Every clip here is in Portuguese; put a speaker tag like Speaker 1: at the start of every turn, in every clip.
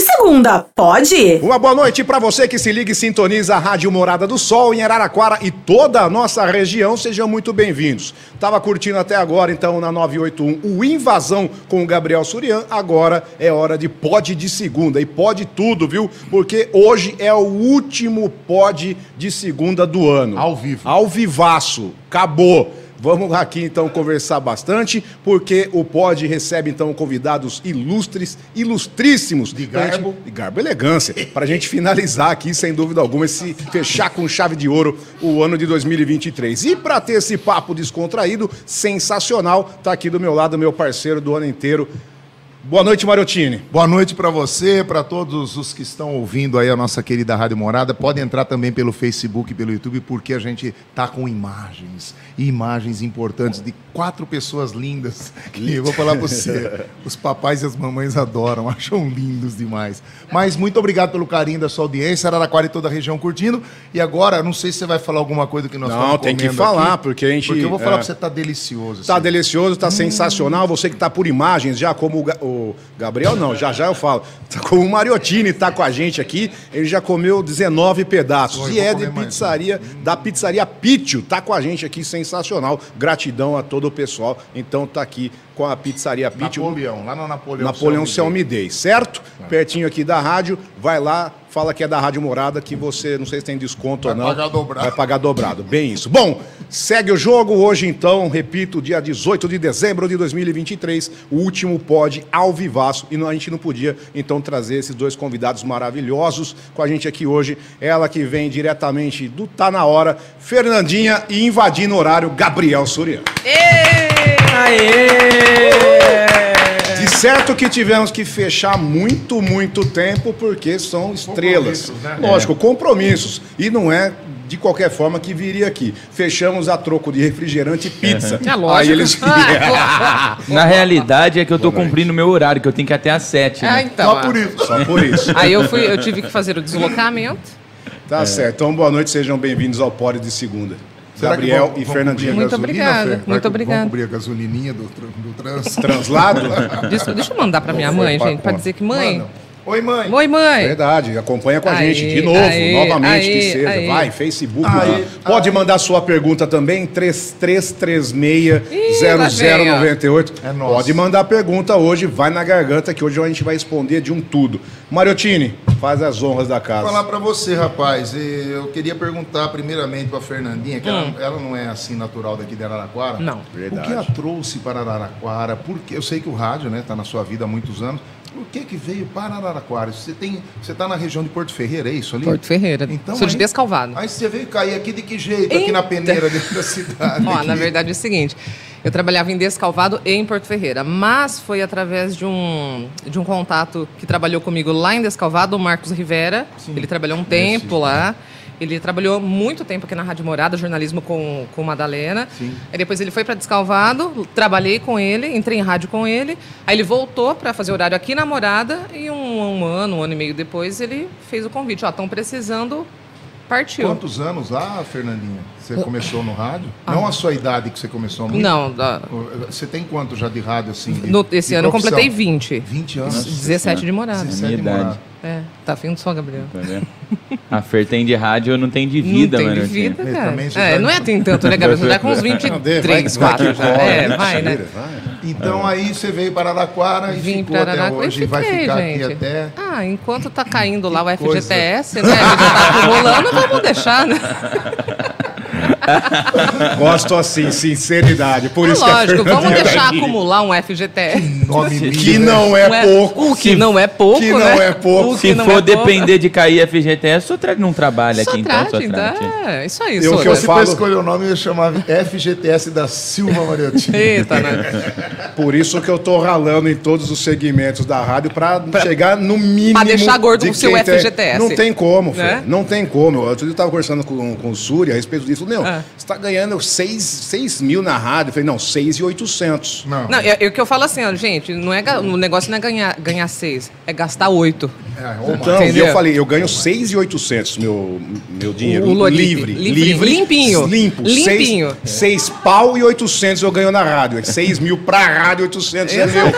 Speaker 1: segunda, pode?
Speaker 2: Uma boa noite pra você que se liga e sintoniza a Rádio Morada do Sol em Araraquara e toda a nossa região. Sejam muito bem-vindos. Tava curtindo até agora, então, na 981, o Invasão com o Gabriel Surian. Agora é hora de pod de segunda. E pode tudo, viu? Porque hoje é o último pod de segunda do ano.
Speaker 3: Ao vivo.
Speaker 2: Ao vivaço. Acabou. Vamos aqui então conversar bastante, porque o Pod recebe então convidados ilustres, ilustríssimos. De
Speaker 3: garbo.
Speaker 2: De garbo e elegância. Para a gente finalizar aqui, sem dúvida alguma, esse fechar com chave de ouro o ano de 2023. E para ter esse papo descontraído, sensacional, tá aqui do meu lado, meu parceiro do ano inteiro. Boa noite, Marotini.
Speaker 3: Boa noite pra você, pra todos os que estão ouvindo aí a nossa querida Rádio Morada. Pode entrar também pelo Facebook, e pelo YouTube, porque a gente tá com imagens, e imagens importantes de quatro pessoas lindas. Que eu vou falar pra você, os papais e as mamães adoram, acham lindos demais. Mas muito obrigado pelo carinho da sua audiência, Araraquara e toda a região curtindo. E agora, não sei se você vai falar alguma coisa que nós
Speaker 2: Não,
Speaker 3: estamos
Speaker 2: tem que
Speaker 3: comendo
Speaker 2: falar,
Speaker 3: aqui,
Speaker 2: porque a gente-
Speaker 3: Porque eu vou falar
Speaker 2: é.
Speaker 3: pra você, tá delicioso.
Speaker 2: Tá
Speaker 3: assim.
Speaker 2: delicioso, tá sensacional. Você que tá por imagens, já como o, Ga- o Gabriel, não, já já eu falo. Tá como o Mariottini tá com a gente aqui, ele já comeu 19 pedaços.
Speaker 3: Oi,
Speaker 2: E
Speaker 3: vou
Speaker 2: é de
Speaker 3: comer mais, um.
Speaker 2: pizzaria, da pizzaria Pitio, tá com a gente aqui, sensacional. Gratidão a todo o pessoal. Então tá aqui com a pizzaria
Speaker 3: Tá
Speaker 2: Pitio.
Speaker 3: Napoleão, lá na Napoleão.
Speaker 2: Napoleão Selmidei,
Speaker 3: Selmidei.
Speaker 2: certo? Pertinho aqui da rádio, vai lá, fala que é da Rádio Morada, que você, não sei se tem desconto ou
Speaker 3: Vai
Speaker 2: não.
Speaker 3: pagar dobrado.
Speaker 2: Vai pagar dobrado, bem isso. Bom, segue o jogo hoje então, repito, dia 18 de dezembro de 2023, o último pod ao vivaço, e não- a gente não podia então trazer esses dois convidados maravilhosos com a gente aqui hoje, ela que vem diretamente do Tá Na Hora, Fernandinha e invadindo o horário, Gabriel Suriano.
Speaker 1: Aê!
Speaker 2: De certo que tivemos que fechar muito, muito tempo, porque são estrelas.
Speaker 3: Compromissos, né?
Speaker 2: Lógico, compromissos. E não é de qualquer forma que viria aqui. Fechamos a troco de refrigerante e pizza.
Speaker 4: É lógico.
Speaker 2: Aí eles
Speaker 5: Na realidade é que eu tô cumprindo meu horário, que eu tenho que ir até às 7.
Speaker 4: Ah,
Speaker 5: Né?
Speaker 4: então.
Speaker 3: Só
Speaker 4: ó.
Speaker 3: por isso.
Speaker 2: Só por isso.
Speaker 4: Aí eu fui, eu tive que fazer o deslocamento.
Speaker 2: Tá
Speaker 3: É.
Speaker 2: certo. Então, boa noite, sejam bem-vindos ao Pódio de Segunda.
Speaker 3: Será que
Speaker 2: Gabriel
Speaker 3: vão-
Speaker 2: e
Speaker 3: vão
Speaker 2: Fernandinho.
Speaker 3: cobrir a
Speaker 4: Muito
Speaker 3: gasolina,
Speaker 4: obrigada,
Speaker 3: Fer?
Speaker 4: muito
Speaker 3: Vai-
Speaker 4: obrigada.
Speaker 3: Vão cobrir a gasolininha do, tr- do trânsito.
Speaker 2: Translado?
Speaker 4: Deixa, deixa eu mandar pra minha mãe, gente, pra dizer que mãe.
Speaker 3: Mano, Oi, mãe.
Speaker 4: Oi, mãe.
Speaker 2: Verdade, acompanha com a
Speaker 4: Aí,
Speaker 2: gente de novo,
Speaker 4: aí,
Speaker 2: novamente que
Speaker 4: aí,
Speaker 2: seja.
Speaker 4: aí.
Speaker 2: Vai, Facebook.
Speaker 3: Aí,
Speaker 2: lá. Pode mandar sua pergunta também, 3336-0098.
Speaker 3: Ih, lá vem, ó. É nosso.
Speaker 2: Pode mandar pergunta hoje, vai na garganta, que hoje a gente vai responder de um tudo. Mariottini, faz as honras da
Speaker 3: Vou falar
Speaker 2: casa.
Speaker 3: pra você, rapaz. E Eu queria perguntar primeiramente pra Fernandinha, que ela, ela não é assim natural daqui de Araraquara.
Speaker 4: Hum. Não.
Speaker 2: Verdade.
Speaker 3: O que a trouxe para Araraquara? Porque eu sei que o rádio, né, tá na sua vida há muitos anos. Por que que veio para Araraquara? Você tem, você tá na região de Porto Ferreira, é isso ali?
Speaker 4: Porto Ferreira. Sou de
Speaker 3: aí-
Speaker 4: Descalvado.
Speaker 3: Aí você veio cair aqui de que jeito? Aqui na peneira dentro da cidade.
Speaker 4: Ó,
Speaker 3: aqui.
Speaker 4: na verdade é o seguinte, eu trabalhava em Descalvado e em Porto Ferreira, mas foi através de um, de um contato que trabalhou comigo lá em Descalvado, o Marcos Rivera. Ele trabalhou um tempo lá. Ele trabalhou muito tempo aqui na Rádio Morada, jornalismo com, com Madalena. Aí depois ele foi para Descalvado, trabalhei com ele, entrei em rádio com ele. Aí ele voltou para fazer horário aqui na Morada e um, um ano, um ano e meio depois, ele fez o convite. Ó, estão precisando, partiu.
Speaker 3: Quantos anos lá, Fernandinha? Você começou no rádio? Não a sua idade que você começou no
Speaker 4: Ah. Não, da-
Speaker 3: Você tem quanto já de rádio assim? de-
Speaker 4: No-
Speaker 3: de
Speaker 4: esse ano eu
Speaker 3: profissão?
Speaker 4: completei 20.
Speaker 3: 20 anos.
Speaker 4: 17 de morada.
Speaker 3: 17 de
Speaker 5: Minha idade.
Speaker 3: morada.
Speaker 4: É, tá vindo só, Gabriel.
Speaker 5: Tá vendo? A Fer tem de rádio, eu não tenho de vida,
Speaker 4: não tem
Speaker 5: mano. assim.
Speaker 4: de vida,
Speaker 3: É,
Speaker 4: cara.
Speaker 3: também você
Speaker 4: É,
Speaker 3: tá-
Speaker 4: não é tem tanto, né, Gabriel? Você tá com uns 23, 4 já. É, vai, né?
Speaker 3: Então aí você veio para Araraquara e
Speaker 4: Vim
Speaker 3: ficou
Speaker 4: pra
Speaker 3: até
Speaker 4: Araraquara e
Speaker 3: hoje. E vai
Speaker 4: fiquei,
Speaker 3: ficar
Speaker 4: gente.
Speaker 3: aqui até.
Speaker 4: Ah, enquanto tá caindo lá o
Speaker 3: Que coisa.
Speaker 4: FGTS, né? A gente tá acumulando, vamos deixar, né?
Speaker 2: Gosto assim, sinceridade. Por
Speaker 4: É
Speaker 2: isso que a
Speaker 4: lógico,
Speaker 2: Fernandinha
Speaker 4: vamos
Speaker 2: tá
Speaker 4: deixar
Speaker 2: aqui.
Speaker 4: acumular um FGTS.
Speaker 3: Nome lindo,
Speaker 2: Que
Speaker 3: né?
Speaker 2: não é
Speaker 4: Não é-
Speaker 2: pouco.
Speaker 4: o que não é pouco,
Speaker 2: Que não
Speaker 4: né?
Speaker 2: é pouco.
Speaker 4: O que
Speaker 5: Se
Speaker 4: não
Speaker 5: for
Speaker 4: é pouco.
Speaker 5: depender de cair FGTS, é só tra... não trabalha
Speaker 4: Só
Speaker 5: aqui então, só
Speaker 4: trate,
Speaker 5: trate.
Speaker 4: dá. É, isso aí,
Speaker 2: Eu que
Speaker 4: Soura.
Speaker 2: eu
Speaker 3: Se
Speaker 2: falo-
Speaker 3: for escolher o nome, eu ia chamar FGTS da Silva Mariotti.
Speaker 4: Eita, né?
Speaker 2: Por isso que eu tô ralando em todos os segmentos da rádio pra chegar no mínimo.
Speaker 4: Pra deixar gordo
Speaker 2: de
Speaker 4: o seu
Speaker 2: quem tem.
Speaker 4: FGTS.
Speaker 2: Não tem como, Fê.
Speaker 4: Né?
Speaker 2: Não tem como. Outro dia eu tava conversando com, com o Suri a respeito disso. Não,
Speaker 4: Ah.
Speaker 2: Você tá ganhando 6, mil na rádio. Eu falei, não, 6,800.
Speaker 3: Não.
Speaker 4: Não, é, é o que eu falo assim, ó, gente, não é, ga- o negócio não é ganhar, ganhar seis, é gastar oito.
Speaker 3: É, ou mais.
Speaker 2: Então, e
Speaker 4: Entendeu?
Speaker 2: eu falei, eu ganho 6,800 meu, meu dinheiro.
Speaker 4: O- o Loripe.
Speaker 2: livre,
Speaker 4: Livre, limpinho.
Speaker 2: Limpo.
Speaker 4: Limpinho.
Speaker 2: 6 pau e 800 eu ganho na rádio. 6 mil pra rádio, 800 é meu.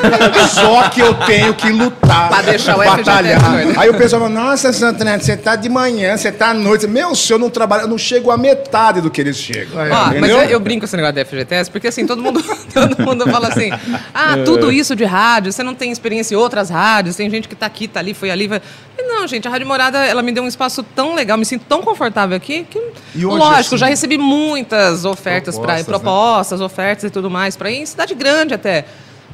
Speaker 2: Só que eu tenho que lutar.
Speaker 4: Pra deixar o FGTS
Speaker 2: batalhar.
Speaker 4: doido.
Speaker 2: Aí o pessoal fala, nossa, Santana, você tá de manhã, você tá à noite. Meu, se eu não trabalho, eu não chego a metade do que eles chegam.
Speaker 3: É,
Speaker 4: Ó, mas
Speaker 2: entendeu?
Speaker 4: eu, eu brinco com esse negócio da FGTS, porque assim, todo mundo, todo mundo fala assim,
Speaker 3: É.
Speaker 4: ah, tudo isso de rádio, você não tem experiência em outras rádios, tem gente que tá aqui, tá ali, foi ali. Vai... E Não, gente, a Rádio Morada, ela me deu um espaço tão legal, me sinto tão confortável aqui, que,
Speaker 3: E hoje,
Speaker 4: lógico,
Speaker 3: assim,
Speaker 4: já recebi muitas ofertas, pra,
Speaker 3: propostas, né?
Speaker 4: propostas, ofertas e tudo mais, pra ir em cidade grande até.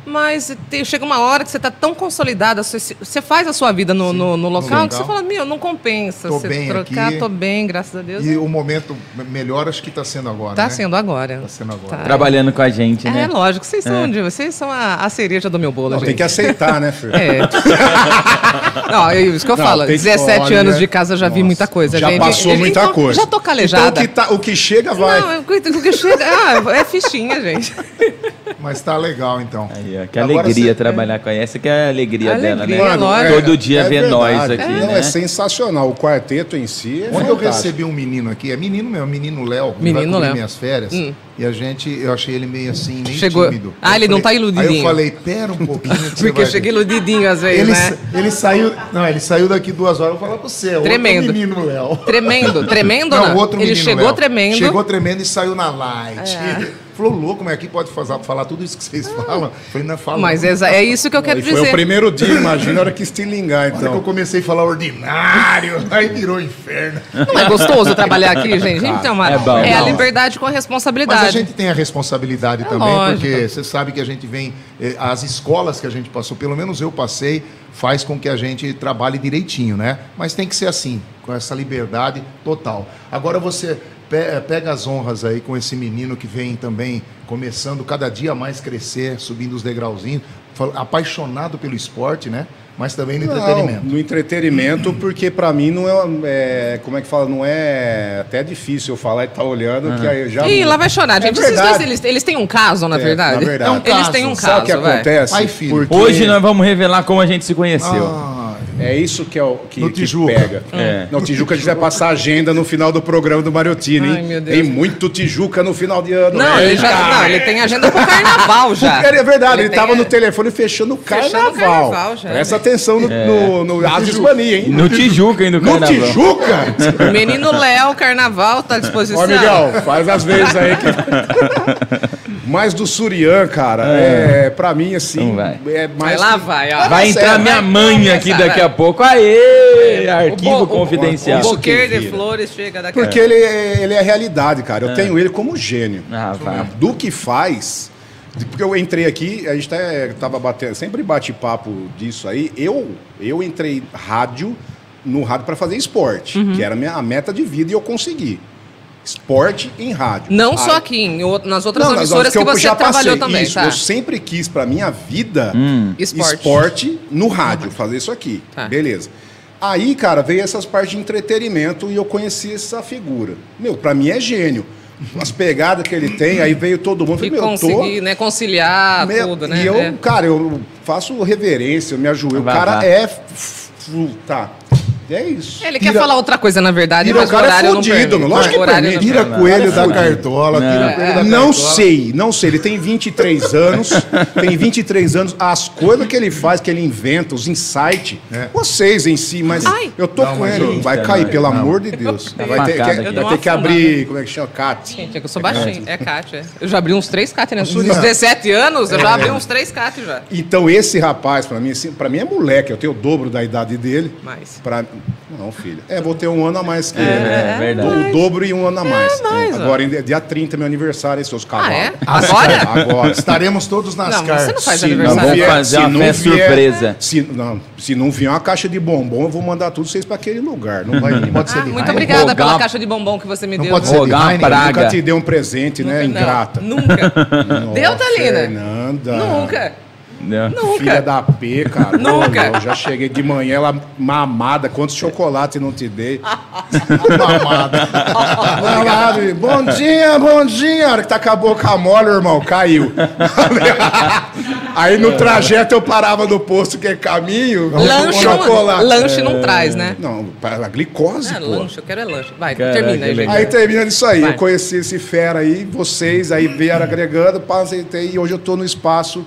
Speaker 4: Mas tem- chega uma hora que você tá tão consolidada, você, você faz a sua vida no, no- no local, que
Speaker 3: local.
Speaker 4: você fala, meu, não compensa
Speaker 3: Tô
Speaker 4: você
Speaker 3: bem
Speaker 4: trocar,
Speaker 3: aqui.
Speaker 4: tô bem, graças a Deus.
Speaker 3: E o momento me- melhor acho que está sendo agora.
Speaker 4: Tá
Speaker 3: né?
Speaker 4: sendo agora.
Speaker 3: Tá sendo agora.
Speaker 4: Tá.
Speaker 5: Trabalhando com a gente,
Speaker 4: É,
Speaker 5: né?
Speaker 4: lógico, vocês são, de- vocês são a, a cereja do meu bolo,
Speaker 2: Não,
Speaker 4: gente.
Speaker 2: tem que aceitar, né, Fer?
Speaker 4: É. Não, é isso que eu
Speaker 2: Não,
Speaker 4: falo.
Speaker 2: tem que-
Speaker 4: 17
Speaker 2: olha,
Speaker 4: anos de casa, eu já vi muita coisa.
Speaker 2: Já
Speaker 4: gente.
Speaker 2: passou
Speaker 4: Eu-
Speaker 2: muita
Speaker 4: então,
Speaker 2: coisa.
Speaker 4: Já tô
Speaker 2: Então,
Speaker 4: calejada.
Speaker 2: o que, tá- o que chega vai.
Speaker 4: Não, eu- o que chega... Ah, é fichinha, gente. é-
Speaker 3: Mas tá legal então.
Speaker 5: Aí, ó, que
Speaker 3: Agora
Speaker 5: alegria
Speaker 3: você-
Speaker 5: trabalhar com ela. Essa que é a alegria,
Speaker 4: Alegria,
Speaker 5: dela, né?
Speaker 4: Mano, lógico.
Speaker 5: Todo dia
Speaker 2: é
Speaker 5: vê
Speaker 2: verdade.
Speaker 5: nós aqui,
Speaker 2: Não,
Speaker 5: né?
Speaker 2: é sensacional. O quarteto em si é
Speaker 3: Ontem eu
Speaker 2: fantástico.
Speaker 3: recebi um menino aqui, é menino mesmo, menino Léo, que vai
Speaker 4: Menino
Speaker 3: cobrir
Speaker 4: Léo. Hum.
Speaker 3: minhas férias. E a gente, eu achei ele meio assim, meio
Speaker 4: Chegou.
Speaker 3: tímido.
Speaker 4: Ah,
Speaker 3: Eu
Speaker 4: ele não tá iludidinho.
Speaker 3: Aí eu falei, pera um pouquinho. que você
Speaker 4: Porque
Speaker 3: vai
Speaker 4: eu
Speaker 3: ver."
Speaker 4: cheguei iludidinho às vezes,
Speaker 3: Ele, sa-
Speaker 4: né?
Speaker 3: ele saiu, não, ele saiu daqui duas horas, eu vou falar pra você, é outro
Speaker 4: Tremendo.
Speaker 3: menino Léo.
Speaker 4: Tremendo, tremendo ou
Speaker 3: Não,
Speaker 4: não?
Speaker 3: outro
Speaker 4: Ele
Speaker 3: menino
Speaker 4: chegou
Speaker 3: Léo.
Speaker 4: tremendo. É.
Speaker 3: Chegou tremendo e saiu na light. Falou, louco, mas aqui pode fazer- falar tudo isso que vocês falam? Falei, não fala.
Speaker 4: Mas
Speaker 3: não.
Speaker 4: é, é isso que eu quero
Speaker 2: E
Speaker 4: dizer.
Speaker 2: foi o primeiro dia, imagina, a hora que estilingar,
Speaker 3: Na hora que eu
Speaker 2: então.
Speaker 3: comecei a falar ordinário, aí virou inferno.
Speaker 4: Não é gostoso trabalhar aqui, gente? Gente, é, uma-
Speaker 5: é bom.
Speaker 4: é a
Speaker 5: Não.
Speaker 4: liberdade com a responsabilidade.
Speaker 3: Mas a gente tem a responsabilidade também,
Speaker 4: É lógico.
Speaker 3: porque você sabe que a gente vem. eh, As escolas que a gente passou, pelo menos eu passei, faz com que a gente trabalhe direitinho, né? Mas tem que ser assim, com essa liberdade total. Agora você pe- eh, pega as honras aí com esse menino que vem também começando cada dia mais crescer, subindo os degrauzinhos, fal- apaixonado pelo esporte, né? Mas também no entretenimento.
Speaker 2: Não, no entretenimento, porque pra mim não é, é, Como é que fala? Não é. Até é difícil eu falar e tá olhando, que aí eu já. É
Speaker 4: Ih, lá vai chorar, gente. Esses dois,
Speaker 2: verdade.
Speaker 4: eles, eles têm um caso, na
Speaker 2: É,
Speaker 4: verdade.
Speaker 2: na verdade. É um
Speaker 4: Eles
Speaker 3: caso.
Speaker 4: têm um caso,
Speaker 2: Sabe o que
Speaker 4: vai.
Speaker 2: acontece?
Speaker 3: Vai, filho.
Speaker 2: Porque
Speaker 5: Hoje nós vamos revelar como a gente se conheceu.
Speaker 3: Ah,
Speaker 2: É isso que é o que,
Speaker 3: No
Speaker 2: que
Speaker 3: Tijuca.
Speaker 2: pega.
Speaker 5: É.
Speaker 2: No Tijuca a gente vai passar a agenda no final do programa do Mariotini, hein?
Speaker 4: Ai, meu Deus.
Speaker 2: Tem muito Tijuca no final de ano.
Speaker 4: Não, ele
Speaker 2: Eita!
Speaker 4: já, não, ele tem agenda pro carnaval já.
Speaker 2: Cara, é verdade, ele,
Speaker 4: tem-
Speaker 2: tava no telefone fechando o
Speaker 4: Fechando
Speaker 2: carnaval.
Speaker 4: o carnaval já,
Speaker 2: Presta
Speaker 4: né?
Speaker 2: atenção no, no, É. no Atos Hispania, hein?
Speaker 5: No Tijuca, hein, do
Speaker 2: No
Speaker 5: carnaval.
Speaker 2: Tijuca?
Speaker 4: Menino Léo, carnaval, tá à disposição.
Speaker 2: Ó, Miguel, faz as vezes aí. Que... Mas do Surian, cara, é, pra mim, assim,
Speaker 5: Então vai.
Speaker 2: é
Speaker 4: Vai
Speaker 2: mais...
Speaker 4: lá, vai, ó.
Speaker 5: Vai
Speaker 2: é
Speaker 5: entrar
Speaker 4: Vai
Speaker 5: minha mãe
Speaker 4: começar,
Speaker 5: aqui
Speaker 4: vai.
Speaker 5: daqui a pouco. Aê! Arquivo
Speaker 4: É, o- O
Speaker 5: confidencial.
Speaker 2: que
Speaker 4: buquê de
Speaker 2: vira.
Speaker 4: flores chega daqui a
Speaker 2: Porque ele, é- ele é realidade, cara. Eu tenho ele como gênio.
Speaker 5: Ah, vá.
Speaker 2: do que faz. Porque eu entrei aqui, a gente tá, tava batendo, sempre bate papo disso aí. Eu, eu entrei rádio no rádio para fazer esporte,
Speaker 4: Uhum.
Speaker 2: que era a minha a meta de vida e eu consegui. Esporte em rádio.
Speaker 4: Não
Speaker 2: Aí-
Speaker 4: só aqui, em out- nas outras
Speaker 2: Não, nas
Speaker 4: emissoras
Speaker 2: horas
Speaker 4: que,
Speaker 2: eu
Speaker 4: você
Speaker 2: já
Speaker 4: trabalhou
Speaker 2: passei.
Speaker 4: também,
Speaker 2: Isso,
Speaker 4: tá?
Speaker 2: Eu sempre quis pra minha vida
Speaker 5: Hum.
Speaker 4: Esporte.
Speaker 2: esporte. no rádio, fazer isso aqui.
Speaker 4: Tá.
Speaker 2: Beleza. Aí, cara, veio essas partes de entretenimento e eu conheci essa figura. Meu, pra mim é gênio. As pegadas que ele tem, aí veio todo mundo.
Speaker 4: E
Speaker 2: Falei, meu, eu tô...
Speaker 4: conseguir, né, conciliar
Speaker 2: Meu,
Speaker 4: tudo, né?
Speaker 2: E eu,
Speaker 4: é.
Speaker 2: cara, eu faço reverência, eu me ajoelho. O
Speaker 5: Vai,
Speaker 2: cara
Speaker 5: vai.
Speaker 2: é. f- f- Tá. É isso.
Speaker 4: Ele quer falar outra coisa, na verdade,
Speaker 2: Tira,
Speaker 4: mas
Speaker 2: o cara é
Speaker 4: horário não
Speaker 2: fudido,
Speaker 4: permite.
Speaker 2: meu, lógico que
Speaker 4: Horário
Speaker 2: permite.
Speaker 4: não
Speaker 3: tira
Speaker 5: não.
Speaker 3: coelho da
Speaker 2: Não. é
Speaker 3: cartola, tira
Speaker 5: Não.
Speaker 3: coelho da
Speaker 2: Não
Speaker 3: cartola.
Speaker 2: sei, não sei. Ele tem 23 anos. tem 23 anos. As coisas que ele faz, que ele inventa, os insights,
Speaker 3: É.
Speaker 2: vocês em si, mas
Speaker 4: Ai.
Speaker 2: eu tô
Speaker 3: Não, né?
Speaker 2: com
Speaker 3: mas
Speaker 2: ele.
Speaker 3: eu-
Speaker 2: Vai
Speaker 5: Eita,
Speaker 2: cair,
Speaker 5: não.
Speaker 2: pelo amor de Deus.
Speaker 5: Dá
Speaker 2: Vai ter,
Speaker 5: facada
Speaker 2: que-
Speaker 5: aqui.
Speaker 2: vai ter que
Speaker 4: Eu dou uma
Speaker 2: abrir. Como é que chama? Cat.
Speaker 4: Gente, é que eu sou baixinho. É Kátia. é. Eu já abri uns três Kátia, né? Nos
Speaker 3: Surya.
Speaker 4: 17 anos, eu já abri uns três Kátia já.
Speaker 2: Então, esse rapaz, pra mim, assim, pra mim é moleque. Eu tenho o dobro da idade dele.
Speaker 4: Mas...
Speaker 2: Pra... Não, filho. É, vou ter um ano a mais que ele.
Speaker 5: É, verdade.
Speaker 2: O dobro e um ano a mais.
Speaker 4: É mais, ó.
Speaker 2: Agora, em- dia 30, meu aniversário, hein, seus
Speaker 4: Ah,
Speaker 2: cavalos.
Speaker 4: é? Agora?
Speaker 2: Agora.
Speaker 3: Estaremos todos nas
Speaker 4: Não,
Speaker 3: cartas.
Speaker 4: você não faz
Speaker 3: Sim.
Speaker 4: aniversário. Nós vamos
Speaker 5: fazer uma festa surpresa.
Speaker 2: Se não, se não vier uma caixa de bombom, eu vou mandar tudo vocês pra aquele lugar. Não vai
Speaker 3: Não pode ser
Speaker 4: Ah,
Speaker 3: de
Speaker 4: muito
Speaker 3: raiva.
Speaker 4: obrigada
Speaker 5: Rogar-
Speaker 4: pela caixa de bombom que você me
Speaker 3: Não
Speaker 4: deu.
Speaker 3: pode
Speaker 4: viu?
Speaker 3: ser
Speaker 5: Rogar uma
Speaker 3: Heineken,
Speaker 5: praga.
Speaker 2: Nunca te deu um presente, né?
Speaker 4: Não,
Speaker 2: Ingrata.
Speaker 4: Nunca.
Speaker 2: Nossa,
Speaker 4: Deu, Thalina?
Speaker 2: Fernanda.
Speaker 4: Nunca.
Speaker 5: Não.
Speaker 4: Nunca.
Speaker 2: Filha da P, cara.
Speaker 4: Nunca.
Speaker 2: Ô, meu, já cheguei de manhã, ela mamada, quantos chocolates não te dei. mamada. mamada. Bom dia, bom dia. A hora que tá com a boca mole, irmão, caiu. Aí
Speaker 4: É.
Speaker 2: no trajeto eu parava no posto, que é caminho, um
Speaker 4: Lanche,
Speaker 2: chocolate.
Speaker 4: não, lanche não traz, né?
Speaker 2: Não, para glicose,
Speaker 4: É,
Speaker 2: pô.
Speaker 4: lanche, eu quero é lanche. Vai,
Speaker 5: Caraca,
Speaker 4: termina aí,
Speaker 5: legal.
Speaker 4: gente.
Speaker 2: Aí termina isso aí.
Speaker 4: Vai.
Speaker 2: Eu conheci esse fera aí, vocês aí vieram agregando, passei, e hoje eu tô no espaço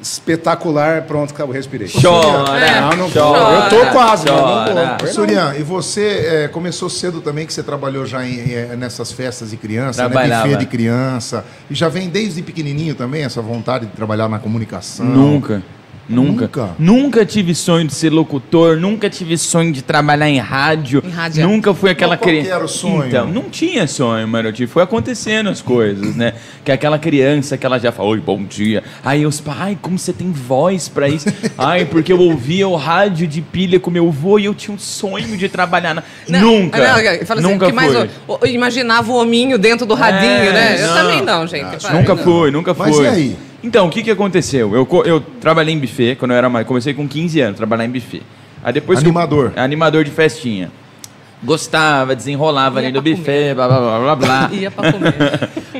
Speaker 2: espetacular. Pronto, acabou, respirei.
Speaker 5: Chora,
Speaker 2: É, Não, não vou.
Speaker 5: chora,
Speaker 2: Eu tô quase, mas
Speaker 5: chora.
Speaker 2: não vou.
Speaker 3: Ah, Surian, e você eh, começou cedo também, que você trabalhou já em, eh, nessas festas de criança, né?
Speaker 5: Trabalhava.
Speaker 3: buffet de criança. E já vem desde pequenininho também essa vontade de trabalhar na comunicação?
Speaker 5: Nunca. Nunca.
Speaker 3: Nunca?
Speaker 5: Nunca. tive sonho de ser locutor, nunca tive sonho de trabalhar em rádio.
Speaker 4: Em rádio. é
Speaker 5: Nunca fui aquela
Speaker 3: Mas qual que
Speaker 5: criança.
Speaker 3: era o sonho?
Speaker 5: Então, não tinha sonho, Marotti. Foi acontecendo as coisas, né? Que aquela criança que ela já falou, oi, bom dia. Aí os pais, ai, como você tem voz pra isso? ai, porque eu ouvia o rádio de pilha com meu avô e eu tinha um sonho de trabalhar na. nunca.
Speaker 4: Não, fala assim,
Speaker 5: nunca
Speaker 4: que mais
Speaker 5: fui.
Speaker 4: o- o- imaginava o hominho dentro do radinho,
Speaker 5: É,
Speaker 4: né? Eu
Speaker 5: não.
Speaker 4: também não, gente. para,
Speaker 5: Nunca
Speaker 4: não.
Speaker 5: fui, nunca fui.
Speaker 3: Mas e aí?
Speaker 5: Então, o que, que aconteceu? Eu, co- eu trabalhei em buffet quando eu era mais. Comecei com 15 anos, trabalhar em buffet. Aí depois que-
Speaker 3: Animador.
Speaker 5: animador de festinha. Gostava, desenrolava
Speaker 4: Ia
Speaker 5: ali no
Speaker 4: pra
Speaker 5: buffet, blá blá blá blá blá.
Speaker 4: Ia pra comer.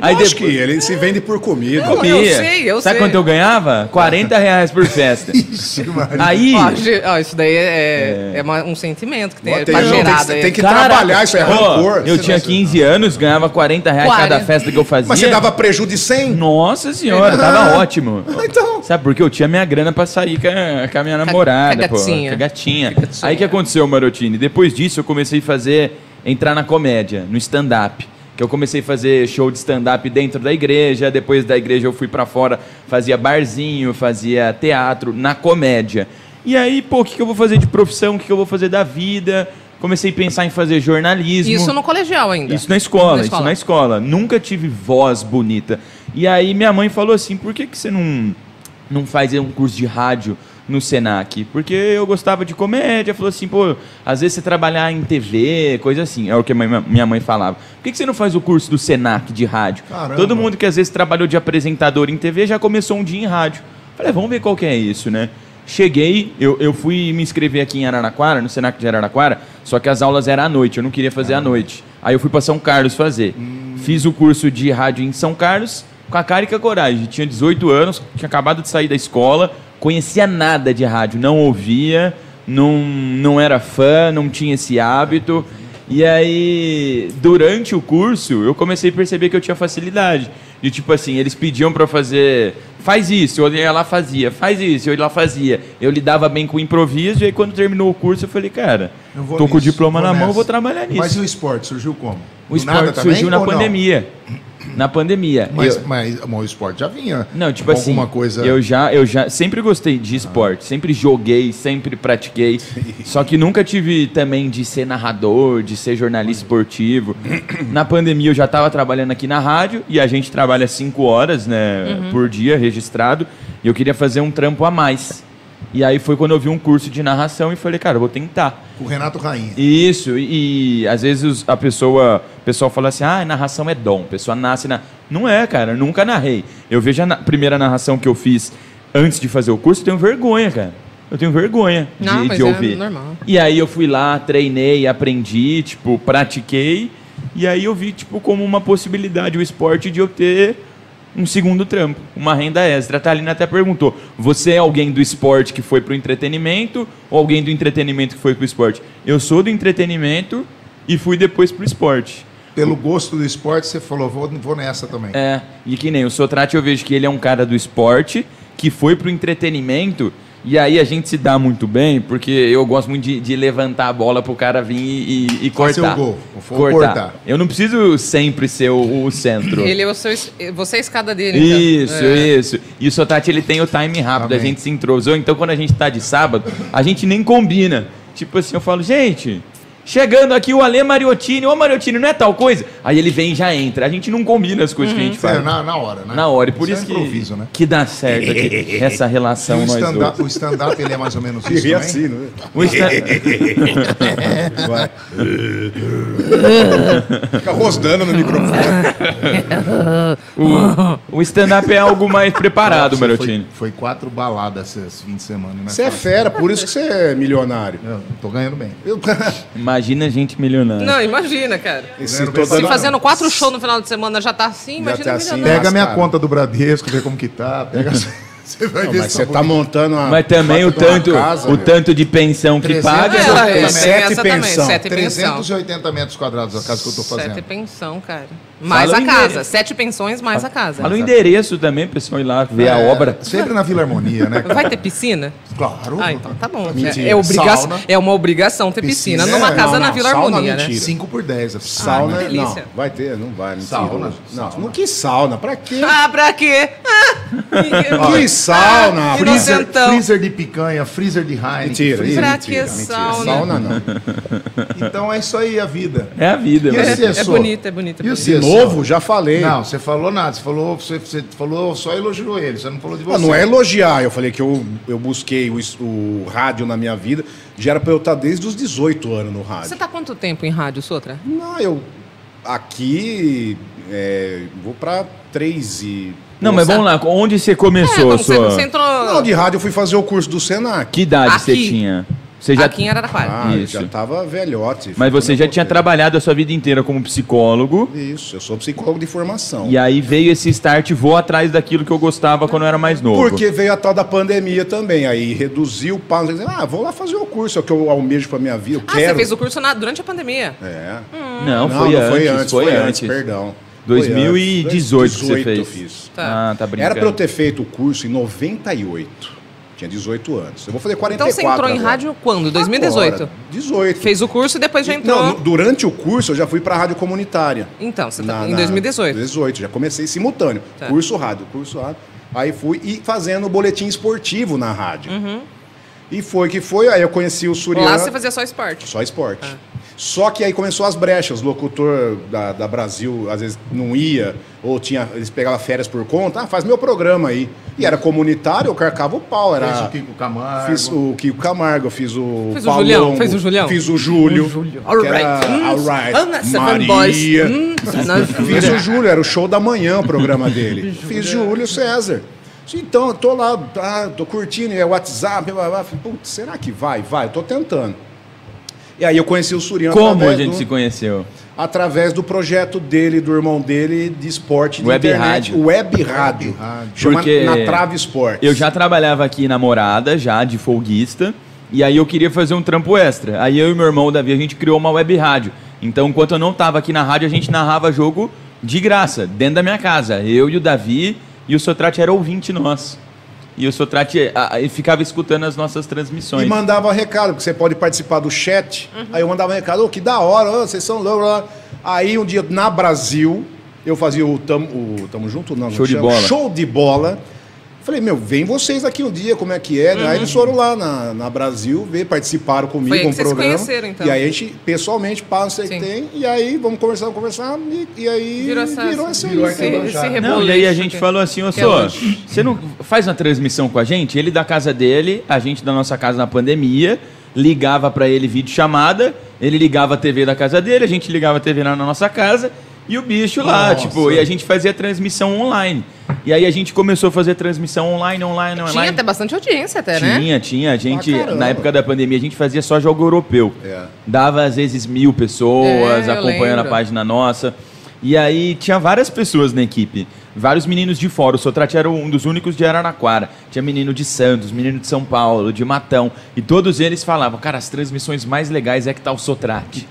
Speaker 5: Aí
Speaker 2: Acho que ele se vende por comida.
Speaker 4: Não, eu sei, eu
Speaker 5: Sabe
Speaker 4: sei.
Speaker 5: quanto eu ganhava? 40 reais por festa.
Speaker 3: Ixi,
Speaker 2: tá
Speaker 3: Maria.
Speaker 5: Aí.
Speaker 4: Ó, ge- ó, isso daí é, é. uma- um sentimento que tem,
Speaker 2: Ó,
Speaker 4: é
Speaker 2: tem- não, tem que-
Speaker 4: pageirada.
Speaker 2: tem
Speaker 4: aí.
Speaker 2: que- trabalhar, isso é
Speaker 5: Pô,
Speaker 2: rancor,
Speaker 5: Eu
Speaker 2: você
Speaker 5: tinha
Speaker 2: não-
Speaker 5: 15 anos, ganhava 40 reais cada
Speaker 4: 40.
Speaker 5: festa que eu fazia.
Speaker 2: Mas você dava prejuízo de 100?
Speaker 5: Nossa senhora, tava ótimo.
Speaker 2: Então.
Speaker 5: Sabe, porque eu tinha minha grana pra sair com a, com a minha namorada, pô. Com
Speaker 4: gatinha.
Speaker 5: a gatinha.
Speaker 4: Com a gatinha.
Speaker 5: Aí que aconteceu, Marotini? Depois disso, eu comecei a fazer... Entrar na comédia, no stand-up. Que eu comecei a fazer show de stand-up dentro da igreja. Depois da igreja, eu fui pra fora. Fazia barzinho, fazia teatro, na comédia. E aí, pô, o que, que eu vou fazer de profissão? O que, que eu vou fazer da vida? Comecei a pensar em fazer jornalismo.
Speaker 4: Isso no colegial ainda.
Speaker 5: Isso na escola, isso na escola. Nunca tive voz bonita. E aí minha mãe falou assim: por que, que você não, não faz um curso de rádio no Senac? Porque eu gostava de comédia. Falou assim: pô, às vezes você trabalhar em TV, coisa assim. É o que minha minha mãe falava. Por que, que você não faz o curso do Senac de rádio?
Speaker 3: Caramba.
Speaker 5: Todo mundo que às vezes trabalhou de apresentador em TV já começou um dia em rádio. Falei, vamos ver qual que é isso, né? Cheguei, eu, eu fui me inscrever aqui em Araraquara, no Senac de Araraquara, só que as aulas eram à noite, eu não queria fazer à noite. Aí eu fui pra São Carlos fazer. Fiz o curso de rádio em São Carlos, com a cara e com a coragem. Tinha 18 anos, tinha acabado de sair da escola, conhecia nada de rádio, não ouvia, não, não era fã, não tinha esse hábito. E aí, durante o curso, eu comecei a perceber que eu tinha facilidade. De tipo assim, eles pediam pra fazer, faz isso, eu ia lá fazia, faz isso, eu ia lá fazia. Eu lidava bem com o improviso, e aí quando terminou o curso, eu falei, cara,
Speaker 3: Eu vou
Speaker 5: tô com o
Speaker 3: nisso,
Speaker 5: diploma na mão,
Speaker 3: nessa.
Speaker 5: vou trabalhar nisso.
Speaker 3: Mas e o esporte surgiu como?
Speaker 5: o
Speaker 3: Do nada
Speaker 5: esporte
Speaker 3: também,
Speaker 5: surgiu na
Speaker 3: ou não?
Speaker 5: pandemia. Na pandemia.
Speaker 3: Mas,
Speaker 5: Eu-
Speaker 3: mas, bom, o esporte já vinha.
Speaker 5: Não, tipo
Speaker 3: com
Speaker 5: assim,
Speaker 3: Alguma coisa.
Speaker 5: eu já, eu já sempre gostei de esporte, sempre joguei, sempre pratiquei. Só que nunca tive também de ser narrador, de ser jornalista esportivo. Na pandemia eu já estava trabalhando aqui na rádio e a gente trabalha cinco horas, né, por dia registrado, e eu queria fazer um trampo a mais. E aí foi quando eu vi um curso de narração e falei, cara, eu vou tentar.
Speaker 3: Com o Renato Rainha.
Speaker 5: Isso, e, e às vezes os- a pessoa, o pessoal fala assim: "Ah, narração é dom". A pessoa nasce na Não é, cara, eu nunca narrei. Eu vejo a na- primeira narração que eu fiz antes de fazer o curso, eu tenho vergonha, cara. Eu tenho vergonha de,
Speaker 4: Não, mas
Speaker 5: de
Speaker 4: é
Speaker 5: ouvir.
Speaker 4: normal.
Speaker 5: E aí eu fui lá, treinei, aprendi, tipo, pratiquei, e aí eu vi tipo como uma possibilidade o esporte de eu ter um segundo trampo, uma renda extra. A Thalina até perguntou: você é alguém do esporte que foi pro entretenimento ou alguém do entretenimento que foi pro esporte? Eu sou do entretenimento e fui depois pro esporte.
Speaker 3: Pelo gosto do esporte, você falou, vou, vou nessa também.
Speaker 5: É, e que nem o Sotrate eu vejo que ele é um cara do esporte que foi pro entretenimento. E aí a gente se dá muito bem, porque eu gosto muito de, de levantar a bola pro cara vir e, e, e
Speaker 3: Fazer
Speaker 5: cortar.
Speaker 3: o gol, ou
Speaker 5: cortar.
Speaker 3: cortar.
Speaker 5: Eu não preciso sempre ser o, o centro.
Speaker 4: Ele é o seu, es- você é a escada dele, então.
Speaker 5: Isso,
Speaker 4: É.
Speaker 5: isso. E o Sotati, ele tem o time rápido. A
Speaker 3: Amém.
Speaker 5: gente se entrosou. Então, quando a gente tá de sábado, a gente nem combina. Tipo assim, eu falo, gente, Chegando aqui o Ale Mariottini. Ô, Mariottini, não é tal coisa? Aí ele vem e já entra. A gente não combina as coisas que a gente faz.
Speaker 3: Sério, na, na hora, né?
Speaker 5: Na hora, e por
Speaker 3: é
Speaker 5: isso, que,
Speaker 3: improviso, né?
Speaker 5: que dá certo aqui, essa
Speaker 3: E
Speaker 5: relação
Speaker 3: o
Speaker 5: nós
Speaker 3: stand-up,
Speaker 5: dois.
Speaker 3: o stand-up, ele é mais ou menos isso
Speaker 2: E
Speaker 3: também?
Speaker 2: assim, né?
Speaker 5: O stand-
Speaker 2: Vai. Fica rosnando no microfone.
Speaker 5: o- o stand-up é algo mais preparado,
Speaker 3: Você
Speaker 5: Mariottini.
Speaker 3: foi, foi quatro baladas esse fim de semana, né?
Speaker 2: Você é
Speaker 3: Fábio?
Speaker 2: fera, por isso que você é milionário.
Speaker 3: Eu tô ganhando bem.
Speaker 5: Imagina a gente milionária.
Speaker 4: Não, imagina, cara.
Speaker 2: Esse
Speaker 3: Se
Speaker 2: toda-
Speaker 4: Se fazendo quatro shows no final de semana já tá assim, imagina
Speaker 2: tá
Speaker 4: o
Speaker 2: assim.
Speaker 4: milionário.
Speaker 3: Pega a minha
Speaker 2: Cara.
Speaker 3: conta do Bradesco, vê como que tá. Pega... Você vai
Speaker 2: Não,
Speaker 3: ver
Speaker 2: mas
Speaker 3: se
Speaker 2: você
Speaker 3: tá
Speaker 2: tá montando uma.
Speaker 5: Mas também o
Speaker 2: baita de uma
Speaker 5: tanto,
Speaker 2: casa,
Speaker 5: o
Speaker 2: meu.
Speaker 5: tanto de pensão que
Speaker 3: 300
Speaker 5: paga.
Speaker 4: Ela é,
Speaker 2: Tem
Speaker 4: tem
Speaker 2: sete
Speaker 4: essa também,
Speaker 2: pensão.
Speaker 4: sete pensão.
Speaker 3: 380 metros quadrados a casa que eu tô fazendo.
Speaker 4: Sete pensão, cara. Mais
Speaker 5: Fala o
Speaker 4: a casa.
Speaker 5: endereço.
Speaker 4: Sete pensões mais a casa.
Speaker 5: Fala o endereço também, pessoal, ir lá ver a
Speaker 3: É,
Speaker 5: obra.
Speaker 3: Sempre na Vila Harmonia, né? cara?
Speaker 4: Vai ter piscina?
Speaker 3: Claro.
Speaker 4: Ah, então tá bom.
Speaker 3: Mentira.
Speaker 4: É, é obriga-
Speaker 3: Sauna.
Speaker 4: é uma obrigação ter piscina,
Speaker 3: Piscina,
Speaker 4: numa
Speaker 3: é,
Speaker 4: casa
Speaker 2: não,
Speaker 4: na
Speaker 2: não,
Speaker 4: Vila
Speaker 2: sauna,
Speaker 4: Harmonia, né?
Speaker 2: mentira.
Speaker 3: 5 por é 10. a
Speaker 2: Sauna, é
Speaker 4: Ah, que
Speaker 2: não.
Speaker 4: delícia.
Speaker 2: Vai ter, não vai. Não,
Speaker 3: Sauna,
Speaker 2: não, não que sauna. Pra quê?
Speaker 4: Ah, pra quê? Ah, ninguém-
Speaker 2: que sauna. pra-
Speaker 4: Ah, inocente.
Speaker 3: Freezer,
Speaker 4: Inocentão.
Speaker 3: freezer de picanha, freezer de Heineken.
Speaker 2: Mentira,
Speaker 3: freezer-
Speaker 4: Pra
Speaker 2: mentira,
Speaker 4: que
Speaker 2: mentira.
Speaker 4: sauna?
Speaker 2: Sauna não.
Speaker 3: Então é isso aí a vida.
Speaker 5: É a vida.
Speaker 3: E
Speaker 5: mano.
Speaker 3: esse
Speaker 4: É
Speaker 3: só?
Speaker 4: bonito, é bonito. É
Speaker 3: E o
Speaker 4: bonito.
Speaker 2: De
Speaker 3: Isso.
Speaker 2: novo, já falei.
Speaker 3: Não, você falou nada. Você falou, você, você falou, só elogiou ele. Você não falou de
Speaker 2: Ah,
Speaker 3: você.
Speaker 2: não é elogiar. Eu falei que eu, eu busquei o, es- o rádio na minha vida. Já era pra eu estar desde os 18 anos no rádio.
Speaker 4: Você tá quanto tempo em rádio, Sotra?
Speaker 2: Não, eu. Aqui. é, vou pra 3 e.
Speaker 5: Não, mas vamos lá, onde você começou,
Speaker 4: é,
Speaker 5: a
Speaker 4: você,
Speaker 5: sua?
Speaker 4: você entrou
Speaker 2: Não, de rádio eu fui fazer o curso do Senac.
Speaker 5: Que idade você
Speaker 4: Aqui.
Speaker 5: tinha? Você já...
Speaker 4: aqui em Araraquara.
Speaker 2: Ah, eu
Speaker 5: Isso.
Speaker 2: já tava velhote.
Speaker 5: Mas você já tinha
Speaker 2: trabalhado.
Speaker 5: trabalhado a sua vida inteira como psicólogo.
Speaker 2: Isso, eu sou psicólogo de formação.
Speaker 5: E aí veio esse start, vou atrás daquilo que eu gostava quando eu era mais novo.
Speaker 2: Porque veio a tal da pandemia também, aí reduziu o passo. Ah, vou lá fazer o curso, é o que eu almejo pra minha vida, eu
Speaker 4: ah, você
Speaker 2: quero.
Speaker 4: fez Hum. o curso na- durante a pandemia.
Speaker 2: É.
Speaker 5: Não, foi, antes, foi antes,
Speaker 2: perdão.
Speaker 5: 2018 que você
Speaker 2: 2018
Speaker 5: fez.
Speaker 2: eu fiz.
Speaker 4: Tá.
Speaker 5: Ah, tá brincando.
Speaker 2: Era pra eu ter feito o curso em 98. Tinha 18 anos. Eu vou fazer 44
Speaker 4: Então você entrou em
Speaker 2: agora.
Speaker 4: rádio quando? 2018.
Speaker 2: Agora, 18.
Speaker 4: Fez o curso e depois já entrou.
Speaker 2: Não, no- durante o curso eu já fui pra rádio comunitária.
Speaker 4: Então, você
Speaker 2: Na-
Speaker 4: tá em
Speaker 2: na-
Speaker 4: 2018.
Speaker 2: 18, já comecei simultâneo.
Speaker 4: Tá.
Speaker 2: Curso rádio, curso rádio. Aí fui e fazendo o boletim esportivo na rádio. E foi que foi, aí eu conheci o Suriano.
Speaker 4: Uhum. Lá você fazia só esporte.
Speaker 2: Só esporte.
Speaker 4: É.
Speaker 2: Só que aí começou as brechas, o locutor da, da Brasil às vezes não ia, ou tinha, eles pegavam férias por conta, ah, faz meu programa aí. E era comunitário, eu carcava o pau, era...
Speaker 3: Fez o Kiko Camargo.
Speaker 2: Fiz o Kiko Camargo, fiz o
Speaker 4: Fez o Julião, fez o Julião?
Speaker 2: Fiz o Júlio. que era Alright,
Speaker 4: Ana Hum, Seven Boys.
Speaker 2: Maria. assim,
Speaker 4: Hum,
Speaker 2: Fiz o Júlio, era o show da manhã o programa dele. Fiz Júlio César. Então, eu tô lá, tá, tô curtindo, é WhatsApp, blá, blá, blá. Falei, Putz, será que vai? Vai, eu tô tentando. E aí eu conheci o Suriano
Speaker 5: Como a
Speaker 2: através,
Speaker 5: gente
Speaker 2: do,
Speaker 5: se conheceu?
Speaker 2: através do projeto dele, do irmão dele, de esporte, de
Speaker 5: Web
Speaker 2: internet.
Speaker 5: rádio.
Speaker 2: Web Rádio. Chama
Speaker 5: Porque
Speaker 2: Na Trave Esportes.
Speaker 5: Eu já trabalhava aqui na morada, já de folguista, e aí eu queria fazer um trampo extra. Aí eu e meu irmão o Davi, a gente criou uma web rádio. Então, enquanto eu não tava aqui na rádio, a gente narrava jogo de graça, dentro da minha casa. Eu e o Davi, e o Sotrate era ouvinte nosso. E o Sotrate a- a- ele ficava escutando as nossas transmissões.
Speaker 2: E mandava recado, porque você pode participar do chat.
Speaker 4: Uhum.
Speaker 2: Aí eu mandava recado, ô, que da hora, ô, vocês são loucos. blá, blá. Aí um dia, na Brasil, eu fazia o Tamo, o tamo Junto, não,
Speaker 5: Show
Speaker 2: não
Speaker 5: de
Speaker 2: chama?
Speaker 5: bola.
Speaker 2: Show de bola. Falei, meu, vem vocês aqui um dia, como é que é? Aí eles foram lá na, na Brasil, ver, participaram comigo
Speaker 4: Uhum. Foi aí
Speaker 2: um
Speaker 4: que vocês se
Speaker 2: programa.
Speaker 4: conheceram, então.
Speaker 2: E aí a gente, pessoalmente, passa o que
Speaker 4: Sim.
Speaker 2: tem, e aí vamos conversar, vamos conversar, e, e aí
Speaker 4: Virou essa.
Speaker 2: esse
Speaker 4: esse, esse
Speaker 3: Não,
Speaker 5: Não,
Speaker 4: reboleixo
Speaker 5: e aí a gente
Speaker 4: que-
Speaker 5: falou assim, ô
Speaker 4: que
Speaker 5: só,
Speaker 4: ela-
Speaker 5: você não faz uma transmissão com a gente? Ele da casa dele, a gente da nossa casa na pandemia, ligava pra ele vídeo chamada, ele ligava a TV da casa dele, a gente ligava a TV na na nossa casa e o bicho lá,
Speaker 3: Nossa.
Speaker 5: tipo, e a gente fazia transmissão online. E aí a gente começou a fazer transmissão online, online, online.
Speaker 4: Tinha até bastante audiência, até, né?
Speaker 5: Tinha, tinha. A gente,
Speaker 2: caramba.
Speaker 5: na época da pandemia, a gente fazia só jogo europeu.
Speaker 2: É.
Speaker 5: Dava, às vezes, mil pessoas
Speaker 4: É, eu
Speaker 5: acompanhando a
Speaker 4: lembro.
Speaker 5: página nossa. E aí tinha várias pessoas na equipe. Vários meninos de fora. O Sotrate era um dos únicos de Araraquara. Tinha menino de Santos, menino de São Paulo, de Matão. E todos eles falavam, cara, as transmissões mais legais é que tá o Sotrate.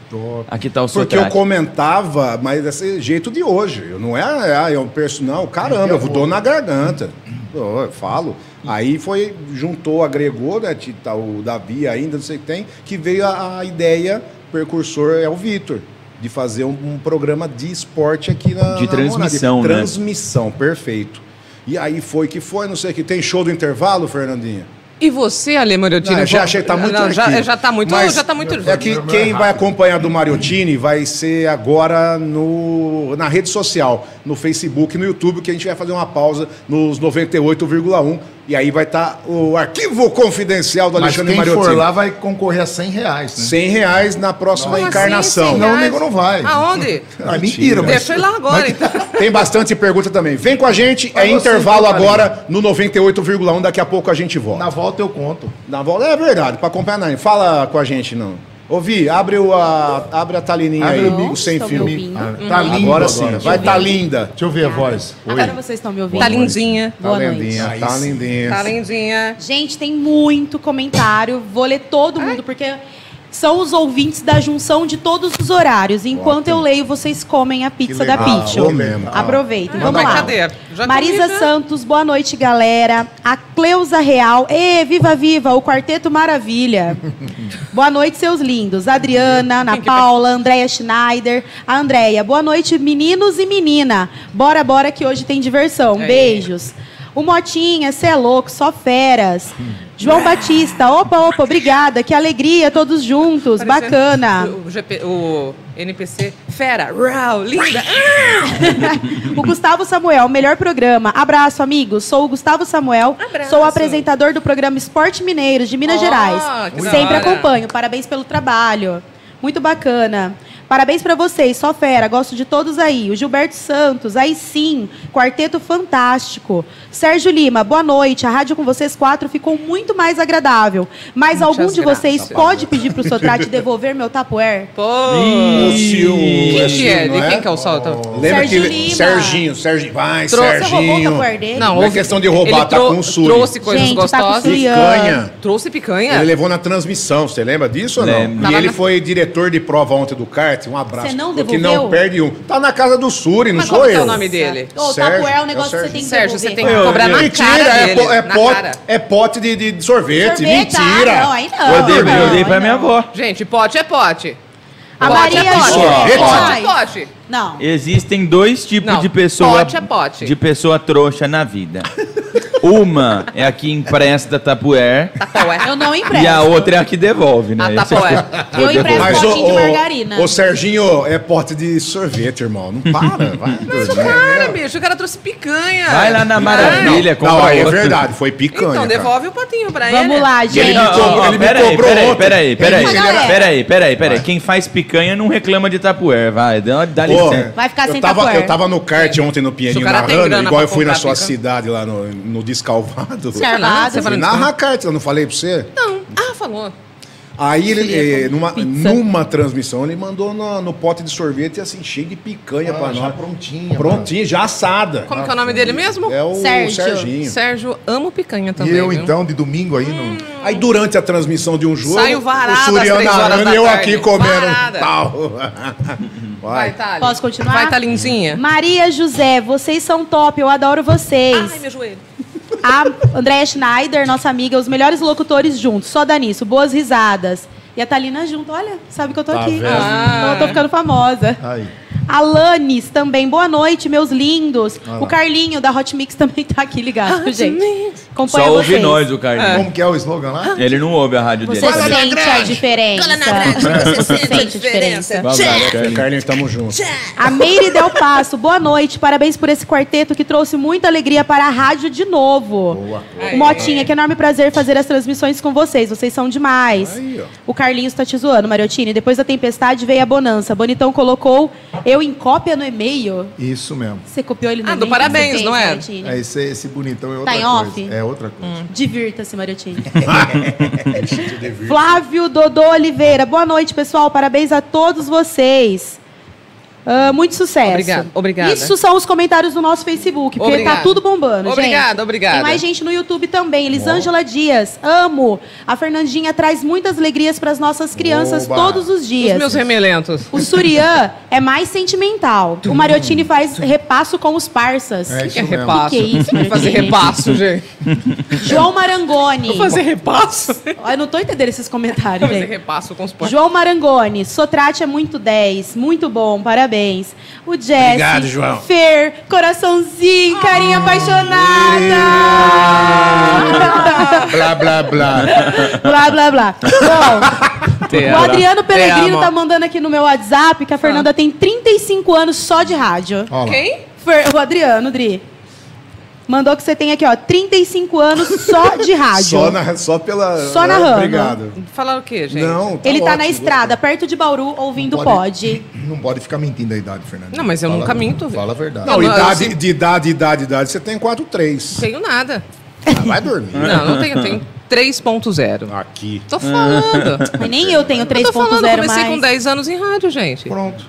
Speaker 5: Aqui tá o
Speaker 2: Porque eu
Speaker 5: Sotrate.
Speaker 2: comentava, mas desse jeito de hoje. Eu não é, ah, é um personal, caramba, eu dou na garganta. Pô, Eu falo. Aí foi, juntou, agregou, né, ti- tá o Davi ainda, não sei o que tem, que veio a, a ideia, percursor é o Vitor, de fazer um, um programa de esporte aqui na
Speaker 5: De
Speaker 2: na
Speaker 5: transmissão,
Speaker 2: Morada.
Speaker 5: né?
Speaker 2: Transmissão, perfeito. E aí foi que foi, não sei o que. Tem show do intervalo, Fernandinha?
Speaker 4: E você, Ale Mariottini?
Speaker 2: Não,
Speaker 4: eu
Speaker 2: já
Speaker 4: vou-
Speaker 2: achei que tá muito
Speaker 4: Não, já,
Speaker 2: tranquilo.
Speaker 4: já tá muito.
Speaker 2: Mas
Speaker 4: já tá muito.
Speaker 2: É que quem vai acompanhar do Mariottini vai ser agora no, na rede social, no Facebook, no YouTube, que a gente vai fazer uma pausa nos 98,1 e aí vai estar o arquivo confidencial do
Speaker 3: Mas
Speaker 2: Alexandre
Speaker 3: quem for
Speaker 2: Mariottini.
Speaker 3: lá vai concorrer a 100 reais, né?
Speaker 2: 100 reais na próxima
Speaker 4: Como assim,
Speaker 2: é encarnação.
Speaker 4: cem
Speaker 3: Não, o
Speaker 4: reais?
Speaker 3: nego não vai.
Speaker 4: Aonde?
Speaker 3: Ah, é mentira, mas...
Speaker 4: Deixa eu ir lá agora, então.
Speaker 2: Tem bastante pergunta também. Vem com a gente, é
Speaker 3: Mas você
Speaker 2: intervalo
Speaker 3: então, Marinho.
Speaker 2: agora no 98,1. Daqui a pouco a gente volta.
Speaker 3: Na volta eu conto.
Speaker 2: Na volta é verdade, pra acompanhar nada. Fala com a gente, não. Ouvi, abre, o, a, abre a talininha
Speaker 4: Ah,
Speaker 3: Abre
Speaker 2: aí.
Speaker 3: o
Speaker 2: Amigo sem
Speaker 6: estou me
Speaker 2: filme.
Speaker 6: ouvindo.
Speaker 3: Ah,
Speaker 4: Uhum.
Speaker 3: tá lindo
Speaker 2: Agora sim, vai
Speaker 3: Deixa
Speaker 2: tá linda.
Speaker 3: eu ver a voz.
Speaker 6: Agora
Speaker 3: Oi.
Speaker 6: vocês estão me ouvindo.
Speaker 4: Tá lindinha.
Speaker 6: Boa
Speaker 2: tá
Speaker 6: noite.
Speaker 2: lindinha,
Speaker 3: Aí
Speaker 2: tá
Speaker 3: sim.
Speaker 2: lindinha.
Speaker 4: Tá lindinha.
Speaker 6: Gente, tem muito comentário. Vou ler todo mundo, porque são os ouvintes da junção de todos os horários. Enquanto eu leio, vocês comem a pizza
Speaker 4: Tá
Speaker 6: da
Speaker 2: legal.
Speaker 6: Pichu.
Speaker 2: Vou Ah, mesmo.
Speaker 6: Aproveitem.
Speaker 4: Ah,
Speaker 6: Tá. Vamos
Speaker 4: mas
Speaker 6: lá.
Speaker 4: cadê? Já
Speaker 6: Marisa
Speaker 4: comi, né?
Speaker 6: Santos, boa noite, galera. A Cleusa Real. Ê, viva, viva, o Quarteto Maravilha. boa noite, seus lindos. Adriana, Ana Paula, Andréia Schneider. A Andréia, boa noite, meninos e menina. Bora, bora, que hoje tem diversão.
Speaker 4: É.
Speaker 6: Beijos. O Motinha, cê é louco, só feras. João Batista, opa, opa, obrigada, que alegria, todos juntos,
Speaker 4: Parecendo
Speaker 6: bacana.
Speaker 4: O, GP, o NPC. Fera, rau, linda.
Speaker 6: O Gustavo Samuel, melhor programa. Abraço, amigos. Sou o Gustavo Samuel.
Speaker 4: Abraço.
Speaker 6: Sou apresentador do programa Esporte Mineiros de Minas
Speaker 4: Oh,
Speaker 6: Gerais.
Speaker 4: que da
Speaker 6: Sempre
Speaker 4: hora.
Speaker 6: acompanho. Parabéns pelo trabalho. Muito bacana. Parabéns pra vocês, só fera, gosto de todos aí. O Gilberto Santos, aí sim, quarteto fantástico. Sérgio Lima, boa noite. A rádio com vocês quatro ficou muito mais agradável. Mas
Speaker 4: Muitas
Speaker 6: algum de vocês
Speaker 4: graças.
Speaker 6: pode pedir pro Sotrate devolver meu tapoer?
Speaker 4: Pô.
Speaker 5: Ih,
Speaker 2: Lúcio,
Speaker 4: Quem que é?
Speaker 2: Lúcio, não
Speaker 4: De quem que é o sol? Tá-
Speaker 2: Lembra
Speaker 6: Sérgio
Speaker 2: que
Speaker 6: Lima.
Speaker 2: Serginho, Serginho, vai,
Speaker 4: Trouxe,
Speaker 6: Você roubou o
Speaker 2: Serginho.
Speaker 6: tapoer dele?
Speaker 2: Não é questão de roubar,
Speaker 4: ele
Speaker 2: tá com o Suri.
Speaker 4: Trouxe coisas
Speaker 6: Gente, tá com
Speaker 4: gostosas.
Speaker 6: Suri.
Speaker 2: Picanha.
Speaker 4: Trouxe picanha?
Speaker 2: Ele levou na transmissão, você lembra disso ou não?
Speaker 5: Lembro.
Speaker 2: E
Speaker 4: Tava
Speaker 2: ele
Speaker 4: na-
Speaker 2: foi diretor de prova ontem do kart, um abraço.
Speaker 6: Você não
Speaker 2: porque
Speaker 6: devolveu?
Speaker 2: não perde um. Tá na casa do Suri, não
Speaker 4: Mas
Speaker 2: sou
Speaker 4: como que é
Speaker 2: eu.
Speaker 4: o nome dele?
Speaker 6: Ô, o
Speaker 2: Sérgio,
Speaker 6: tapoer é
Speaker 2: é o
Speaker 6: um negócio que você tem que
Speaker 4: Sérgio, você
Speaker 6: devolver.
Speaker 4: tem que cobrar na
Speaker 2: Mentira,
Speaker 4: cara
Speaker 2: é,
Speaker 4: dele.
Speaker 2: po- é
Speaker 4: na
Speaker 2: pote,
Speaker 4: cara.
Speaker 2: é pote de, de- de sorvete.
Speaker 6: Sorvete? Ah,
Speaker 2: Mentira.
Speaker 6: não, aí não.
Speaker 5: Eu dei,
Speaker 6: não,
Speaker 2: é
Speaker 5: eu dei
Speaker 6: aí
Speaker 5: pra minha
Speaker 6: não.
Speaker 5: avó.
Speaker 4: Gente, pote é pote.
Speaker 6: A
Speaker 4: pote
Speaker 6: Maria
Speaker 4: é pote.
Speaker 2: Sorvete?
Speaker 4: Pote é
Speaker 6: Ai.
Speaker 4: pote.
Speaker 6: Não.
Speaker 5: Existem dois tipos
Speaker 4: Não,
Speaker 5: de pessoa.
Speaker 4: pote é pote.
Speaker 5: De pessoa trouxa na vida. Uma é a que empresta tapuer
Speaker 4: Tupperware.
Speaker 6: Eu não empresto.
Speaker 5: e a outra é a que devolve, né?
Speaker 4: Tá é. Ah,
Speaker 5: Esse-
Speaker 4: Tupperware.
Speaker 6: Eu empresto
Speaker 2: Mas o,
Speaker 6: um potinho de margarina.
Speaker 2: o, o Serginho é pote de sorvete, irmão. Não para, vai. É
Speaker 4: Cara, é bicho, o cara trouxe picanha.
Speaker 5: Vai lá na Maravilha, compra
Speaker 2: Não, aí é
Speaker 5: outro.
Speaker 2: verdade, foi picanha.
Speaker 4: Então,
Speaker 2: cara.
Speaker 4: devolve o potinho pra ele.
Speaker 6: Vamos lá,
Speaker 2: é E ele
Speaker 6: gente.
Speaker 2: me
Speaker 5: Ó, ó,
Speaker 2: cobrou,
Speaker 5: ó,
Speaker 2: ele me
Speaker 5: peraí,
Speaker 2: cobrou
Speaker 5: peraí,
Speaker 2: ontem.
Speaker 5: peraí, peraí,
Speaker 2: Ele-
Speaker 6: Galera.
Speaker 5: peraí, peraí, peraí. Quem faz picanha não reclama de tapuer, vai. Dá, dá
Speaker 2: Pô,
Speaker 5: licença.
Speaker 6: Vai ficar sem
Speaker 2: eu tava,
Speaker 6: tapoer.
Speaker 2: eu tava no kart ontem no
Speaker 4: Se
Speaker 2: Pinheirinho
Speaker 4: o cara tem
Speaker 2: narrando,
Speaker 4: grana
Speaker 2: igual
Speaker 4: pra
Speaker 2: eu fui na
Speaker 4: comprar
Speaker 2: sua
Speaker 4: picanha.
Speaker 2: cidade lá no, no Descalvado.
Speaker 6: Carvado.
Speaker 4: Você
Speaker 2: Fui
Speaker 4: falou isso?
Speaker 2: narrar kart, eu não falei pra você?
Speaker 4: Não. Ah, falou.
Speaker 2: Aí ele, eh, numa,
Speaker 6: pizza.
Speaker 2: numa transmissão, ele mandou no, no pote de sorvete assim, cheio de picanha pra
Speaker 3: Ah, já
Speaker 2: nós.
Speaker 3: prontinha.
Speaker 2: Prontinho, já assada.
Speaker 4: Como que é o nome dele mesmo?
Speaker 2: É o
Speaker 6: Sérgio.
Speaker 2: Serginho.
Speaker 4: Sérgio, amo picanha
Speaker 3: E
Speaker 4: também.
Speaker 3: eu,
Speaker 4: viu? Hum.
Speaker 3: então, de domingo aí no...
Speaker 2: Aí durante a transmissão de um jogo,
Speaker 4: Saiu varado
Speaker 2: o
Speaker 4: às
Speaker 2: Suriano
Speaker 4: três horas
Speaker 2: narrando
Speaker 4: da
Speaker 2: e eu
Speaker 4: tarde.
Speaker 2: aqui comendo
Speaker 4: Varada.
Speaker 2: pau. Vai.
Speaker 4: Vai, Thali.
Speaker 6: Posso continuar?
Speaker 4: Ah, Vai, tá Thalinzinha.
Speaker 6: Maria José, vocês são top, eu adoro vocês.
Speaker 4: Ai, meu joelho.
Speaker 6: A Andréa Schneider, nossa amiga, os melhores locutores juntos. Só dá nisso, boas risadas. E a Thalina junto, olha, sabe que eu tô
Speaker 2: Tá
Speaker 6: aqui.
Speaker 2: vendo?
Speaker 6: Então eu tô ficando famosa.
Speaker 3: Aí.
Speaker 6: Alanis também, boa noite, meus lindos. O Carlinho da Hot Mix também tá aqui ligado, gente. Acompanha
Speaker 5: Só ouve
Speaker 6: vocês.
Speaker 5: nós, o Carlinhos.
Speaker 3: Como que é o slogan lá?
Speaker 4: Ah,
Speaker 5: Ele não ouve a rádio
Speaker 6: Você
Speaker 5: dele.
Speaker 6: sente a diferença. Você sente a diferença.
Speaker 5: Vai, vai,
Speaker 2: É,
Speaker 5: Carlinhos.
Speaker 2: Carlinhos, tamo junto.
Speaker 6: A Meire Del Passo, boa noite. Parabéns por esse quarteto que trouxe muita alegria para a rádio de novo.
Speaker 4: coisa.
Speaker 6: O Motinha, que é enorme prazer fazer as transmissões com vocês. Vocês são
Speaker 4: é
Speaker 6: demais.
Speaker 2: Aí, ó.
Speaker 6: O Carlinhos tá te zoando, Mariotini. Depois da tempestade veio a bonança. Bonitão colocou eu em cópia no e-mail.
Speaker 3: Isso mesmo.
Speaker 6: Você copiou ele no
Speaker 4: Ah, do
Speaker 6: e-mail? O que
Speaker 4: parabéns,
Speaker 6: você fez,
Speaker 4: não é?
Speaker 6: Mariottini?
Speaker 3: É, esse, esse bonitão é outra
Speaker 6: Tá em
Speaker 3: coisa.
Speaker 6: off?
Speaker 3: É outra coisa.
Speaker 4: Hum.
Speaker 6: Divirta-se, Mariotini. Flávio Dodô Oliveira, boa noite, pessoal. Parabéns a todos vocês. Ah, muito sucesso.
Speaker 4: Obrigada- obrigada.
Speaker 6: Isso são os comentários do nosso Facebook, porque
Speaker 4: Obrigada.
Speaker 6: tá tudo bombando,
Speaker 4: Obrigada,
Speaker 6: gente.
Speaker 4: obrigada.
Speaker 6: Tem mais gente no YouTube também. Elisângela Dias, amo. A Fernandinha traz muitas alegrias para as nossas crianças
Speaker 3: Oba.
Speaker 6: todos os
Speaker 4: Os
Speaker 6: dias.
Speaker 4: meus remelentos.
Speaker 6: O Surian é mais sentimental. O Mariottini faz repasso com os parças.
Speaker 3: É,
Speaker 4: O que, que é
Speaker 3: isso mesmo.
Speaker 4: repasso?
Speaker 6: Que que é isso,
Speaker 4: Vou fazer
Speaker 6: gente?
Speaker 4: repasso, gente.
Speaker 3: é-
Speaker 6: João Marangoni.
Speaker 4: Vou fazer repasso? Vou
Speaker 6: Eu não tô entendendo esses comentários,
Speaker 4: fazer
Speaker 6: gente.
Speaker 4: repasso com os porcos.
Speaker 6: João Marangoni, Sotrate é muito 10, muito bom, parabéns. O Jess.
Speaker 2: Obrigado, João.
Speaker 6: Fer, coraçãozinho, carinha apaixonada.
Speaker 3: Blá, blá, blá.
Speaker 6: blá, blá, blá. Bom,
Speaker 5: Te
Speaker 6: o
Speaker 5: amo.
Speaker 6: Adriano
Speaker 4: Te
Speaker 6: Pellegrino
Speaker 4: amo.
Speaker 6: tá mandando aqui no meu WhatsApp que a Fernanda tem 35 anos só de rádio.
Speaker 3: Ó lá.
Speaker 4: Quem?
Speaker 6: Fer- o Adriano, Dri. Mandou que você tem aqui, ó, 35 anos só de rádio.
Speaker 2: Só, na, só pela.
Speaker 6: Só narrando.
Speaker 2: Obrigado.
Speaker 4: Falaram o quê, gente?
Speaker 2: Não,
Speaker 6: Ele tá na
Speaker 2: ótimo.
Speaker 6: estrada, perto de Bauru, ouvindo
Speaker 3: Não
Speaker 6: pode.
Speaker 3: Não pode ficar mentindo a idade, Fernando.
Speaker 4: Não, mas eu nunca minto, velho.
Speaker 3: Fala a verdade.
Speaker 2: Não,
Speaker 4: Eu não-
Speaker 2: idade,
Speaker 4: eu-
Speaker 2: de idade, idade, idade. Você tem 4, 3.
Speaker 4: Tenho nada.
Speaker 2: Ah, vai dormir.
Speaker 4: Não, não tenho. Tenho 3.0.
Speaker 2: Aqui.
Speaker 3: Ah.
Speaker 4: Tô falando.
Speaker 6: Mas nem eu tenho
Speaker 4: Eu tô
Speaker 6: 3.0
Speaker 4: falando, eu comecei
Speaker 6: mais.
Speaker 4: com 10 anos em rádio, gente.
Speaker 3: Pronto.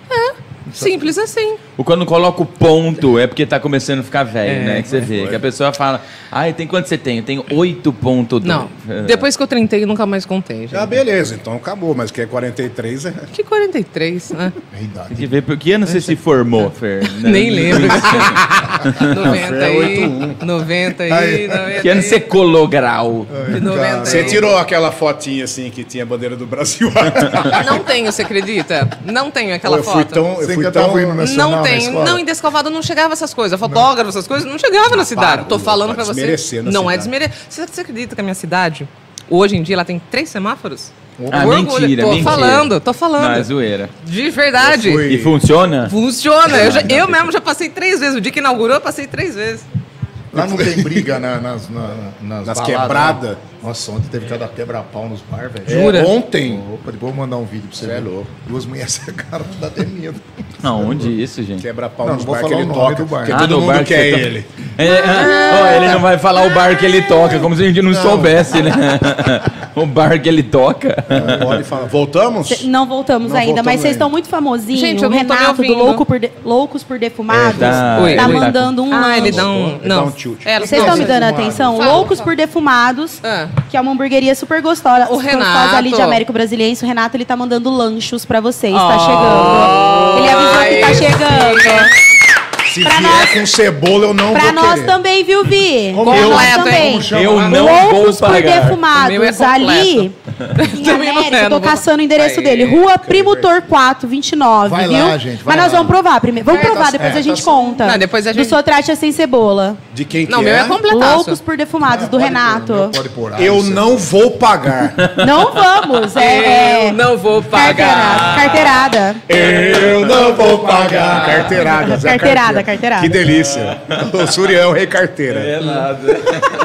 Speaker 4: Simples assim.
Speaker 5: O quando coloca o ponto é porque tá começando a ficar
Speaker 4: É,
Speaker 5: velho, né? Que você vê. Que a pessoa fala, ai, tem quanto você tem? Eu tenho 8.2.
Speaker 4: Não.
Speaker 5: É.
Speaker 4: Depois que eu trintei, nunca mais contei,
Speaker 2: Ah,
Speaker 4: gente.
Speaker 2: beleza, então acabou, mas que é 43 é.
Speaker 4: Que 43, né?
Speaker 3: É idade.
Speaker 5: Tem que ver por que ano você se formou, Fer. Não,
Speaker 4: Nem
Speaker 5: não
Speaker 4: lembro.
Speaker 5: sei.
Speaker 4: 90 aí, 90 aí, 90
Speaker 5: que ano você colou grau?
Speaker 4: aí, 90
Speaker 2: Você
Speaker 4: aí.
Speaker 2: tirou aquela fotinha assim que tinha a bandeira do Brasil.
Speaker 4: Não tenho, você acredita? Não tenho aquela
Speaker 2: eu
Speaker 4: foto.
Speaker 2: fui tão. Eu
Speaker 3: Você
Speaker 2: fui
Speaker 3: cantava o hino
Speaker 2: tão.
Speaker 3: nacional
Speaker 4: Não
Speaker 3: na
Speaker 4: tenho.
Speaker 3: escola?
Speaker 4: Não, em Descalvado não chegava essas coisas. Fotógrafo, essas coisas, não chegava na cidade.
Speaker 2: para,
Speaker 4: Tô
Speaker 2: não
Speaker 4: falando
Speaker 2: pode
Speaker 4: pra você.
Speaker 2: desmerecer na
Speaker 4: Não é
Speaker 2: cidade.
Speaker 4: desmerecer. Você, você acredita que a minha cidade, hoje em dia, ela tem três semáforos?
Speaker 5: Ah,
Speaker 4: Orgulho.
Speaker 5: mentira,
Speaker 4: tô
Speaker 5: mentira.
Speaker 4: falando, tô falando.
Speaker 5: Não, é zoeira.
Speaker 4: De verdade.
Speaker 2: Eu fui.
Speaker 5: E funciona?
Speaker 4: Funciona. Eu, já- eu mesmo já passei três vezes. O dia que inaugurou, eu passei três vezes.
Speaker 3: Lá não tem briga na- nas, na- nas,
Speaker 2: Nas
Speaker 3: baladas,
Speaker 2: quebrada?
Speaker 3: né? Nossa, ontem teve cada quebra-pau nos bar, velho.
Speaker 2: É,
Speaker 4: Jura?
Speaker 2: ontem.
Speaker 3: Opa, depois eu vou mandar um vídeo pra você.
Speaker 2: Você é
Speaker 3: ver.
Speaker 2: louco.
Speaker 3: Duas mulheres sacaram, dá até medo.
Speaker 5: Aonde isso, gente?
Speaker 2: Quebra pau
Speaker 3: Não,
Speaker 2: no
Speaker 3: não vou
Speaker 2: bar que
Speaker 3: falar
Speaker 2: ele
Speaker 3: o nome
Speaker 2: toca.
Speaker 3: do bar.
Speaker 2: Porque
Speaker 5: Ah,
Speaker 2: todo
Speaker 5: do
Speaker 2: mundo
Speaker 5: bar que
Speaker 2: quer
Speaker 5: você to-
Speaker 2: ele.
Speaker 5: É, ah, ó, ele não vai falar o bar que ele toca, como se a gente não, soubesse, né? o bar que ele toca.
Speaker 2: Pode falar. Voltamos?
Speaker 6: Cê- Não voltamos
Speaker 2: Não
Speaker 6: ainda,
Speaker 2: voltamos
Speaker 6: mas vocês
Speaker 2: ainda.
Speaker 6: estão muito famosinhos.
Speaker 4: Gente, eu
Speaker 6: o
Speaker 4: não tô me
Speaker 6: Renato do
Speaker 4: ouvindo.
Speaker 6: Louco por De- Loucos por Defumados
Speaker 5: É, tá. Oi,
Speaker 6: tá
Speaker 5: ele tá
Speaker 6: mandando um
Speaker 4: Ah, ele
Speaker 6: lanche.
Speaker 4: dá um.
Speaker 2: Ele dá
Speaker 4: Não.
Speaker 2: um tilt.
Speaker 4: É,
Speaker 6: Vocês
Speaker 4: não,
Speaker 6: estão me dando
Speaker 3: Defumados.
Speaker 6: atenção?
Speaker 4: Fala,
Speaker 6: Loucos
Speaker 4: fala.
Speaker 6: por Defumados,
Speaker 4: Ah.
Speaker 6: que é uma hamburgueria super gostosa.
Speaker 4: O
Speaker 6: por causa ali de
Speaker 4: Renato.
Speaker 6: Américo Brasiliense, o Renato ele tá mandando lanchos pra vocês. Tá
Speaker 4: Oh,
Speaker 6: chegando. Ele avisou que tá
Speaker 4: aí
Speaker 6: chegando.
Speaker 2: Se
Speaker 6: pra
Speaker 2: vier
Speaker 6: nós-
Speaker 2: com cebola, eu não
Speaker 6: Pra
Speaker 2: vou
Speaker 6: nós
Speaker 2: querer.
Speaker 6: também, viu, Vi?
Speaker 2: Como
Speaker 6: Pra
Speaker 2: eu-
Speaker 6: nós
Speaker 4: Completo, hein?
Speaker 6: também.
Speaker 4: Como
Speaker 5: Eu não vou
Speaker 6: Loucos por
Speaker 5: pagar.
Speaker 4: O meu é
Speaker 6: defumados.
Speaker 4: completo.
Speaker 6: ali,
Speaker 4: Também
Speaker 6: em
Speaker 4: não
Speaker 6: América,
Speaker 4: é,
Speaker 6: eu tô
Speaker 4: não vou-
Speaker 6: caçando o endereço
Speaker 4: Aí,
Speaker 6: dele. Rua Primo Torquato, 29,
Speaker 3: Vai
Speaker 6: viu?
Speaker 3: lá, gente, vai
Speaker 6: Mas nós
Speaker 3: lá.
Speaker 6: vamos provar primeiro. Vamos
Speaker 4: É, tá
Speaker 6: provar,
Speaker 4: certo,
Speaker 6: depois a
Speaker 3: tá
Speaker 6: gente
Speaker 3: certo.
Speaker 6: conta.
Speaker 4: Não, depois a gente-
Speaker 6: Do Sotrate é sem cebola.
Speaker 2: De quem que
Speaker 4: Não, o meu é
Speaker 6: Loucos
Speaker 4: completaço.
Speaker 6: por defumados, do Renato.
Speaker 3: Pode, pôr, meu, pode pôr. Ah,
Speaker 2: Eu
Speaker 3: isso é-
Speaker 2: não vou pagar.
Speaker 6: Não vamos, é... é
Speaker 4: Eu não vou
Speaker 6: carteirada,
Speaker 4: pagar.
Speaker 6: carteirada.
Speaker 2: Eu não vou pagar. Carteirada. Zé
Speaker 6: Carteirada,
Speaker 2: Carteira.
Speaker 6: carteirada.
Speaker 2: Que delícia. O Surião, rei carteira. É,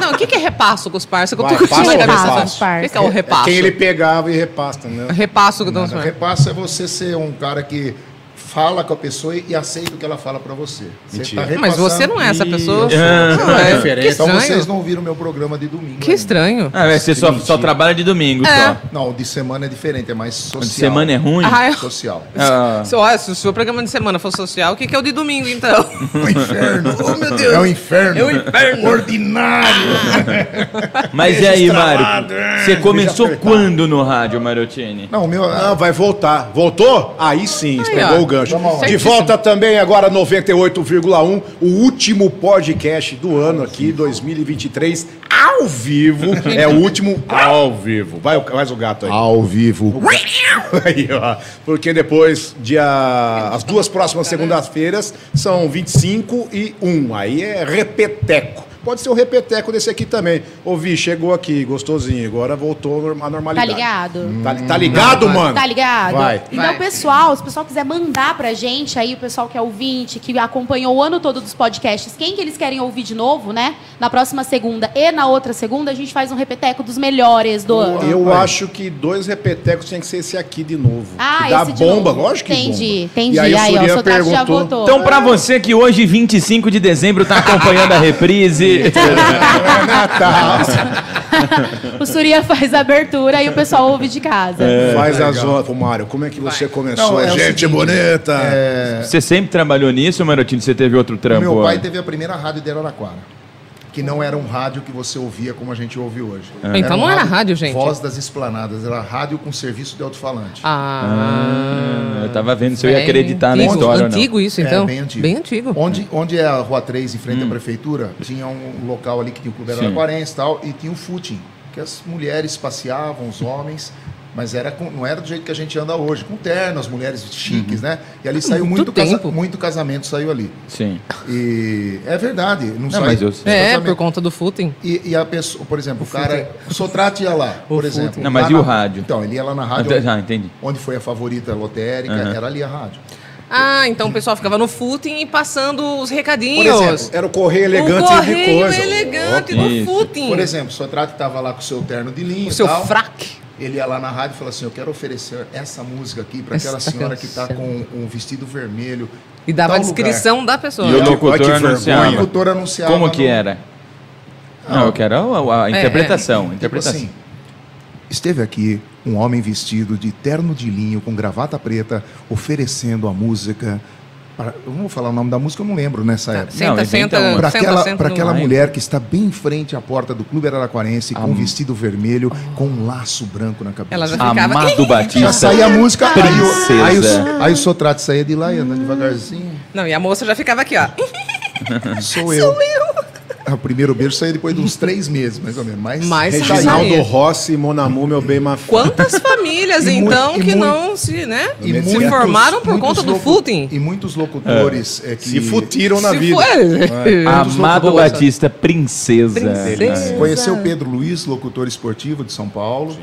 Speaker 4: Não, o que, que é repasso com os parça? Que eu tô
Speaker 2: Vai,
Speaker 4: com
Speaker 2: passa
Speaker 4: na
Speaker 2: com os
Speaker 4: cabeça.
Speaker 2: parça.
Speaker 4: O que, que é o repasso?
Speaker 2: quem ele pegava e repasta, né?
Speaker 4: Repasso com os
Speaker 3: Nada.
Speaker 4: parça.
Speaker 3: Repasso é você ser um cara que fala com a pessoa e aceita o que ela fala pra você. Você
Speaker 2: Mentira.
Speaker 3: tá
Speaker 4: Mas você
Speaker 3: repassando-
Speaker 4: não é essa pessoa.
Speaker 5: Ah.
Speaker 4: Não é. Que
Speaker 3: Então vocês
Speaker 4: estranho.
Speaker 3: não viram meu programa de domingo.
Speaker 4: Que
Speaker 3: ainda.
Speaker 4: estranho.
Speaker 5: Ah, mas você só, só trabalha de domingo,
Speaker 4: É.
Speaker 5: só.
Speaker 3: Não, o de semana é diferente, é mais social.
Speaker 5: De semana é ruim?
Speaker 4: Ah, eu-
Speaker 3: Social.
Speaker 5: Ah.
Speaker 4: Se, ó, se o seu programa de semana for social, o que, que é o de domingo, então?
Speaker 3: O É inferno. Oh, meu Deus. É o inferno.
Speaker 4: É o inferno.
Speaker 3: Ordinário.
Speaker 5: Mas e aí, Mário?
Speaker 2: Estralado, é.
Speaker 5: Você começou
Speaker 2: Beijo
Speaker 5: quando no rádio, Marotini?
Speaker 3: Não, o meu...
Speaker 2: Não, vai voltar. Voltou? Aí sim, pegou
Speaker 4: ó.
Speaker 2: o gancho.
Speaker 3: Vamos lá.
Speaker 2: De volta também agora 98,1, o último podcast do ano aqui, 2023, ao vivo. É o último ao vivo. Vai, o- faz o gato aí.
Speaker 3: Ao vivo.
Speaker 2: Aí, ó. Porque depois, dia. As duas próximas segundas-feiras são 25 e 1. Aí é repeteco. Pode ser o repeteco desse aqui também. Ouvi, chegou aqui, gostosinho. Agora voltou à norm- à
Speaker 6: Tá
Speaker 2: normalidade.
Speaker 6: ligado?
Speaker 2: Tá, tá ligado, mano?
Speaker 6: Tá ligado?
Speaker 2: Vai.
Speaker 6: Então,
Speaker 4: Vai.
Speaker 6: pessoal, se o pessoal quiser mandar pra gente aí, o pessoal que é ouvinte, que acompanhou o ano todo dos podcasts, quem que eles querem ouvir de novo, né? Na próxima segunda e na outra segunda, a gente faz um repeteco dos melhores do ano.
Speaker 2: Eu acho que dois repetecos tinha que ser esse aqui de novo.
Speaker 6: Ah,
Speaker 2: que dá
Speaker 6: esse de
Speaker 2: bomba,
Speaker 6: novo.
Speaker 2: lógico que
Speaker 6: Entendi,
Speaker 2: bomba.
Speaker 6: entendi.
Speaker 2: E aí,
Speaker 6: Aí, ó,
Speaker 2: o Surya
Speaker 6: o Sotaque já
Speaker 2: perguntou.
Speaker 6: votou.
Speaker 5: Então, pra você que hoje, 25 de dezembro, tá acompanhando a reprise.
Speaker 6: O Surya faz a abertura e o pessoal ouve de casa.
Speaker 2: é, Faz as horas. Ô, Mário, como é que você começou?
Speaker 3: Não, é o seguinte,
Speaker 2: bonita!
Speaker 5: Você sempre trabalhou nisso, Marotini? Você teve outro
Speaker 3: O
Speaker 5: trampo? Ah,
Speaker 3: Meu pai
Speaker 5: ó?
Speaker 3: teve a primeira rádio de Araraquara. Que não era um rádio que você ouvia como a gente ouve hoje.
Speaker 5: É.
Speaker 3: um
Speaker 4: Então não era rádio, gente.
Speaker 3: Voz das Esplanadas. Era rádio com serviço de alto-falante.
Speaker 4: Ah.
Speaker 5: Eu tava vendo se eu ia
Speaker 4: Bem
Speaker 5: acreditar na
Speaker 4: antigo,
Speaker 5: história ou não.
Speaker 4: Antigo isso,
Speaker 3: É,
Speaker 4: então?
Speaker 3: bem antigo.
Speaker 4: Bem antigo.
Speaker 3: Onde, onde é a Rua 3, em frente
Speaker 5: Hum.
Speaker 3: à prefeitura, tinha um local ali que tinha o Clube Araraquarense e tal, e tinha o footing, que as mulheres passeavam, os homens, Mas era com- não era do jeito que a gente anda hoje, com terno, as mulheres chiques,
Speaker 5: Uhum.
Speaker 3: né? E ali saiu
Speaker 4: muito
Speaker 3: muito, casa-
Speaker 4: tempo.
Speaker 3: muito casamento, saiu ali.
Speaker 5: Sim.
Speaker 3: E é verdade, não, sai.
Speaker 5: mas eu-
Speaker 4: É,
Speaker 3: casamento.
Speaker 4: por conta do footing.
Speaker 3: E, e a pessoa, por exemplo, o cara.
Speaker 4: é-
Speaker 3: O Sotrato ia lá, por exemplo.
Speaker 5: Não, mas
Speaker 3: Lá
Speaker 5: e o
Speaker 3: na-
Speaker 5: rádio?
Speaker 3: Então, ele ia lá na rádio.
Speaker 5: Ah,
Speaker 3: onde-
Speaker 5: tá, entendi.
Speaker 3: Onde foi a favorita lotérica, era ali a rádio.
Speaker 4: Ah, então o pessoal ficava no footing e passando os
Speaker 2: Por
Speaker 4: recadinhos.
Speaker 2: exemplo, era o correio elegante
Speaker 4: o
Speaker 2: de
Speaker 4: correio
Speaker 2: coisa.
Speaker 4: elegante do
Speaker 5: Isso.
Speaker 4: footing.
Speaker 3: Por exemplo, o Sotrato estava lá com o seu terno de linho.
Speaker 4: o
Speaker 3: e
Speaker 4: seu
Speaker 3: tal.
Speaker 4: fraque.
Speaker 3: Ele ia lá na rádio e falou assim: Eu quero oferecer essa música aqui para
Speaker 4: Essa
Speaker 3: aquela senhora que está com um vestido vermelho.
Speaker 4: E dava a
Speaker 3: Tal lugar.
Speaker 4: descrição da pessoa.
Speaker 5: E o
Speaker 2: Olha que-
Speaker 5: locutor
Speaker 2: olha que
Speaker 3: O
Speaker 5: anunciava.
Speaker 3: locutor anunciava.
Speaker 5: Como que
Speaker 3: no-
Speaker 5: era? Não, eu quero a, a- a
Speaker 4: É,
Speaker 5: interpretação. a
Speaker 3: Tipo
Speaker 5: interpretação.
Speaker 3: assim, esteve aqui um homem vestido de terno de linho com gravata preta oferecendo a música. Para, eu não vou falar o nome da música, eu não lembro nessa época.
Speaker 4: Senta,
Speaker 5: inventa
Speaker 4: senta,
Speaker 5: uma.
Speaker 3: Para
Speaker 4: senta,
Speaker 3: aquela,
Speaker 4: senta
Speaker 3: pra
Speaker 4: no-
Speaker 3: aquela
Speaker 5: ar.
Speaker 3: mulher que está bem em frente à porta do Clube Araraquarense, com um vestido vermelho, com um laço branco na cabeça.
Speaker 4: Ela já ficava.
Speaker 5: Amado
Speaker 3: Já
Speaker 5: Batista.
Speaker 3: saía a música, aí o, aí,
Speaker 5: Princesa.
Speaker 3: o, aí o Sotrato saía de lá e andando devagarzinho.
Speaker 4: Não, e a moça já ficava aqui, ó.
Speaker 3: Sou eu. Ah, O primeiro beijo saía depois de uns três meses, mais ou menos. Mas,
Speaker 4: Mas
Speaker 2: Reginaldo
Speaker 4: saía.
Speaker 2: Rossi, Monamu, meu bem ma
Speaker 4: Quantas famílias,
Speaker 3: E muito-
Speaker 4: então,
Speaker 3: e
Speaker 4: que
Speaker 3: muito-
Speaker 4: não se, né?
Speaker 3: E
Speaker 4: se
Speaker 3: muitos-
Speaker 4: formaram por
Speaker 3: é muitos
Speaker 4: conta do
Speaker 3: locu-
Speaker 4: footing.
Speaker 3: E muitos locutores é, que
Speaker 2: Se futiram na
Speaker 4: se
Speaker 2: vida.
Speaker 4: foi.
Speaker 5: Amado
Speaker 4: Boa.
Speaker 5: Batista, princesa.
Speaker 4: Princesa.
Speaker 5: É.
Speaker 3: Conheceu o Pedro Luiz, locutor esportivo de São Paulo.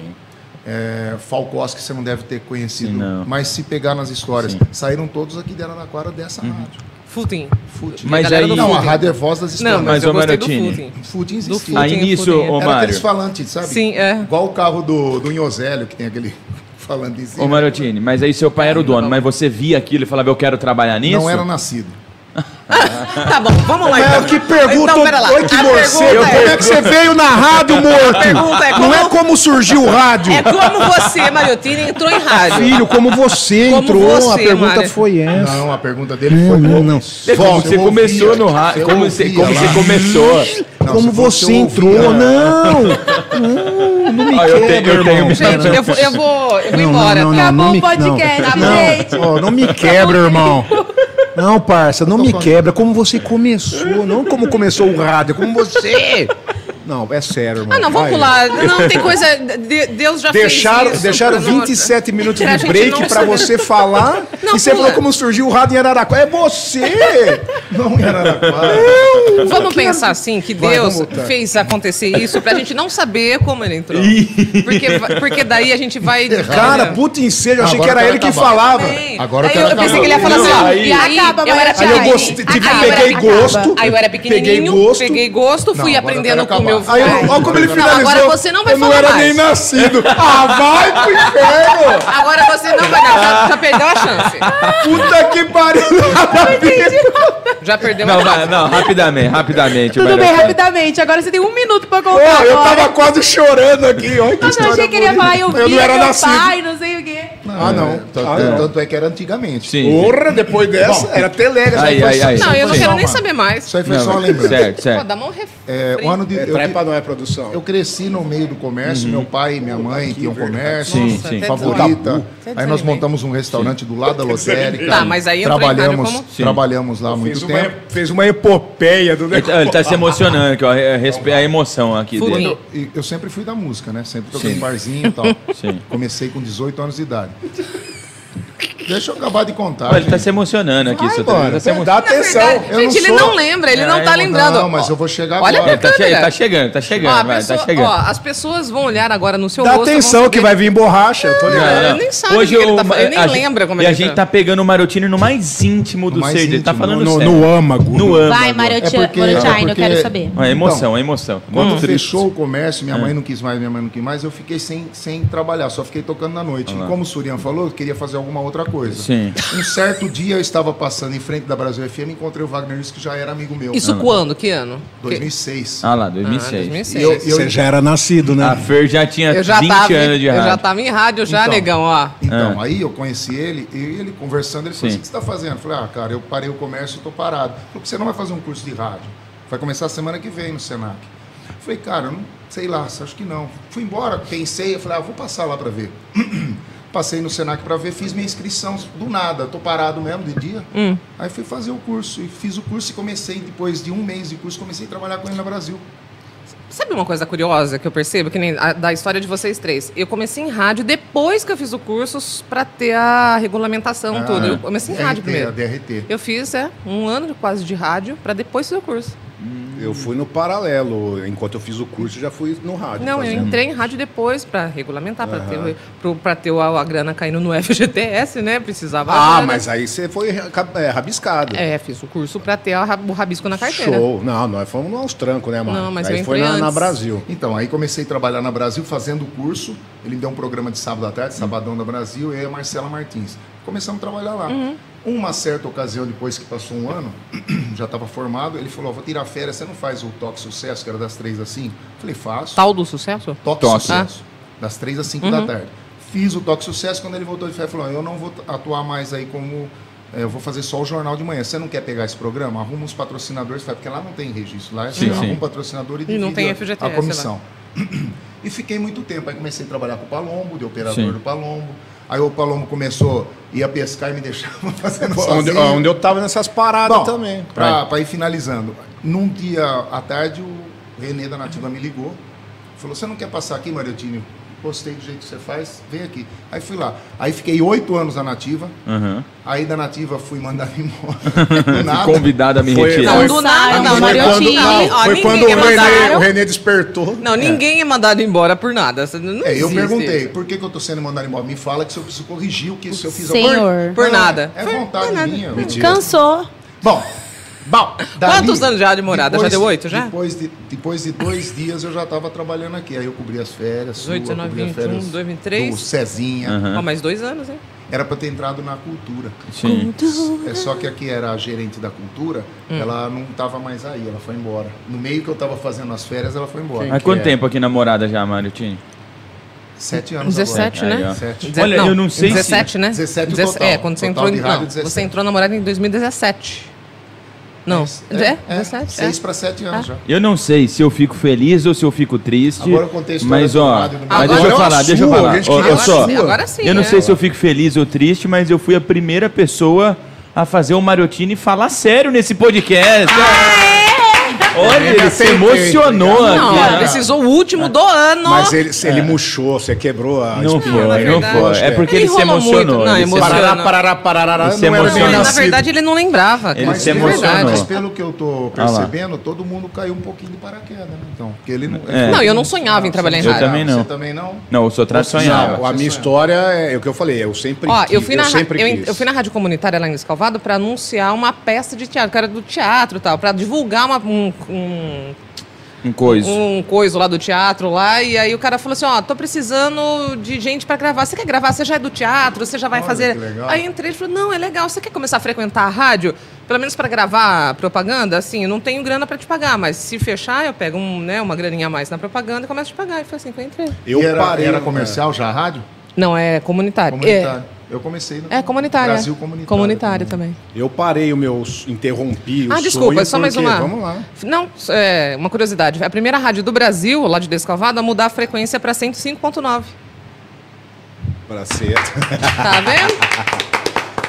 Speaker 3: É, Falcós, que você não deve ter conhecido,
Speaker 5: Sim, não.
Speaker 3: mas se pegar nas histórias,
Speaker 5: Sim. Uhum.
Speaker 3: saíram todos aqui de Araraquara dessa rádio.
Speaker 4: Footing.
Speaker 3: Fute.
Speaker 5: Mas
Speaker 4: Galera
Speaker 5: aí.
Speaker 4: do
Speaker 3: Não, a
Speaker 4: Fute.
Speaker 3: rádio é voz das histórias.
Speaker 4: Não, mas
Speaker 5: Mas,
Speaker 4: eu
Speaker 5: ô,
Speaker 4: gostei do
Speaker 5: Marotini,
Speaker 4: footing.
Speaker 3: Fute
Speaker 4: do
Speaker 3: existia.
Speaker 4: Fute.
Speaker 5: Aí
Speaker 4: Pudim,
Speaker 5: nisso,
Speaker 4: pudim.
Speaker 5: ô
Speaker 3: Era aqueles
Speaker 5: Mário.
Speaker 3: falantes, sabe?
Speaker 4: Sim, é.
Speaker 3: Igual o carro do, do Inhosélio, que tem aquele falantezinho.
Speaker 5: Ô Marotini, mas aí seu pai era o dono, mas você via aquilo e falava, eu quero trabalhar nisso?
Speaker 3: Não era nascido.
Speaker 4: Tá bom, vamos lá
Speaker 2: Mas
Speaker 4: então.
Speaker 2: É, que pergunta,
Speaker 4: Então, pera lá.
Speaker 2: oi que
Speaker 4: A
Speaker 2: morcego,
Speaker 4: pergunta
Speaker 2: como é que você veio na rádio, morto?
Speaker 4: pergunta é
Speaker 2: Não é
Speaker 4: como-
Speaker 2: como surgiu o rádio.
Speaker 4: É como você, Mariotini, entrou em rádio.
Speaker 2: Filho, como você
Speaker 4: Como
Speaker 2: entrou, a
Speaker 4: você,
Speaker 2: pergunta
Speaker 4: Mário.
Speaker 2: foi essa.
Speaker 3: Não, a pergunta dele foi como-
Speaker 2: não.
Speaker 5: É como você
Speaker 3: eu
Speaker 5: começou
Speaker 3: ouvia,
Speaker 5: no rádio,
Speaker 3: eu
Speaker 5: como, você,
Speaker 3: ouvia
Speaker 5: como
Speaker 3: lá.
Speaker 5: você começou.
Speaker 3: Não,
Speaker 2: como
Speaker 3: se fosse
Speaker 2: você
Speaker 3: eu
Speaker 2: entrou,
Speaker 3: ouvia-
Speaker 2: não. Não, não me
Speaker 5: Ah, eu
Speaker 2: quebra,
Speaker 5: tenho- eu tenho
Speaker 2: né? irmão.
Speaker 5: minha-
Speaker 4: Gente, eu vou, eu vou, eu vou embora. tá?
Speaker 6: Acabou
Speaker 2: me-
Speaker 6: o podcast,
Speaker 2: não,
Speaker 6: gente.
Speaker 2: Ó, não me quebra, irmão. Não, parça, não me quebra. Como você começou, não como começou o rádio, é como você. Não, é sério, irmão.
Speaker 4: Ah, não,
Speaker 2: Vai.
Speaker 4: vamos pular. Não, tem coisa. de- Deus já
Speaker 2: Deixaram,
Speaker 4: fez isso.
Speaker 2: deixaram
Speaker 4: pra nós.
Speaker 2: 27 minutos
Speaker 4: Pra
Speaker 2: de
Speaker 4: gente
Speaker 2: break
Speaker 4: não
Speaker 2: pra
Speaker 4: saber.
Speaker 2: você falar.
Speaker 4: Não,
Speaker 2: e você
Speaker 4: pula.
Speaker 2: falou como surgiu o rádio em Araraquara. É você!
Speaker 3: Não era Araraquara.
Speaker 4: Vamos pensar assim que Deus
Speaker 2: vamos voltar.
Speaker 4: fez acontecer isso pra gente não saber como ele entrou. Porque, va- porque daí a gente vai.
Speaker 2: Cara, puta ensejo, eu achei que
Speaker 3: Agora
Speaker 2: era
Speaker 3: eu
Speaker 2: ele
Speaker 3: quero
Speaker 2: que
Speaker 3: acabar.
Speaker 2: falava.
Speaker 4: Bem,
Speaker 3: Agora eu
Speaker 4: aí
Speaker 3: quero
Speaker 4: eu, eu pensei
Speaker 3: acabar.
Speaker 4: que ele ia falar assim, ó,
Speaker 5: Não, aí-
Speaker 4: e aí,
Speaker 6: Acaba,
Speaker 4: eu
Speaker 6: mas
Speaker 4: era
Speaker 6: acaba.
Speaker 2: Aí eu
Speaker 4: pequenininho.
Speaker 2: gostei, tive-
Speaker 4: Aí eu era-
Speaker 2: peguei gosto.
Speaker 4: Aí eu era pequenininho,
Speaker 2: Peguei gosto.
Speaker 4: peguei gosto, fui
Speaker 3: Não, agora eu
Speaker 4: aprendendo
Speaker 3: quero
Speaker 4: com o meu
Speaker 3: acabar.
Speaker 2: Aí,
Speaker 4: pai.
Speaker 2: olha como ele
Speaker 4: Não,
Speaker 2: finalizou.
Speaker 4: agora você não vai
Speaker 2: eu não
Speaker 4: falar
Speaker 2: era
Speaker 4: mais.
Speaker 2: nem nascido. Ah, vai pro inferno!
Speaker 4: Agora você não vai dar, já, já perdeu a chance.
Speaker 2: Puta que pariu! nada a ver.
Speaker 4: Já perdeu a
Speaker 5: Não,
Speaker 4: chance.
Speaker 5: vai, não, rapidamente, rapidamente.
Speaker 6: Tudo bem,
Speaker 5: Marotini.
Speaker 6: rapidamente. Agora você tem um minuto pra
Speaker 2: Pô,
Speaker 6: contar.
Speaker 2: eu
Speaker 6: agora.
Speaker 2: tava quase chorando aqui. Olha que
Speaker 6: Nossa, eu achei
Speaker 2: história
Speaker 6: que ele ia
Speaker 2: bonita.
Speaker 6: falar, eu vi
Speaker 2: Eu não era
Speaker 6: meu
Speaker 2: nascido.
Speaker 6: pai, não sei o quê.
Speaker 3: Ah, não. Tanto,
Speaker 2: Ah, não.
Speaker 3: tanto é que era antigamente.
Speaker 5: tá Sim.
Speaker 2: Porra, depois dessa, era telega. já
Speaker 5: Aí,
Speaker 2: foi
Speaker 5: aí,
Speaker 2: só-
Speaker 5: aí.
Speaker 4: Não, eu não
Speaker 5: Sim.
Speaker 4: quero nem saber mais.
Speaker 3: Isso aí foi
Speaker 5: Não,
Speaker 3: só uma lembrança.
Speaker 5: Certo,
Speaker 4: Pô,
Speaker 5: certo.
Speaker 4: dá uma ref...
Speaker 3: É, o ano de,
Speaker 2: É,
Speaker 3: eu,
Speaker 2: traz pra nós, produção.
Speaker 3: eu cresci no meio do
Speaker 5: Uhum.
Speaker 3: comércio, meu pai e minha mãe tinham comércio,
Speaker 5: Sim,
Speaker 4: Nossa,
Speaker 5: sim.
Speaker 4: até
Speaker 3: favorita.
Speaker 4: Até
Speaker 3: Aí nós
Speaker 4: desanimei.
Speaker 3: montamos um restaurante do lado da lotérica.
Speaker 4: Tá, mas aí entrou em rádio
Speaker 3: trabalhamos,
Speaker 4: como?
Speaker 5: Sim.
Speaker 3: trabalhamos lá há
Speaker 2: Fez
Speaker 3: muito
Speaker 2: uma,
Speaker 3: tempo.
Speaker 2: fez uma epopeia do
Speaker 5: Ele tá, ele
Speaker 2: negócio.
Speaker 5: tá se emocionando aqui, ó. é, respe- A emoção aqui
Speaker 4: Fui.
Speaker 5: dele.
Speaker 3: Eu, e eu sempre fui da música, né? Sempre toquei
Speaker 5: Sim.
Speaker 3: em barzinho e tal.
Speaker 5: Sim.
Speaker 3: Comecei com 18 anos de idade. Deixa eu acabar de contar.
Speaker 5: Olha, ele tá
Speaker 3: gente.
Speaker 5: se emocionando aqui, seu
Speaker 2: Mano,
Speaker 5: Ele tá se emo-
Speaker 2: dá
Speaker 4: Na
Speaker 2: atenção.
Speaker 4: verdade,
Speaker 3: eu
Speaker 4: gente,
Speaker 3: não
Speaker 4: ele
Speaker 3: sou-
Speaker 4: não lembra, ele
Speaker 5: É,
Speaker 4: não tá
Speaker 5: eu não-
Speaker 4: lembrando.
Speaker 3: Não, mas eu vou chegar
Speaker 4: Olha
Speaker 3: agora.
Speaker 5: Ele tá, che- ele
Speaker 4: Câmera.
Speaker 5: tá chegando, tá
Speaker 4: Ó,
Speaker 5: chegando,
Speaker 4: a
Speaker 5: vai,
Speaker 4: pessoa-
Speaker 5: tá chegando.
Speaker 4: ó, as pessoas vão olhar agora no seu
Speaker 2: Dá
Speaker 4: rosto. vão
Speaker 2: atenção que
Speaker 4: saber-
Speaker 2: vai vir borracha, eu tô
Speaker 5: Não,
Speaker 2: ligado.
Speaker 4: ele
Speaker 5: não.
Speaker 4: nem sabe o que ele tá falando, ele nem
Speaker 5: a
Speaker 4: lembra como
Speaker 5: E
Speaker 4: ele
Speaker 5: a gente
Speaker 4: entrou.
Speaker 5: tá pegando o Marotini no mais íntimo do
Speaker 3: No mais
Speaker 5: ser dele. Tá
Speaker 3: íntimo,
Speaker 5: falando
Speaker 2: No,
Speaker 5: sério.
Speaker 2: no âmago.
Speaker 5: No âmago.
Speaker 6: Vai, Mariotti-
Speaker 3: É porque-
Speaker 6: Marotini,
Speaker 3: é
Speaker 6: eu quero
Speaker 3: porque-
Speaker 6: saber.
Speaker 5: Ó, É emoção, é emoção.
Speaker 3: Quando
Speaker 5: Muito triste.
Speaker 3: fechou o comércio, minha mãe não quis mais, minha mãe não quis mais, eu fiquei sem, sem trabalhar, só fiquei tocando na noite. E como o Surian falou, eu queria fazer alguma outra coisa.
Speaker 5: Sim.
Speaker 3: Um certo dia eu estava passando em frente da Brasil FM e encontrei o Wagner Luiz, que já era amigo meu. né?
Speaker 4: Isso quando? Que ano? Que-
Speaker 3: 2006.
Speaker 5: Ah lá,
Speaker 4: Ah,
Speaker 5: 2006.
Speaker 4: 2006.
Speaker 3: Eu-
Speaker 2: Você já era nascido, né?
Speaker 5: A Fer já tinha
Speaker 4: Eu já
Speaker 5: 20
Speaker 4: tava,
Speaker 5: anos de
Speaker 4: eu
Speaker 5: rádio.
Speaker 4: já tava em rádio já,
Speaker 3: Então.
Speaker 4: negão, ó.
Speaker 3: Então,
Speaker 4: Ah.
Speaker 3: aí eu conheci ele e ele conversando, ele falou
Speaker 5: Sim.
Speaker 3: assim, o que você está fazendo? Eu falei, ah, cara, eu parei o comércio e estou parado. Ele falou, "Por que você não vai fazer um curso de rádio? Vai começar semana que vem no Senac. Eu falei, cara, eu não sei lá, acho que não. Fui embora, pensei, eu falei, ah, vou passar lá para ver. Passei no Senac para ver, fiz minha inscrição do nada, tô parado mesmo de dia.
Speaker 4: Hum.
Speaker 3: Aí fui fazer o curso e fiz o curso e comecei, depois de um mês de curso, comecei a trabalhar com ele na Brasil.
Speaker 4: Sabe uma coisa curiosa que eu percebo, que nem a- da história de vocês três? Eu comecei em rádio depois que eu fiz o curso para ter a regulamentação
Speaker 3: Ah,
Speaker 4: toda. Eu comecei em
Speaker 3: DRT,
Speaker 4: rádio
Speaker 3: A
Speaker 4: primeiro.
Speaker 3: DRT.
Speaker 4: Eu fiz é, um ano quase de rádio para depois fazer o curso.
Speaker 2: Eu fui no paralelo. Enquanto eu fiz o curso, já fui no rádio.
Speaker 4: Não, eu
Speaker 2: fazendo.
Speaker 4: entrei em rádio depois para regulamentar, para ter, pro- pra ter a, a grana caindo no FGTS, né? Precisava. da
Speaker 2: Ah,
Speaker 4: grana.
Speaker 2: mas aí você foi ra- é, rabiscado.
Speaker 4: É, fiz o curso para ter a ra- o rabisco na carteira.
Speaker 2: Show. Não, nós fomos aos trancos, né, Marcos?
Speaker 4: Não, mas
Speaker 2: aí
Speaker 4: eu
Speaker 2: foi
Speaker 4: entrei
Speaker 2: na, na
Speaker 4: antes.
Speaker 2: Brasil.
Speaker 3: Então, aí comecei a trabalhar na Brasil fazendo o curso. Ele me deu um programa de sábado à tarde, Sabadão da Brasil, eu e a Marcela Martins. Começamos a trabalhar lá. Uma certa ocasião, depois que passou um ano, já estava formado, ele falou: ó, vou tirar férias, você não faz o Toque Sucesso, que era das três às cinco? Falei, faço.
Speaker 4: Tal do sucesso? Ah.
Speaker 3: Toque,
Speaker 5: Toque.
Speaker 3: Sucesso. Das 3 às 5
Speaker 4: Uhum.
Speaker 3: da tarde. Fiz o Toque Sucesso, quando ele voltou de férias, falou, eu não vou atuar mais aí como... eh, Eu vou fazer só o jornal de manhã. Você não quer pegar esse programa? Arruma uns patrocinadores, faz, porque lá não tem registro. Lá é
Speaker 5: Sim,
Speaker 3: só arruma
Speaker 5: sim.
Speaker 3: um patrocinador e
Speaker 4: E não
Speaker 3: divide
Speaker 4: tem
Speaker 3: a-
Speaker 4: FGTS
Speaker 3: a comissão. E fiquei muito tempo. Aí comecei a trabalhar com o Palombo, de operador
Speaker 5: Sim.
Speaker 3: do Palombo. Aí o Palombo começou, ia pescar e me deixava fazendo
Speaker 2: Onde,
Speaker 3: sozinho.
Speaker 2: onde eu tava nessas paradas
Speaker 3: Bom,
Speaker 2: também.
Speaker 3: Pra, pra ir finalizando. Num dia à tarde, o Renê da Nativa me ligou. Falou, você não quer passar aqui, Mariotinho? Gostei do jeito que você faz, vem aqui. Aí fui lá. Aí fiquei oito anos na Nativa.
Speaker 5: Aham.
Speaker 3: Aí da Nativa fui mandar embora. Nada.
Speaker 5: Convidado a me
Speaker 2: Foi-
Speaker 5: retirar.
Speaker 4: Não,
Speaker 2: Foi-
Speaker 4: do nada,
Speaker 6: Foi
Speaker 4: não.
Speaker 2: Foi
Speaker 6: Mariotti.
Speaker 4: Mariotinho.
Speaker 2: quando, não,
Speaker 4: Ó,
Speaker 2: foi
Speaker 4: ninguém
Speaker 2: quando o,
Speaker 4: é
Speaker 2: Renê,
Speaker 4: mandado.
Speaker 2: o Renê despertou.
Speaker 4: Não, ninguém é mandado embora por nada. Isso Não
Speaker 3: É, eu
Speaker 4: existe.
Speaker 3: perguntei, por que, que eu tô sendo mandado embora? Me fala que se eu preciso corrigir o que se eu fiz alguma-
Speaker 6: Senhor.
Speaker 4: Por nada.
Speaker 3: É
Speaker 4: Foi-
Speaker 3: vontade
Speaker 4: por nada.
Speaker 3: minha.
Speaker 6: Cansou.
Speaker 3: Bom, bom.
Speaker 4: Quantos anos já de morada? Já deu oito, já?
Speaker 3: Depois de, depois de dois dias eu já estava trabalhando aqui. Aí eu cobri as férias.
Speaker 4: 18,
Speaker 3: sua,
Speaker 4: 19,
Speaker 3: cobri as
Speaker 4: 21,
Speaker 3: férias
Speaker 4: 2003.
Speaker 3: Do Cezinha.
Speaker 5: Aham.
Speaker 4: Ó, mais dois anos, hein?
Speaker 3: Era para ter entrado na cultura.
Speaker 5: Sim.
Speaker 3: É só que aqui era a gerente da cultura,
Speaker 4: Hum.
Speaker 3: ela não estava mais aí, ela foi embora. No meio que eu estava fazendo as férias, ela foi embora.
Speaker 5: Há quanto tempo aqui na morada já, Mariotinho?
Speaker 3: Sete anos agora.
Speaker 4: 17,
Speaker 5: Aí, ó.
Speaker 4: né?
Speaker 3: Sete.
Speaker 5: Olha, eu não sei se-
Speaker 4: 17, né?
Speaker 3: 17
Speaker 4: Dezesse-
Speaker 3: total.
Speaker 4: É, quando você
Speaker 3: Total
Speaker 4: entrou,
Speaker 3: de
Speaker 4: em,
Speaker 3: rádio,
Speaker 4: não,
Speaker 3: 17.
Speaker 4: você entrou na morada em 2017. Não, é,
Speaker 3: É,
Speaker 4: 17.
Speaker 3: Seis
Speaker 4: é.
Speaker 3: para sete anos já.
Speaker 5: Eu não sei se eu fico feliz ou se eu fico triste.
Speaker 3: Agora eu contei a história
Speaker 5: Mas,
Speaker 3: do
Speaker 5: ó,
Speaker 3: rádio do
Speaker 5: mas
Speaker 4: meu
Speaker 5: deixa eu
Speaker 4: irmão.
Speaker 5: falar,
Speaker 2: Agora
Speaker 5: deixa eu
Speaker 2: sua,
Speaker 5: falar.
Speaker 2: a gente
Speaker 5: Ó,
Speaker 2: queria
Speaker 5: ó,
Speaker 4: Agora
Speaker 5: só,
Speaker 4: sim, agora sim,
Speaker 5: eu não
Speaker 4: né?
Speaker 5: sei se eu fico feliz ou triste, mas eu fui a primeira pessoa a fazer o Mariotini falar sério nesse podcast. Olha, ele se
Speaker 2: aceitei,
Speaker 5: emocionou aqui.
Speaker 4: Não,
Speaker 5: né?
Speaker 4: precisou o último do ano.
Speaker 2: Mas ele, ele murchou, você quebrou a
Speaker 5: Não
Speaker 2: espinha,
Speaker 5: foi,
Speaker 2: né?
Speaker 5: não
Speaker 4: verdade,
Speaker 5: foi. É
Speaker 2: acho
Speaker 5: porque
Speaker 4: Ele
Speaker 5: ele, se
Speaker 4: enrola muito,
Speaker 5: emocionou.
Speaker 4: não,
Speaker 5: ele se-
Speaker 4: emociona.
Speaker 2: Parará, parará, parará,
Speaker 5: Ele se
Speaker 2: não era
Speaker 4: Não,
Speaker 5: emocionou.
Speaker 2: bem
Speaker 4: na
Speaker 2: nascido.
Speaker 4: verdade ele não lembrava.
Speaker 5: Ele
Speaker 4: cara.
Speaker 5: se
Speaker 4: É
Speaker 5: emocionou.
Speaker 4: verdade.
Speaker 3: Mas pelo que eu tô
Speaker 5: Ah lá.
Speaker 3: percebendo, todo mundo caiu um pouquinho de paraquedas, né? Então, porque ele não.
Speaker 5: É.
Speaker 4: Não, eu não sonhava em trabalhar em
Speaker 5: Eu
Speaker 4: rádio.
Speaker 5: também não.
Speaker 3: Você também não?
Speaker 5: Não, eu sou tradicional.
Speaker 2: Não, a minha história é, é o que eu falei, eu sempre
Speaker 4: Ó,
Speaker 2: quis,
Speaker 4: eu fui, na, ra-
Speaker 2: sempre
Speaker 4: eu, en-
Speaker 2: quis.
Speaker 4: eu fui na rádio comunitária lá em Escalvado pra anunciar uma peça de teatro, que era do teatro e tal, pra divulgar uma- um, um,
Speaker 5: Um coisa.
Speaker 4: um coisa lá do teatro lá. E aí o cara falou assim: Ó, tô precisando de gente pra gravar. Você quer gravar? Você já é do teatro? Você já vai
Speaker 3: Olha,
Speaker 4: fazer.
Speaker 3: que legal.
Speaker 4: Aí eu entrei e falei: Não, é legal. Você quer começar a frequentar a rádio? Pelo menos pra gravar propaganda? Assim, eu não tenho grana pra te pagar, mas se fechar, eu pego um, né, uma graninha a mais na propaganda e começo a te pagar. E foi assim que eu entrei.
Speaker 3: Eu
Speaker 2: Eu
Speaker 3: era,
Speaker 2: parei,
Speaker 3: era
Speaker 2: né?
Speaker 3: comercial já, a rádio?
Speaker 4: Não, é comunitário.
Speaker 3: Comunitário. Eu comecei no
Speaker 4: É, é comunitária.
Speaker 3: Brasil comunitário.
Speaker 4: Comunitária também.
Speaker 2: Eu parei o meu, interrompi o
Speaker 4: Ah, desculpa,
Speaker 2: sonho
Speaker 4: é só mais
Speaker 2: porque-
Speaker 4: uma.
Speaker 2: Vamos lá.
Speaker 4: Não, é, uma curiosidade. A primeira rádio do Brasil, lá de Descalvado, a mudar a frequência para 105.9.
Speaker 2: Pra ser.
Speaker 4: Tá vendo?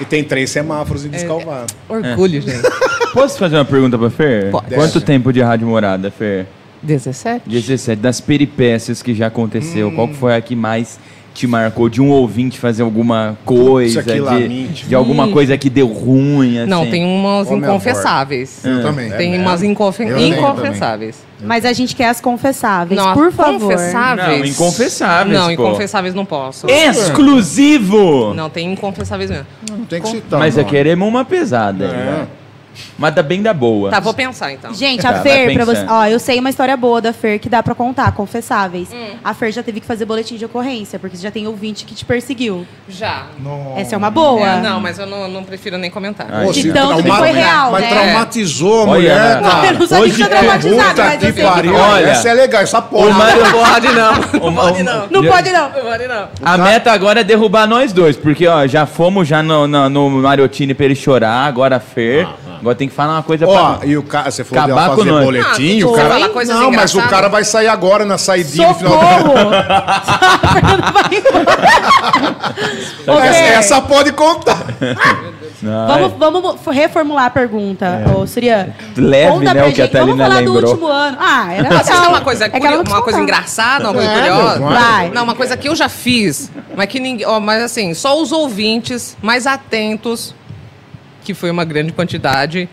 Speaker 2: E tem três
Speaker 4: É.
Speaker 2: semáforos em descalvado.
Speaker 4: Orgulho, gente.
Speaker 5: Posso fazer uma pergunta pra Fer?
Speaker 4: Pode.
Speaker 5: Quanto tempo de rádio morada, Fer?
Speaker 4: 17?
Speaker 5: 17. Das peripécias que já aconteceu, qual que foi a que mais te marcou? De um ouvinte fazer alguma coisa,
Speaker 2: aqui
Speaker 5: de,
Speaker 2: lamento.
Speaker 5: de alguma coisa que deu ruim, assim.
Speaker 4: Hum. Não, tem um umas
Speaker 3: Homem
Speaker 4: inconfessáveis.
Speaker 5: É.
Speaker 3: Eu também.
Speaker 4: Tem umas inconfe-
Speaker 3: Eu tenho
Speaker 4: inconfessáveis.
Speaker 6: Mas a gente quer as confessáveis,
Speaker 4: Não,
Speaker 6: por favor.
Speaker 4: Confessáveis?
Speaker 5: Não, inconfessáveis,
Speaker 4: Não,
Speaker 5: pô.
Speaker 4: inconfessáveis não posso.
Speaker 5: Exclusivo!
Speaker 4: Não, tem inconfessáveis mesmo.
Speaker 2: Não tem que citar.
Speaker 5: Mas é
Speaker 2: não.
Speaker 5: queremos uma pesada. né? Mas tá bem da boa.
Speaker 4: Tá, vou pensar então.
Speaker 6: Gente,
Speaker 5: Tá,
Speaker 6: a Fer,
Speaker 5: vai
Speaker 6: pra você.
Speaker 5: pensando.
Speaker 6: Ó, eu sei uma história boa da Fer que dá pra contar, confessáveis.
Speaker 4: Hum.
Speaker 6: A Fer já teve que fazer boletim de ocorrência, porque já tem ouvinte que te perseguiu.
Speaker 4: Já.
Speaker 3: Nossa.
Speaker 6: Essa é uma boa.
Speaker 4: É, não, mas eu não, não prefiro nem comentar.
Speaker 5: Ai,
Speaker 2: Pô,
Speaker 5: De
Speaker 2: se
Speaker 4: Então,
Speaker 6: tanto que
Speaker 2: trauma-
Speaker 6: foi real,
Speaker 2: Mas
Speaker 6: né?
Speaker 2: traumatizou a
Speaker 5: Olha,
Speaker 2: mulher,
Speaker 5: né?
Speaker 6: Eu não
Speaker 2: cara.
Speaker 6: sei
Speaker 5: Hoje
Speaker 6: que tá
Speaker 5: é
Speaker 6: traumatizada, mas
Speaker 2: Puta que
Speaker 6: assim, eu
Speaker 4: assim,
Speaker 6: sei que
Speaker 4: tipo,
Speaker 2: pariu.
Speaker 5: Olha.
Speaker 2: Essa é legal, essa porra.
Speaker 4: Não pode não. Não pode não.
Speaker 6: Não pode, não.
Speaker 4: Não pode não.
Speaker 5: A meta agora é derrubar nós dois, porque ó, já fomos já no, no, no Mariotini pra ele chorar, agora a Fer. Agora tem que falar uma coisa
Speaker 2: Ah, Ó,
Speaker 5: pra.
Speaker 2: e o cara, você falou de
Speaker 5: Acabar
Speaker 2: ela fazer
Speaker 5: com nós.
Speaker 2: boletim, o
Speaker 4: Ah,
Speaker 2: cara.
Speaker 4: fala coisas
Speaker 2: Não, mas o
Speaker 4: engraçadas.
Speaker 2: cara vai sair agora na saidinha no final da.
Speaker 6: Socorro! Vai embora. Ô,
Speaker 2: Essa,
Speaker 6: Fer,
Speaker 2: essa pode contar.
Speaker 5: Ah,
Speaker 6: Vamos, vamos reformular a pergunta, ô Surya.
Speaker 5: É. Leve,
Speaker 6: Conta
Speaker 5: né,
Speaker 6: pra
Speaker 5: o que a
Speaker 6: gente. Vamos
Speaker 5: Thalina
Speaker 6: falar do
Speaker 5: lembrou.
Speaker 6: último ano. Ah, era
Speaker 4: Posso falar
Speaker 6: legal.
Speaker 4: uma coisa,
Speaker 6: É que
Speaker 4: curi-
Speaker 6: ela não te
Speaker 4: uma coisa
Speaker 6: contava.
Speaker 4: engraçada, uma coisa
Speaker 3: Claro,
Speaker 4: curiosa?
Speaker 6: vai.
Speaker 4: Não, uma coisa que eu já fiz, mas que ninguém. ó, mas assim, só os ouvintes mais atentos, que foi uma grande quantidade.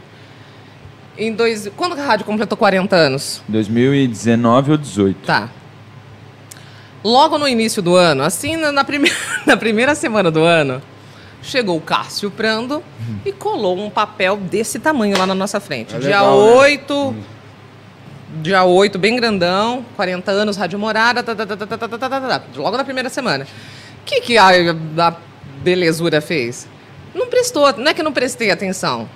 Speaker 4: Em dois. Quando a rádio completou 40 anos?
Speaker 5: é 2019 ou 18.
Speaker 4: Tá. Logo no início do ano, assim, na, na primeira, na primeira semana do ano, chegou o Cássio Prando e colou um papel desse tamanho lá na nossa frente.
Speaker 2: Uhum. É
Speaker 4: dia
Speaker 2: legal, né?
Speaker 4: 8. Dia 8, bem grandão, 40 anos, Rádio Morada, tá, tá, tá, tá, tá, tá, tá, tá, tá, tá, logo na primeira semana. O que, que a, a belezura fez? Não prestou, não é que eu não prestei atenção.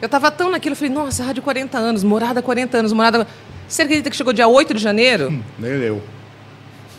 Speaker 4: Eu tava tão naquilo, eu falei, nossa, Rádio 40 anos, Morada 40 anos, Morada... Você acredita que chegou dia 8 de janeiro?
Speaker 2: Nem eu.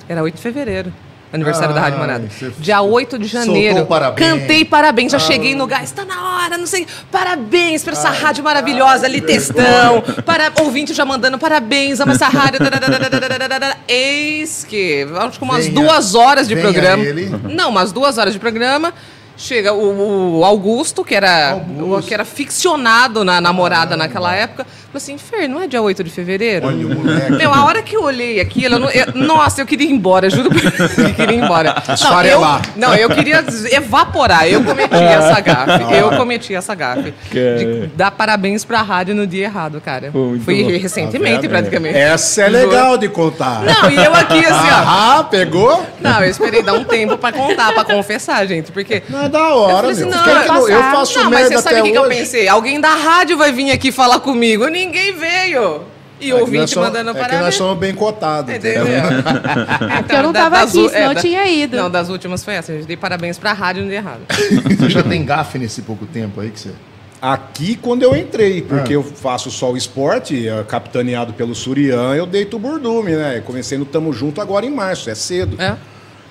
Speaker 4: Era 8 de fevereiro. Aniversário da Rádio
Speaker 3: Ai,
Speaker 4: Morada.
Speaker 3: você
Speaker 4: Dia 8 de
Speaker 3: soltou
Speaker 4: janeiro.
Speaker 3: um parabéns. Ah.
Speaker 4: Cantei parabéns. Já cheguei no gás. Tá na hora, não sei. Parabéns pra essa rádio maravilhosa ali, textão. Para... Ouvinte já mandando parabéns, ama essa rádio. tararararararara. Eis que. Acho que umas
Speaker 3: Venha-
Speaker 4: duas horas de
Speaker 3: venha
Speaker 4: programa.
Speaker 3: ele.
Speaker 4: Não, umas duas horas de programa. Chega o, o Augusto, que era, o- que era ficcionado na namorada naquela época. Falou assim: Fer, não é dia 8 de fevereiro?
Speaker 3: Olha o moleque.
Speaker 4: Meu, a hora que eu olhei aquilo, eu não- eu- nossa, eu queria ir embora, juro por Deus, eu queria ir embora. Não eu,
Speaker 3: Esfarelar.
Speaker 4: não, eu queria des- evaporar, eu cometi
Speaker 5: É.
Speaker 4: essa
Speaker 2: Ah.
Speaker 4: gafe, eu cometi essa gafe. De dar parabéns pra rádio no dia errado, cara.
Speaker 5: Pô, muito Ah,
Speaker 4: Fui
Speaker 5: bom.
Speaker 4: recentemente, praticamente.
Speaker 2: né? Essa é legal de contar.
Speaker 4: Não, e eu aqui assim, ó.
Speaker 2: Ah, pegou?
Speaker 4: Não, eu esperei dar um tempo pra contar, pra confessar, gente, porque...
Speaker 2: Não é da hora,
Speaker 4: Eu falei assim,
Speaker 2: meu.
Speaker 4: não,
Speaker 2: Quer que
Speaker 4: vai
Speaker 2: eu- eu
Speaker 6: passar.
Speaker 2: faço
Speaker 4: não, mas
Speaker 2: merda
Speaker 4: você sabe
Speaker 2: até
Speaker 4: o que, que eu
Speaker 2: hoje?
Speaker 4: pensei? Alguém da rádio vai vir aqui falar comigo, ninguém veio.
Speaker 2: É
Speaker 4: E o
Speaker 2: que nós
Speaker 4: ouvinte
Speaker 2: somos-
Speaker 4: mandando
Speaker 2: é que nós
Speaker 4: parabéns.
Speaker 2: somos bem cotados.
Speaker 4: Entendeu?
Speaker 2: entendeu?
Speaker 4: É
Speaker 6: porque eu não tava aqui, senão eu tinha ido.
Speaker 4: Não, das últimas foi essa. Eu dei parabéns pra rádio no dia errado.
Speaker 3: Você já tem gafe nesse pouco tempo aí que você.
Speaker 2: Aqui, quando eu entrei, porque
Speaker 3: Ah.
Speaker 2: eu faço só o esporte, eh, capitaneado pelo Surian, eu deito o burdume, né? Comecei no Tamo Junto agora em março, é cedo.
Speaker 4: É.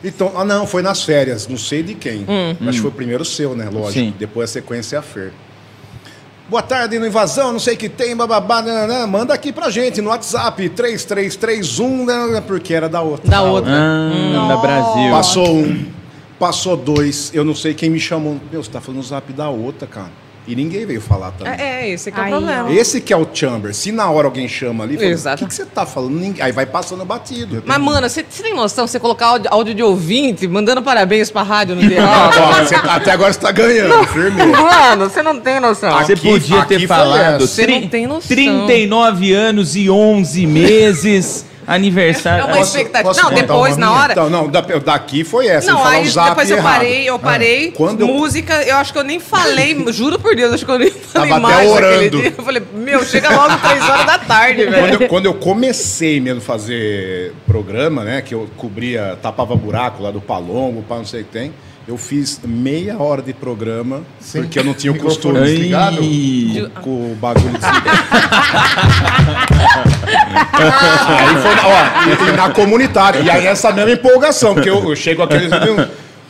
Speaker 2: Então, ah, não, foi nas férias, não sei de quem.
Speaker 4: Hum.
Speaker 2: Acho que foi o primeiro seu, né? Lógico.
Speaker 5: Sim.
Speaker 2: Depois a sequência é a Fer. Boa tarde, no Invasão, não sei o que tem, bababá, nananã. manda aqui pra gente no WhatsApp, 3331, nananã, um, né, porque era da outra.
Speaker 4: Da outra.
Speaker 5: Ah, da Brasil.
Speaker 2: Passou um, passou dois, eu não sei quem me chamou. Meu, você tá falando no zap da outra, cara. E ninguém veio falar também.
Speaker 4: É, é, esse que é o
Speaker 6: Aí,
Speaker 4: problema.
Speaker 6: ó.
Speaker 2: Esse que é o chamber. Se na hora alguém chama ali, fala, o
Speaker 4: Exato.
Speaker 2: que, que você tá falando? Ninguém- Aí vai passando batido.
Speaker 4: Mas, mano, você você tem noção? Você colocar áudio, áudio de ouvinte, mandando parabéns pra rádio no dia
Speaker 2: Ó,
Speaker 4: errado?
Speaker 2: ó, você tá- até agora você tá ganhando, firme.
Speaker 4: mano, você não tem noção.
Speaker 5: Você
Speaker 2: Aqui-
Speaker 5: podia
Speaker 2: aqui
Speaker 5: ter
Speaker 2: foi
Speaker 5: falado.
Speaker 2: essa.
Speaker 4: Você não
Speaker 5: tri-
Speaker 4: tem noção.
Speaker 5: 39 anos e 11 meses.
Speaker 4: É
Speaker 5: aniversário.
Speaker 4: uma
Speaker 5: Nossa,
Speaker 4: expectativa.
Speaker 3: posso
Speaker 4: não,
Speaker 3: contar
Speaker 4: depois,
Speaker 3: uma
Speaker 4: na
Speaker 3: minha?
Speaker 4: hora...
Speaker 2: Então, não, da- daqui foi essa. eu
Speaker 4: Não,
Speaker 2: falar o
Speaker 4: aí
Speaker 2: um zap
Speaker 4: depois eu
Speaker 2: errado. É.
Speaker 4: parei, eu parei.
Speaker 2: Quando eu-
Speaker 4: música, eu... acho que eu nem falei, juro por Deus, acho que eu nem falei
Speaker 2: até
Speaker 4: mais naquele
Speaker 2: orando.
Speaker 4: dia. Eu falei, meu, chega logo três horas da tarde, velho.
Speaker 2: Quando eu, quando eu comecei mesmo a fazer programa, né? Que eu cobria, tapava buraco lá do Palombo, pá, não sei o que tem. Eu fiz meia hora de programa,
Speaker 3: Sim.
Speaker 2: porque eu não tinha o
Speaker 3: Microfone
Speaker 2: costume
Speaker 3: desligado?
Speaker 5: Ih,
Speaker 2: com, com o bagulho desligado. aí foi, na- ó, e- e na comunitária. E aí essa mesma empolgação, porque eu, eu chego aqueles.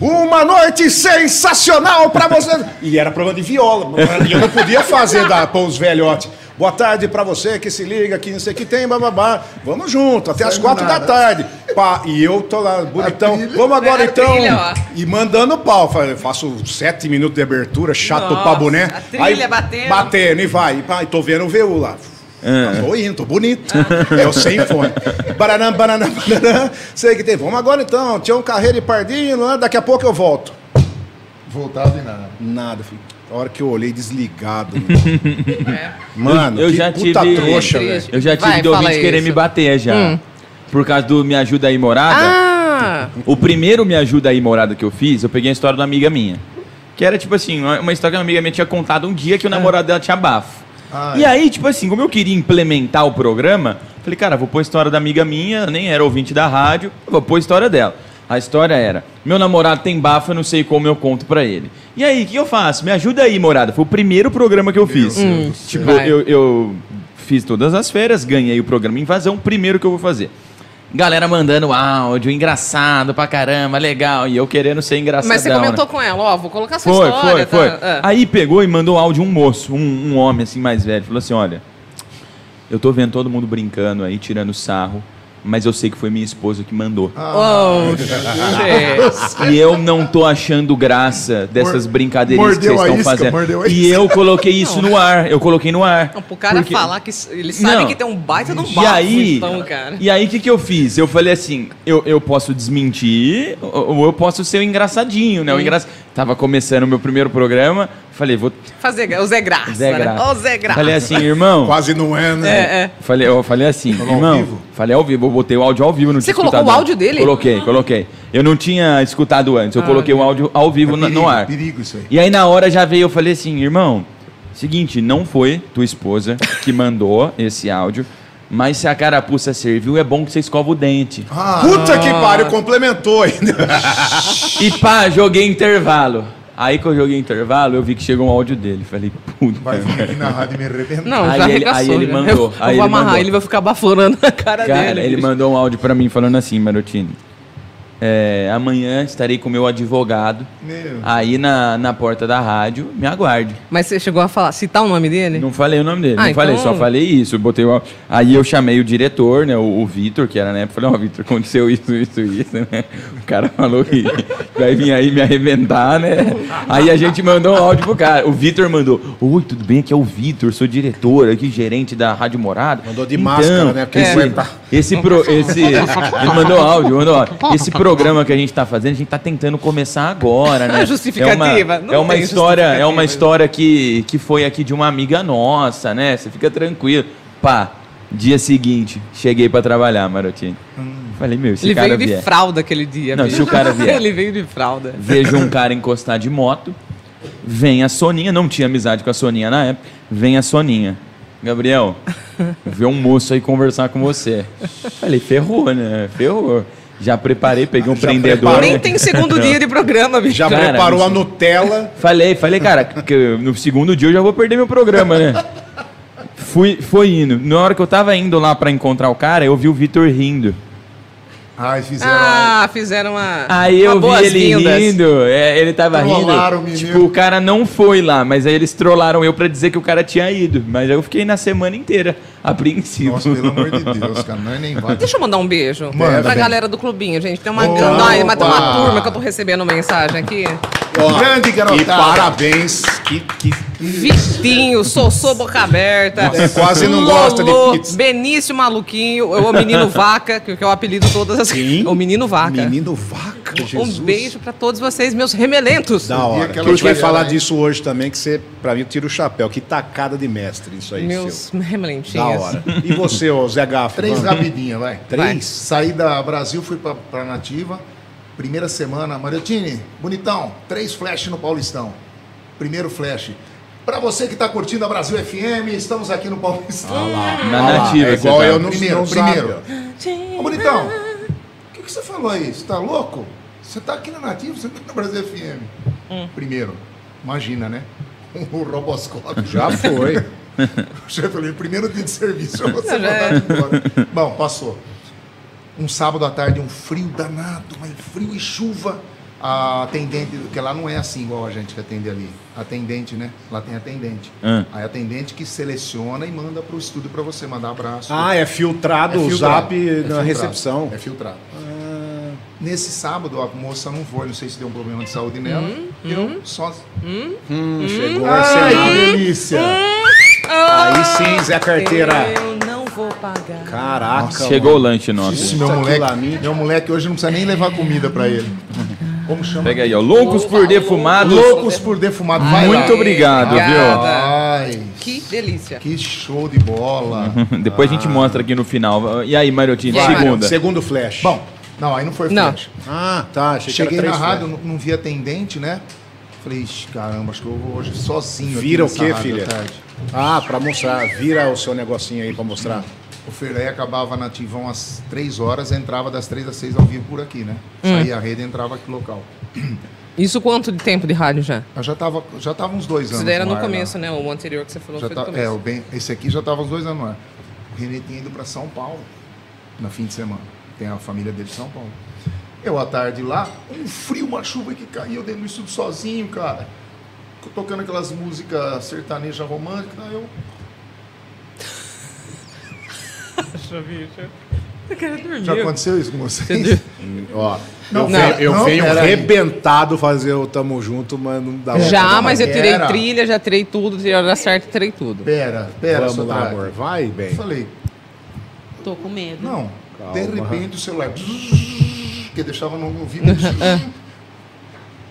Speaker 2: Uma noite sensacional pra você. E era programa de viola. E eu não podia fazer da, pôr os velhotes. Boa tarde pra você que se liga, que não sei o que tem, bababá. Vamos junto, até as
Speaker 3: Saiu
Speaker 2: quatro da
Speaker 3: nada.
Speaker 2: tarde. Pá, e eu tô lá, bonitão.
Speaker 3: trilha.
Speaker 2: Vamos agora
Speaker 4: É, a
Speaker 2: então.
Speaker 4: trilha, ó.
Speaker 2: E mandando pau. Falei, Faço sete minutos de abertura, chato
Speaker 4: Nossa,
Speaker 2: pra boné.
Speaker 4: a trilha batendo.
Speaker 2: Batendo e vai. E vai, tô vendo o VU lá.
Speaker 5: É.
Speaker 2: Tô indo, tô bonito. Eu sem fone. Baranã, baranã, baranã. Sei que tem. Vamos agora então. Tinha um carreiro e pardinho, né? daqui a pouco eu volto.
Speaker 3: Voltado e nada.
Speaker 2: Nada, filho. A hora que eu olhei desligado. mano.
Speaker 4: É.
Speaker 2: Mano,
Speaker 5: Eu
Speaker 2: que
Speaker 5: já
Speaker 2: puta
Speaker 5: tive-
Speaker 2: trouxa,
Speaker 4: Triste.
Speaker 2: velho.
Speaker 5: Eu já tive
Speaker 4: Vai,
Speaker 5: de
Speaker 4: fala
Speaker 5: ouvinte
Speaker 4: aí,
Speaker 5: querer me
Speaker 4: isso. Hum.
Speaker 5: bater já. Por causa do Me Ajuda Aí Morada.
Speaker 4: Ah!
Speaker 5: O primeiro Me Ajuda Aí Morada que eu fiz, eu peguei a história de uma amiga minha. Que era, tipo assim, uma uma história que uma amiga minha tinha contado um dia que o namorado dela tinha bafo.
Speaker 3: Ah,
Speaker 5: E aí, tipo assim, como eu queria implementar o programa, falei, cara, vou pôr a história da amiga minha, nem era ouvinte da rádio, vou pôr a história dela. A história era, meu namorado tem bafo, eu não sei como eu conto pra ele. E aí, o que eu faço? Me ajuda aí, morada. Foi o primeiro programa que eu fiz. tipo,
Speaker 4: Vai.
Speaker 5: eu, eu fiz todas as férias, ganhei o programa Invasão, primeiro que eu vou fazer. Galera mandando áudio, engraçado pra caramba, legal. E eu querendo ser engraçadão.
Speaker 2: é
Speaker 4: Mas você
Speaker 5: né?
Speaker 4: comentou com ela, ó, vou colocar sua
Speaker 5: Foi,
Speaker 4: história.
Speaker 5: foi,
Speaker 4: tá?
Speaker 5: foi.
Speaker 4: Ah.
Speaker 5: Aí pegou e mandou áudio um moço, um, um homem assim mais velho. Falou assim: olha, eu tô vendo todo mundo brincando aí, tirando sarro. mas eu sei que foi minha esposa que mandou.
Speaker 3: Ah,
Speaker 5: Ah,
Speaker 4: Oh, Jesus.
Speaker 5: E eu não tô achando graça dessas
Speaker 3: Mor-
Speaker 5: brincadeirinhas que
Speaker 3: mordeu
Speaker 5: vocês
Speaker 3: a
Speaker 5: estão
Speaker 3: isca, mordeu a
Speaker 5: fazendo. E
Speaker 3: isca.
Speaker 5: eu coloquei isso no ar. Eu coloquei no ar.
Speaker 4: Não, pro cara
Speaker 5: Porque-
Speaker 4: falar que s- ele sabe
Speaker 5: Não.
Speaker 4: que tem um baita no
Speaker 5: E
Speaker 4: bafo,
Speaker 5: aí-
Speaker 4: então, cara.
Speaker 5: E aí, o que, que eu fiz? Eu falei assim: eu, eu posso desmentir ou ou eu posso ser o engraçadinho,
Speaker 4: Hum.
Speaker 5: né? O engraç... Tava começando o meu primeiro programa, falei, vou.
Speaker 4: Fazer o Zé Graça,
Speaker 5: Zé Graça.
Speaker 4: né? Ô, Zé Graça.
Speaker 5: Falei assim, irmão.
Speaker 2: Quase não é, né?
Speaker 4: É, é.
Speaker 5: Falei, eu falei assim,
Speaker 3: Falou ao
Speaker 5: irmão.
Speaker 3: vivo?
Speaker 5: Falei ao vivo, eu botei o áudio ao vivo no
Speaker 4: Você colocou o áudio dele? Ah,
Speaker 5: Coloquei, coloquei. Eu não tinha escutado antes, eu coloquei o áudio ao vivo no, no
Speaker 3: É perigo,
Speaker 5: ar.
Speaker 3: perigo isso aí.
Speaker 5: E aí na hora já veio, eu falei assim, irmão, seguinte, não foi tua esposa que mandou esse áudio, mas se a carapuça serviu, é bom que você escova o dente.
Speaker 2: Puta que pariu, complementou ainda.
Speaker 5: E pá, joguei intervalo. Aí que eu joguei intervalo, eu vi que chegou um áudio dele. Falei, puta.
Speaker 3: Vai vir aqui na rádio e me arrebentar.
Speaker 4: Não,
Speaker 5: Aí
Speaker 4: já
Speaker 5: ele-
Speaker 4: arregaçou.
Speaker 5: aí ele
Speaker 4: já.
Speaker 5: mandou,
Speaker 4: Eu,
Speaker 5: aí
Speaker 4: vou
Speaker 5: ele
Speaker 4: amarrar,
Speaker 5: mandou.
Speaker 4: ele vai ficar baforando a cara,
Speaker 5: Cara,
Speaker 4: dele.
Speaker 5: ele
Speaker 4: bicho.
Speaker 5: mandou um áudio pra mim falando assim, Marotini. é, amanhã estarei com meu advogado
Speaker 3: Meu.
Speaker 5: aí na, na porta da rádio, me aguarde.
Speaker 4: Mas você chegou a falar, citar o nome dele?
Speaker 5: Não falei o nome dele,
Speaker 4: Ah,
Speaker 5: não falei,
Speaker 4: então-
Speaker 5: só falei isso. Botei o... Aí eu chamei o diretor, né? O, o Vitor, que era na época, falei, ó, Vitor, aconteceu isso, isso, isso, né? O cara falou que vai vir aí me arrebentar, né? Aí a gente mandou um áudio pro cara. O Vitor mandou, oi, tudo bem? Aqui é o Vitor, sou diretor, aqui gerente da Rádio Morada. Então,
Speaker 2: Mandou de máscara, né? Porque
Speaker 5: esse,
Speaker 2: ele tá-
Speaker 5: esse, pro- esse- Ele mandou áudio, mandou áudio. Esse programa que a gente tá fazendo, a gente tá tentando começar agora, né?
Speaker 4: Justificativa.
Speaker 5: É uma,
Speaker 4: Não
Speaker 5: é uma
Speaker 4: tem
Speaker 5: história, é uma
Speaker 4: justificativa.
Speaker 5: história que, que foi aqui de uma amiga nossa, né? Você fica tranquilo. Pá, dia seguinte, cheguei pra trabalhar, Marotinho.
Speaker 2: Hum.
Speaker 5: Falei, meu, se
Speaker 4: ele
Speaker 5: o cara
Speaker 4: veio de
Speaker 5: vier,
Speaker 4: fralda aquele dia.
Speaker 5: Não,
Speaker 4: bicho.
Speaker 5: se o cara vier.
Speaker 4: ele veio de fralda.
Speaker 5: vejo um cara encostar de moto, vem a Soninha, não tinha amizade com a Soninha na época, vem a Soninha. Gabriel, vê um moço aí conversar com você. Falei, ferrou, né? Ferrou. Já preparei, peguei um
Speaker 2: Já
Speaker 5: prendedor.
Speaker 2: preparou.
Speaker 5: né?
Speaker 4: Nem tem segundo dia de programa, bicho.
Speaker 2: Já
Speaker 5: Cara,
Speaker 2: preparou a
Speaker 5: isso-
Speaker 2: Nutella.
Speaker 5: Falei, falei, cara, que no segundo dia eu já vou perder meu programa, né? Fui, foi indo. Na hora que eu tava indo lá pra encontrar o cara, eu vi o Vitor rindo.
Speaker 3: Ai, fizeram.
Speaker 4: Ah, fizeram uma.
Speaker 5: Aí eu
Speaker 4: uma
Speaker 5: vi ele
Speaker 4: boas-vindas.
Speaker 5: rindo, é, ele tava
Speaker 3: Trollaram o
Speaker 5: rindo.
Speaker 3: menino.
Speaker 5: Tipo, o cara não foi lá, mas aí eles trollaram eu pra dizer que o cara tinha ido. Mas eu fiquei na semana inteira apreensivo.
Speaker 3: Nossa, um pelo amor de Deus, cara. Não é nem vai.
Speaker 4: Deixa eu mandar um beijo
Speaker 3: Manda,
Speaker 4: pra
Speaker 3: bem.
Speaker 4: galera do clubinho, gente. Tem uma,
Speaker 3: Opa!
Speaker 4: grande- Ai, mas tem uma turma que eu tô recebendo mensagem aqui.
Speaker 2: Ó,
Speaker 3: Grande garotada.
Speaker 2: E parabéns. Que, que...
Speaker 4: Vitinho, Sossô Boca Aberta.
Speaker 2: Nossa, quase não gosta de pizza.
Speaker 4: Benício Maluquinho, o Menino Vaca, que que é o apelido de todas as.
Speaker 2: Sim.
Speaker 4: O Menino Vaca.
Speaker 2: Menino vaca. Jesus.
Speaker 4: Um beijo pra todos vocês, meus remelentos.
Speaker 2: Da hora. Que
Speaker 3: aquela
Speaker 2: a gente vai
Speaker 3: mulher,
Speaker 2: falar
Speaker 3: né?
Speaker 2: disso hoje também, que você, pra mim, tira o chapéu. Que tacada de mestre isso aí,
Speaker 4: meus
Speaker 2: seu. Da
Speaker 4: remelentinhos.
Speaker 2: hora. E você, ô Zé Gafa?
Speaker 3: Três
Speaker 2: vamos?
Speaker 3: rapidinhas, vai.
Speaker 2: Três?
Speaker 3: Saí da Brasil, fui pra, pra Nativa. Primeira semana, Mariotini, bonitão, três flash no Paulistão. Primeiro flash. Pra você que tá curtindo a Brasil FM, estamos aqui no Paulistão.
Speaker 5: Na
Speaker 2: Ah lá,
Speaker 5: nativa,
Speaker 2: é
Speaker 5: você
Speaker 2: igual
Speaker 5: tá.
Speaker 2: eu não,
Speaker 3: Primeiro,
Speaker 2: não
Speaker 3: primeiro.
Speaker 2: sabe, ó.
Speaker 3: Ô, bonitão, o que, que você falou aí? Você tá louco? Você tá aqui na Nativa, você tá no Brasil FM.
Speaker 4: Hum.
Speaker 3: Primeiro, imagina, né? O Roboscop.
Speaker 2: Já foi.
Speaker 3: O chefe falou, primeiro dia de serviço, eu vou ser
Speaker 4: Não, já
Speaker 3: mandado
Speaker 4: é.
Speaker 3: embora. Bom, passou. Um sábado à tarde, um frio danado, mas frio e chuva. A atendente, porque lá não é assim igual a gente que atende ali. Atendente, né? Lá tem atendente.
Speaker 5: Ah.
Speaker 3: Aí atendente que seleciona e manda para o estúdio para você mandar abraço.
Speaker 2: Ah, é filtrado o zap
Speaker 3: É
Speaker 2: na
Speaker 3: filtrado,
Speaker 2: recepção.
Speaker 3: É filtrado. Ah, Nesse sábado, a moça não foi, não sei se deu um problema de saúde nela. eu só. É
Speaker 2: Hum, chegou o
Speaker 3: Ai,
Speaker 2: arsenal.
Speaker 3: que delícia!
Speaker 2: Aí sim, Zé Carteira.
Speaker 4: Eu não vou pagar.
Speaker 2: Caraca.
Speaker 5: Chegou o lanche nosso.
Speaker 3: Isso, meu
Speaker 2: Puta que
Speaker 3: moleque,
Speaker 2: laminha.
Speaker 3: meu moleque hoje não precisa nem levar comida pra ele. Como chama?
Speaker 5: Pega aí, ó. Loucos por defumados.
Speaker 3: Loucos por defumado. Vai
Speaker 5: Muito
Speaker 3: lá.
Speaker 5: obrigado,
Speaker 4: Obrigada.
Speaker 3: Ai,
Speaker 4: Que delícia.
Speaker 3: que show de bola.
Speaker 5: viu? Depois a gente mostra aqui no final. E aí, Mariotinho,
Speaker 4: E aí,
Speaker 5: segunda.
Speaker 2: Segundo flash.
Speaker 3: Bom, não, aí não foi
Speaker 4: Não.
Speaker 3: flash.
Speaker 2: Ah, tá. achei que era
Speaker 3: Cheguei na
Speaker 2: três
Speaker 3: rádio,
Speaker 2: flash.
Speaker 3: não, não vi atendente, né? Falei, "Ixi, caramba, acho que eu vou hoje sozinho. aqui
Speaker 2: Vira o
Speaker 3: nessa
Speaker 2: quê,
Speaker 3: rádio
Speaker 2: filha?
Speaker 3: à tarde."
Speaker 2: Ah, pra mostrar. Vira o seu negocinho aí pra mostrar.
Speaker 3: O Ferrei acabava na Tivão às 3 horas, entrava das 3 às 6 ao vivo por aqui, né?
Speaker 4: Hum.
Speaker 3: Saía a rede e entrava aqui local.
Speaker 4: Isso quanto de tempo de rádio já?
Speaker 3: Eu já tava, já tava uns dois anos.
Speaker 4: Isso daí era
Speaker 3: no
Speaker 4: no
Speaker 3: ar lá.
Speaker 4: começo, né? O anterior que você falou
Speaker 3: Já
Speaker 4: foi
Speaker 3: tá-
Speaker 4: do
Speaker 3: é, o
Speaker 4: começo.
Speaker 3: bem, esse aqui já estava uns dois anos no ar. O Renê tinha ido para São Paulo no fim de semana. Tem a família dele em São Paulo. Eu à tarde lá, um frio, uma chuva que caiu dentro do estúdio sozinho, cara. Co- Tocando aquelas músicas sertaneja romântica, eu.
Speaker 4: Eu quero dormir.
Speaker 3: Já aconteceu isso com vocês?
Speaker 2: Ó,
Speaker 3: Não,
Speaker 2: eu
Speaker 4: não,
Speaker 2: venho, eu
Speaker 3: não,
Speaker 2: venho
Speaker 3: peraí.
Speaker 2: arrebentado fazer o Tamo Junto, mas não dá
Speaker 4: Já,
Speaker 2: outra.
Speaker 4: mas eu tirei
Speaker 3: Era.
Speaker 4: trilha, já tirei tudo, tirei a hora certa, tirei tudo.
Speaker 3: Pera, pera,
Speaker 2: Vamos lá,
Speaker 3: Sotrate.
Speaker 2: amor. Vai bem.
Speaker 3: Eu falei,
Speaker 6: Tô com medo.
Speaker 3: não.
Speaker 2: Calma.
Speaker 3: De repente o celular. Que deixava no no vídeo.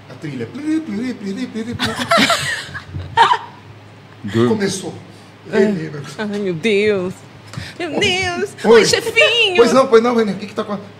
Speaker 3: A trilha. Começou. Menina.
Speaker 4: Ai, meu Deus. Meu Deus.
Speaker 3: Oi.
Speaker 4: Oi, chefinho.
Speaker 3: Pois não, pois não, Renan. O que que tá acontecendo?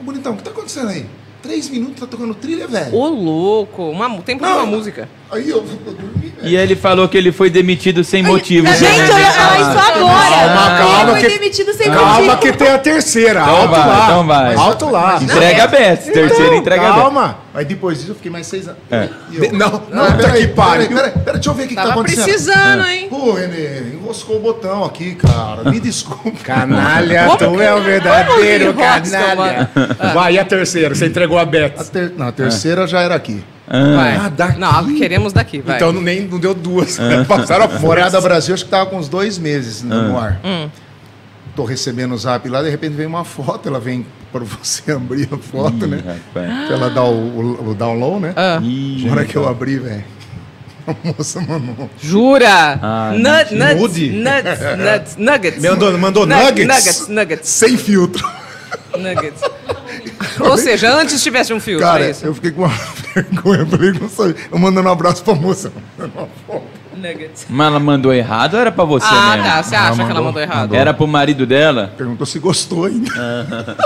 Speaker 3: Ô, Bonitão, o que tá acontecendo aí? Três minutos tá tocando trilha, velho.
Speaker 4: Ô, louco. Uma, mu- tempo de uma
Speaker 3: Não.
Speaker 4: música.
Speaker 3: Aí eu, eu dormi, velho.
Speaker 5: E é- ele falou que ele foi demitido sem motivo.
Speaker 4: tá
Speaker 6: Gente, eu ia falar Então, é isso agora.
Speaker 2: Calma, calma,
Speaker 6: Ele
Speaker 2: que-
Speaker 6: foi demitido sem
Speaker 2: Calma
Speaker 6: motivo.
Speaker 2: que tem a terceira.
Speaker 5: Então
Speaker 2: alto
Speaker 5: vai,
Speaker 2: lá.
Speaker 5: então vai. é
Speaker 2: Alto lá.
Speaker 5: Entrega
Speaker 4: Então,
Speaker 5: aberto. Terceiro entrega aberto.
Speaker 2: Calma.
Speaker 3: Aí depois disso eu fiquei mais seis anos.
Speaker 5: É.
Speaker 3: E eu-
Speaker 2: De- não,
Speaker 3: não,
Speaker 2: puta
Speaker 3: peraí,
Speaker 2: que pariu.
Speaker 3: peraí, peraí, peraí, deixa eu ver o que, que tá
Speaker 4: Tava
Speaker 3: acontecendo.
Speaker 4: precisando, hein?
Speaker 3: Pô, Renê, enroscou o botão aqui, cara. Me desculpa.
Speaker 2: Canalha,
Speaker 4: Como
Speaker 2: tu
Speaker 4: que-
Speaker 2: é o verdadeiro
Speaker 4: como que roça,
Speaker 2: canalha. Vai, e a terceira? Você entregou a
Speaker 3: A
Speaker 2: Bets.
Speaker 3: ter- Não, a terceira já era aqui.
Speaker 4: Vai.
Speaker 2: Ah, daqui.
Speaker 4: Não, queremos daqui, vai.
Speaker 2: Então não- nem não deu duas.
Speaker 5: Ah.
Speaker 2: Passaram Ah. fora.
Speaker 3: Morada Brasil, acho que tava com uns dois meses no, no ar.
Speaker 4: Hum.
Speaker 3: Tô recebendo o zap lá, de repente vem uma foto, ela vem pra você abrir a foto,
Speaker 5: Ih,
Speaker 3: né?
Speaker 5: rapaz.
Speaker 3: Pra ela dar o, o, o download, né?
Speaker 4: Ah.
Speaker 5: Ih,
Speaker 3: Na hora que eu abri, velho. A moça mandou.
Speaker 4: Jura?
Speaker 5: Ah,
Speaker 4: Nut-
Speaker 5: mentira.
Speaker 4: nuts,
Speaker 2: Mude.
Speaker 4: nuts, nuts, nuggets.
Speaker 2: Mandou- mandou
Speaker 4: Nu-
Speaker 2: nuggets?
Speaker 4: Nuggets, nuggets,
Speaker 3: Sem filtro.
Speaker 4: nuggets. Ou seja, antes tivesse um filtro,
Speaker 3: Cara,
Speaker 4: é isso?
Speaker 3: eu fiquei com uma vergonha. Eu falei, não sei. Eu mandando um abraço pra moça. mandando uma foto.
Speaker 4: Nuggets.
Speaker 5: Mas ela mandou errado ou era pra você
Speaker 4: Ah,
Speaker 5: mesmo?
Speaker 4: tá. Você acha
Speaker 3: né? Ela
Speaker 4: que ela
Speaker 3: mandou-
Speaker 4: mandou errado?
Speaker 5: Era pro marido dela?
Speaker 3: Perguntou se gostou ainda.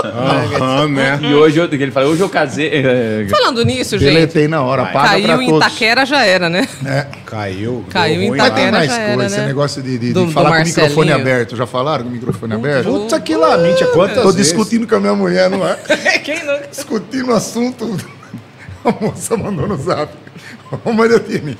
Speaker 2: Aham, né?
Speaker 4: É.
Speaker 5: E hoje eu, que ele falou, hoje eu casei. é,
Speaker 4: Falando nisso, gente,
Speaker 3: Deletei na hora, paga pra
Speaker 4: caiu em
Speaker 3: todos.
Speaker 4: Itaquera, já era, né?
Speaker 2: Caiu.
Speaker 4: Caiu
Speaker 2: deu
Speaker 4: em
Speaker 2: ruim.
Speaker 3: Mas tem
Speaker 4: Itaquera.
Speaker 3: mais
Speaker 4: já era,
Speaker 3: coisa, esse
Speaker 4: né?
Speaker 3: negócio de, de- de
Speaker 4: Do- do
Speaker 3: falar com o microfone
Speaker 4: Marcelinho.
Speaker 3: aberto. Já falaram com o microfone aberto?
Speaker 2: Puta que lamíntia, quantas
Speaker 3: Tô
Speaker 2: vezes?
Speaker 3: discutindo com a minha mulher no ar.
Speaker 4: Quem nunca?
Speaker 3: discutindo o assunto. A moça mandou no zap. Ô, Maria Tini,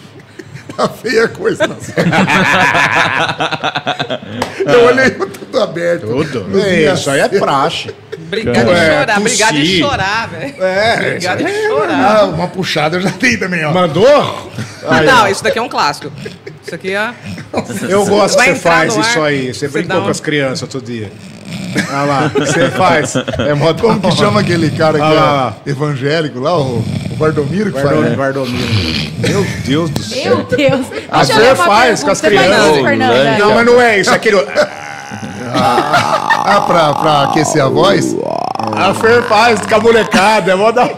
Speaker 3: tá feia a coisa. na sua casa." eu olhei tudo aberto.
Speaker 2: Tudo.
Speaker 3: Nos
Speaker 2: É,
Speaker 3: dias
Speaker 2: Isso aí é
Speaker 3: cedo.
Speaker 2: praxe.
Speaker 4: Obrigado de
Speaker 2: É,
Speaker 4: chorar, obrigado de
Speaker 2: tossir.
Speaker 4: chorar, velho.
Speaker 2: É.
Speaker 4: Obrigado de chorar.
Speaker 3: Ah, uma puxada eu já dei também, ó.
Speaker 2: Mandou?
Speaker 4: Ah, não, isso daqui é um clássico. Isso aqui é.
Speaker 2: Eu gosto que
Speaker 4: Vai
Speaker 2: você
Speaker 4: entrar
Speaker 2: faz
Speaker 4: no ar,
Speaker 2: isso aí. Você
Speaker 4: você
Speaker 2: brincou
Speaker 4: dá um-
Speaker 2: com as crianças outro dia. Olha lá, você faz. É mó
Speaker 3: Como que chama aquele cara que
Speaker 2: Ah, lá, lá.
Speaker 3: é evangélico lá, o, o Bardomiro que
Speaker 2: Guardou-
Speaker 3: faz? né?
Speaker 2: guardou mesmo. Meu Deus do céu.
Speaker 6: Meu Deus.
Speaker 2: A
Speaker 6: Deixa eu ler
Speaker 2: Zé
Speaker 6: uma
Speaker 2: faz com
Speaker 6: pergunta,
Speaker 2: as crianças.
Speaker 6: Fernanda, Fernanda.
Speaker 2: Não, mas não é isso. É aquele...
Speaker 3: Ah, pra, pra aquecer a voz?
Speaker 2: A Fer faz com a molecada. É mó da...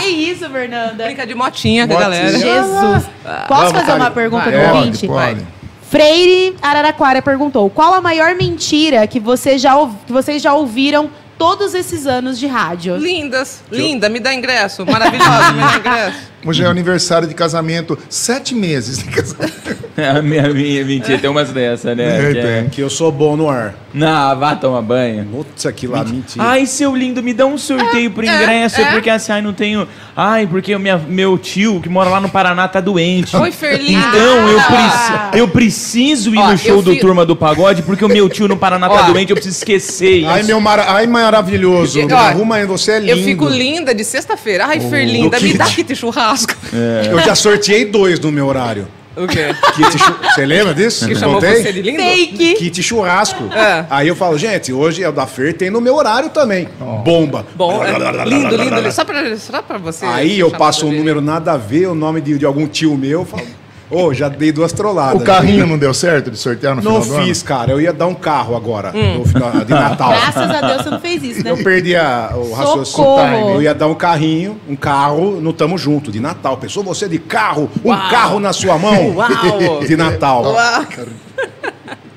Speaker 6: Que isso, Fernanda?
Speaker 4: Brinca de motinha com a
Speaker 2: Motinha.
Speaker 4: galera.
Speaker 6: Jesus. Posso fazer uma pergunta
Speaker 4: Vai.
Speaker 6: do
Speaker 3: Pode,
Speaker 6: ouvinte?
Speaker 3: pode.
Speaker 6: Freire Araraquara perguntou: qual a maior mentira que, você já ouv- que vocês já ouviram todos esses anos de rádio?
Speaker 4: Lindas, linda, me dá ingresso. Maravilhosa, me dá ingresso.
Speaker 3: Hoje é aniversário de casamento. Sete meses de casamento.
Speaker 5: a minha, minha mentira, tem umas dessas, né?
Speaker 3: É,
Speaker 5: que é-
Speaker 3: tem.
Speaker 2: Que eu sou bom no ar.
Speaker 5: Não, vá tomar banho.
Speaker 2: Putz, que lá, mentira.
Speaker 5: Ai, seu lindo, me dá um sorteio
Speaker 4: É,
Speaker 5: pro ingresso, porque assim, ai, não tenho. Ai, porque minha, meu tio, que mora lá no Paraná, tá doente.
Speaker 4: Oi, Ferlinda.
Speaker 5: Então, eu,
Speaker 6: Ah.
Speaker 5: preci- eu preciso ir
Speaker 4: Ó,
Speaker 5: no show
Speaker 4: eu
Speaker 5: do
Speaker 4: fi-
Speaker 5: Turma do Pagode, porque o meu tio no Paraná tá
Speaker 4: Ó.
Speaker 5: doente, eu preciso esquecer isso.
Speaker 2: Ai, meu mara... Ai, maravilhoso.
Speaker 4: Eu-
Speaker 2: Me
Speaker 4: ó,
Speaker 2: arruma aí, você é lindo.
Speaker 4: Eu fico linda de sexta-feira. Ai, Ferlinda,
Speaker 2: do
Speaker 4: me
Speaker 2: kit.
Speaker 4: dá kit churrasco.
Speaker 2: Eu já sorteei dois no meu horário.
Speaker 4: O quê?
Speaker 2: Kit chu- É. Você lembra disso?
Speaker 4: Que
Speaker 2: Eu
Speaker 4: chamou
Speaker 2: contei?
Speaker 4: você de lindo?
Speaker 6: Fake.
Speaker 2: kit churrasco.
Speaker 4: É.
Speaker 2: Aí eu falo, gente, hoje é o da Fer, tem no meu horário também. Bomba.
Speaker 4: Bom, é, lindo, lindo, lindo. Só pra, só pra você.
Speaker 2: Aí eu
Speaker 4: chamar
Speaker 2: passo um
Speaker 4: de-
Speaker 2: número nada a ver, o nome de, de algum tio meu, eu falo, ô, já dei duas trolladas.
Speaker 3: O carrinho não deu certo de sortear no
Speaker 2: Não
Speaker 3: final do ano?
Speaker 2: fiz, cara. Eu ia dar um carro agora, no final de Natal.
Speaker 6: Graças a Deus você não fez isso, né?
Speaker 2: Eu perdi a- o raciocínio.
Speaker 6: Socorro.
Speaker 2: time. Eu ia dar um carrinho, um carro, no Tamo Junto, de Natal. Pensou você de carro, um carro na sua mão,
Speaker 4: Uau!
Speaker 2: de Natal.
Speaker 4: Uau.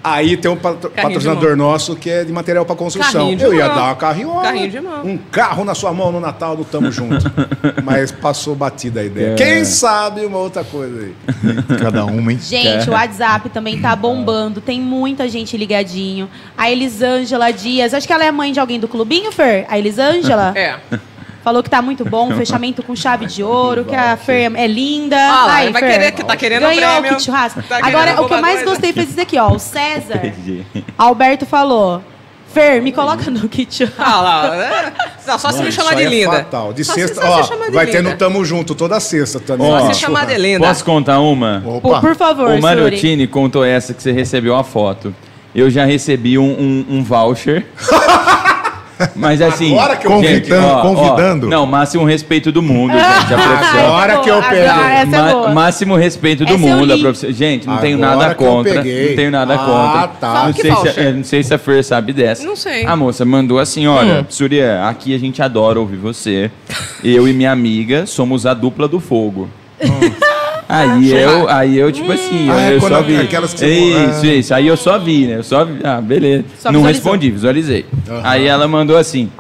Speaker 2: Aí tem um patro-
Speaker 4: de
Speaker 2: patrocinador nosso que é de material para construção.
Speaker 4: Carrinho de
Speaker 2: Eu ia
Speaker 4: mão.
Speaker 2: dar uma carrinhola,
Speaker 4: Carrinho de mão.
Speaker 2: um carro na sua mão no Natal do Tamo Junto. Mas passou batida a ideia. Quem sabe uma outra coisa aí.
Speaker 3: Cada uma, hein?
Speaker 6: Gente, o WhatsApp também tá bombando. Tem muita gente ligadinho. A Elisângela Dias, acho que ela é mãe de alguém do clubinho, Fer? A Elisângela?
Speaker 4: É.
Speaker 6: Falou que tá muito bom, fechamento com chave de ouro, que a Fer é linda.
Speaker 4: Ah, lá, vai
Speaker 6: Fer,
Speaker 4: querer que tá querendo o
Speaker 6: Ganhou o
Speaker 4: prêmio.
Speaker 6: kit churrasco.
Speaker 4: Tá querendo
Speaker 6: Agora, o que eu
Speaker 4: alguma
Speaker 6: mais
Speaker 4: coisa.
Speaker 6: gostei foi isso daqui, ó. O César
Speaker 5: Entendi.
Speaker 6: Alberto falou, Fer, me coloca no kit churrasco.
Speaker 4: Ah lá, né? Não, só se me
Speaker 2: Isso
Speaker 4: chamar
Speaker 2: aí
Speaker 4: de
Speaker 2: é
Speaker 4: linda.
Speaker 2: fatal. De
Speaker 4: Só se-
Speaker 2: sexta,
Speaker 4: só se
Speaker 2: ó,
Speaker 4: chamar de
Speaker 2: vai ter
Speaker 4: linda.
Speaker 2: no Tamo Junto toda sexta também.
Speaker 5: Ó,
Speaker 4: Só
Speaker 2: Vai
Speaker 4: se chamar de
Speaker 2: churrasco.
Speaker 4: linda.
Speaker 5: Posso contar uma?
Speaker 6: Por, por favor,
Speaker 5: o
Speaker 6: Suri.
Speaker 5: Marotini contou essa que você recebeu a foto. Eu já recebi um, um- um voucher. Mas assim.
Speaker 2: Agora que eu-
Speaker 5: gente,
Speaker 3: Convidando, convidando.
Speaker 5: não, máximo respeito do mundo,
Speaker 4: Ah,
Speaker 5: gente, a profissão.
Speaker 2: Agora que eu pego.
Speaker 6: Agora, essa é
Speaker 5: Ma-
Speaker 6: boa.
Speaker 5: máximo respeito do
Speaker 4: é
Speaker 6: Essa eu
Speaker 5: mundo, a
Speaker 6: li.
Speaker 5: profissão. Gente, não tenho
Speaker 2: Agora
Speaker 5: nada
Speaker 2: que eu
Speaker 5: contra.
Speaker 2: peguei.
Speaker 5: Não tenho nada
Speaker 2: Ah,
Speaker 5: contra.
Speaker 2: tá.
Speaker 5: Não
Speaker 4: Fala que
Speaker 5: sei, se,
Speaker 4: voucher.
Speaker 5: eu não sei se a Fer sabe dessa.
Speaker 4: Não sei. Hum.
Speaker 5: A moça mandou assim: olha, Surya, aqui a gente adora ouvir você. Eu e minha amiga somos a dupla do fogo. Aí eu, aí eu, tipo assim,
Speaker 3: Ah,
Speaker 5: eu,
Speaker 3: é
Speaker 5: eu
Speaker 3: quando
Speaker 5: só vi.
Speaker 3: aquelas que você-
Speaker 5: isso, isso. Aí eu só vi, né? Eu só vi. Ah, beleza.
Speaker 4: Só
Speaker 5: Não
Speaker 4: visualizou.
Speaker 5: respondi, visualizei. Aí ela mandou assim: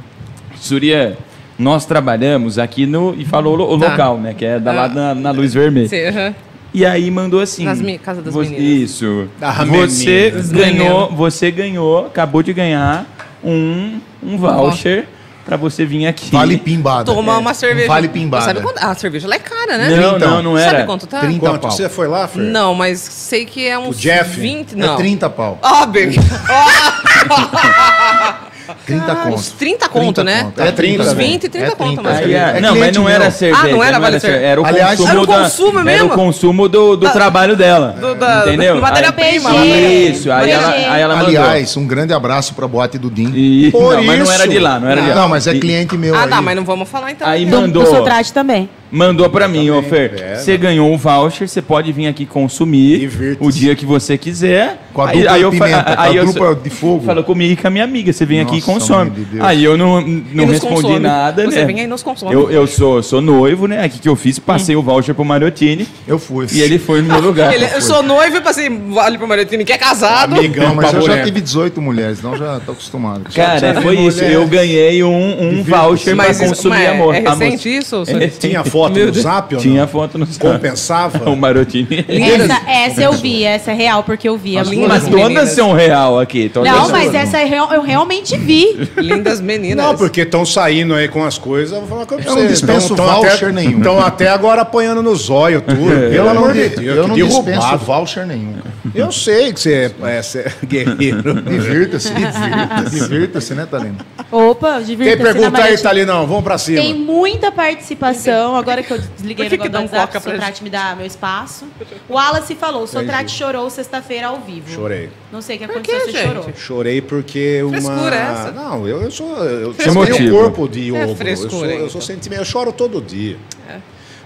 Speaker 5: Surya, nós trabalhamos aqui no. E falou o, o
Speaker 4: Tá.
Speaker 5: local, né? Que é da lá
Speaker 4: Ah.
Speaker 5: na, na luz vermelha.
Speaker 4: Sim, aham.
Speaker 5: E aí mandou assim.
Speaker 4: Nas mi- casa das
Speaker 5: vo-
Speaker 4: meninas.
Speaker 5: Isso.
Speaker 2: Ah,
Speaker 5: você
Speaker 4: meninas.
Speaker 5: ganhou,
Speaker 4: Meninas.
Speaker 5: você ganhou, acabou de ganhar um, um voucher pra você vir aqui.
Speaker 3: Vale pimbada. É.
Speaker 4: Tomar uma cerveja.
Speaker 3: Vale pimbada.
Speaker 4: Sabe quanto? Ah, a cerveja lá é cara, né?
Speaker 5: Não,
Speaker 3: Trintão.
Speaker 5: não, não
Speaker 4: Sabe
Speaker 5: era.
Speaker 4: quanto tá?
Speaker 3: Trinta.
Speaker 2: Quanto
Speaker 3: pau.
Speaker 2: você foi lá, Fer?
Speaker 4: Não, mas sei que é uns
Speaker 2: O Jeff?
Speaker 4: 20,
Speaker 3: É
Speaker 4: não.
Speaker 3: 30 pau.
Speaker 4: Ah, Berg.
Speaker 5: Ah,
Speaker 3: 30
Speaker 4: uns
Speaker 3: conto.
Speaker 4: 30 conto, né?
Speaker 2: É 30, né?
Speaker 4: Uns 20 e 30 conto, mais ou
Speaker 5: Aí,
Speaker 4: menos.
Speaker 5: ah,
Speaker 3: É
Speaker 5: não, mas
Speaker 3: cliente
Speaker 5: não era
Speaker 3: meu.
Speaker 5: cerveja.
Speaker 4: Ah, não era vale
Speaker 5: cerveja,
Speaker 4: cerveja.
Speaker 5: Era o
Speaker 3: Aliás,
Speaker 5: consumo,
Speaker 4: era o
Speaker 5: da-
Speaker 4: consumo
Speaker 5: Era o
Speaker 4: mesmo?
Speaker 5: consumo do, do
Speaker 4: Da-
Speaker 5: trabalho dela.
Speaker 4: do- da-
Speaker 5: entendeu?
Speaker 4: do matéria-prima lá, né?
Speaker 5: Isso, aí ela,
Speaker 6: Matéria-prima.
Speaker 5: aí ela mandou.
Speaker 3: Aliás, um grande abraço pra Boate do Dim.
Speaker 5: E-
Speaker 2: Por
Speaker 5: não, mas não era
Speaker 2: isso.
Speaker 5: de lá, não era de lá.
Speaker 3: Não, mas é
Speaker 5: E-
Speaker 3: cliente meu
Speaker 4: Ah,
Speaker 3: aí.
Speaker 4: tá, mas não vamos falar então.
Speaker 5: Aí
Speaker 4: Então,
Speaker 5: mandou.
Speaker 6: Do Sotrate também.
Speaker 5: Mandou pra mim, ô Fer.
Speaker 3: é,
Speaker 2: pega.
Speaker 5: Você ganhou um voucher, você pode vir aqui consumir
Speaker 2: Divirta-se.
Speaker 5: o dia que você quiser.
Speaker 3: Com a dupla
Speaker 5: eu fa-
Speaker 3: pimenta, com a
Speaker 5: aí eu
Speaker 3: dupla
Speaker 5: só-
Speaker 3: de fogo.
Speaker 5: Falou comigo e com a minha amiga, você vem aqui e
Speaker 3: Nossa,
Speaker 5: consome.
Speaker 3: mãe de Deus.
Speaker 5: aí eu não, não
Speaker 4: nos
Speaker 5: respondi
Speaker 4: consome.
Speaker 5: nada, né?
Speaker 4: Você vem aí e nos consome.
Speaker 5: Eu, eu sou, sou noivo, né? Aqui que eu fiz, passei o voucher pro Mariottini
Speaker 3: Eu fui.
Speaker 5: e ele foi no meu lugar.
Speaker 4: Ele- eu sou noivo e passei vale pro Maritini que é casado.
Speaker 2: Amigão,
Speaker 3: Não, mas eu já
Speaker 2: paborento.
Speaker 3: tive 18 mulheres, então já tô acostumado.
Speaker 5: Cara, foi isso. Eu ganhei um, um voucher pra
Speaker 4: Mas isso-
Speaker 5: consumir
Speaker 4: mas é-
Speaker 5: amor.
Speaker 4: é
Speaker 5: A moça-
Speaker 4: recente isso,
Speaker 5: É recente.
Speaker 2: Tinha foto
Speaker 5: Meu
Speaker 2: no
Speaker 5: Deus.
Speaker 2: zap ou não?
Speaker 5: Tinha foto no zap.
Speaker 2: Compensava?
Speaker 5: O Mariottini.
Speaker 6: Essa, essa eu vi, essa é real, porque eu vi. É muito
Speaker 5: Mas
Speaker 4: As
Speaker 6: boa.
Speaker 5: todas
Speaker 4: meninas.
Speaker 5: são real aqui. Todas
Speaker 6: Não,
Speaker 5: são
Speaker 6: mas essa é real- eu realmente vi.
Speaker 4: Lindas meninas.
Speaker 2: Não, porque estão saindo aí com as coisas. Eu, vou falar com você.
Speaker 3: Eu não dispenso voucher nenhum.
Speaker 2: Estão até agora apanhando no zóio tudo. Pelo
Speaker 5: É.
Speaker 3: Eu não,
Speaker 2: amor de
Speaker 3: di-
Speaker 2: Deus.
Speaker 3: eu não
Speaker 2: que
Speaker 3: dispenso
Speaker 2: derrubado.
Speaker 3: voucher nenhum. cara.
Speaker 2: Eu sei que você é, é, você é guerreiro.
Speaker 3: Divirta-se, divirta-se. Divirta-se, né, Talina?
Speaker 6: Opa, divirta-se
Speaker 2: Tem
Speaker 6: na
Speaker 2: pergunta aí,
Speaker 6: Maria Chiquinha.
Speaker 2: Thalinão? Vamos pra cima.
Speaker 6: Tem muita participação. Agora que eu desliguei
Speaker 4: Por que
Speaker 6: o
Speaker 4: que dá um
Speaker 6: negócio do WhatsApp,
Speaker 4: coca
Speaker 6: o
Speaker 4: pra
Speaker 6: Sotrate me dá meu espaço. O Wallace falou, o Sotrate chorou sexta-feira ao vivo.
Speaker 2: Chorei.
Speaker 6: Não sei o que
Speaker 4: Por
Speaker 6: aconteceu,
Speaker 4: que,
Speaker 6: você
Speaker 4: gente?
Speaker 6: chorou.
Speaker 2: Chorei porque uma.
Speaker 4: Frescura
Speaker 3: é
Speaker 4: essa.
Speaker 2: Não, eu, eu sou. Eu
Speaker 5: Sem
Speaker 2: só tenho
Speaker 5: motivo.
Speaker 2: corpo de ogro. eu
Speaker 4: frescura,
Speaker 2: sou, eu
Speaker 4: então.
Speaker 2: sou sentimento. Eu choro todo dia.
Speaker 3: É.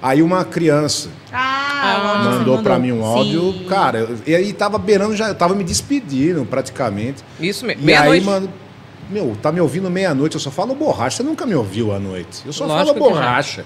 Speaker 2: Aí uma criança
Speaker 6: Ah, o Wallace
Speaker 2: mandou, pra mim um
Speaker 6: Sim.
Speaker 2: áudio, cara, eu- e aí tava beirando, já eu tava me despedindo praticamente.
Speaker 4: Isso mesmo.
Speaker 2: E aí,
Speaker 4: Meia-noite.
Speaker 2: mano, meu, tá me ouvindo meia-noite, eu só falo borracha, você nunca me ouviu à noite. Eu só
Speaker 4: Lógico
Speaker 2: falo
Speaker 4: que já.
Speaker 2: borracha.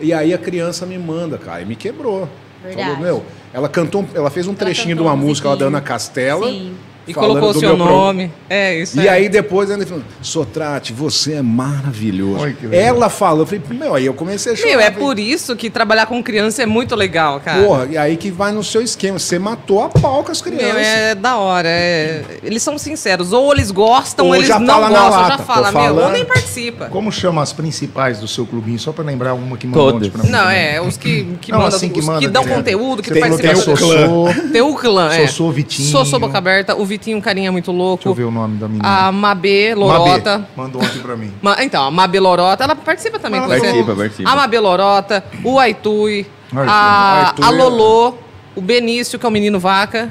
Speaker 2: E aí a criança me manda, cara, e me quebrou.
Speaker 6: Verdade.
Speaker 2: Falou, meu, ela cantou, um- ela fez um trechinho de
Speaker 6: cantou
Speaker 2: uma
Speaker 6: uma
Speaker 2: música lá da
Speaker 6: musiquinha.
Speaker 2: Ana Castela.
Speaker 6: Sim.
Speaker 4: E
Speaker 2: falando
Speaker 4: colocou o
Speaker 2: do
Speaker 4: seu
Speaker 2: meu pro-
Speaker 4: nome. É, isso
Speaker 2: E
Speaker 4: é.
Speaker 2: aí depois ele falou, Sotrate, você é maravilhoso.
Speaker 3: Olha que legal.
Speaker 2: ela falou, eu falei, meu, aí eu comecei a chorar.
Speaker 4: Meu, é
Speaker 2: falei,
Speaker 4: por isso que trabalhar com criança é muito legal, cara.
Speaker 2: Porra, e aí que vai no seu esquema. Você matou a pau com as crianças.
Speaker 4: Meu, é da hora. é- Eles são sinceros. Ou eles gostam,
Speaker 2: Ou
Speaker 4: ou eles
Speaker 2: já
Speaker 4: não
Speaker 2: fala na
Speaker 4: gostam.
Speaker 2: lata,
Speaker 4: já
Speaker 2: tô
Speaker 4: fala, meu. Ou
Speaker 2: falando.
Speaker 4: nem participa.
Speaker 3: Como chama as principais do seu clubinho? Só pra lembrar uma que mandou
Speaker 5: Todas.
Speaker 3: ontem pra mim.
Speaker 4: Não,
Speaker 3: também.
Speaker 4: é. Os que, que
Speaker 3: Não,
Speaker 4: mandam,
Speaker 3: assim que
Speaker 4: os que
Speaker 3: manda,
Speaker 4: dão
Speaker 3: né?
Speaker 4: contributo, que
Speaker 2: Tem- não
Speaker 4: participam.
Speaker 2: tem
Speaker 3: o
Speaker 2: o
Speaker 4: da-
Speaker 3: Sossô.
Speaker 4: Tem o clã, é.
Speaker 3: Sossô, Vitinho.
Speaker 4: Sossô Boca Aberta, o Vitinho, um carinha muito louco.
Speaker 3: Deixa eu ver o nome da menina.
Speaker 4: A Mabê Lorota.
Speaker 3: Mabê, Mandou ontem pra mim.
Speaker 4: Ma- então, a Mabê Lorota, ela participa também com você.
Speaker 5: Participa, participa.
Speaker 4: A Mabê Lorota, o Aitui,
Speaker 3: Arthur.
Speaker 4: a,
Speaker 2: Arthur.
Speaker 4: a Lolô, o Benício, que é o menino vaca.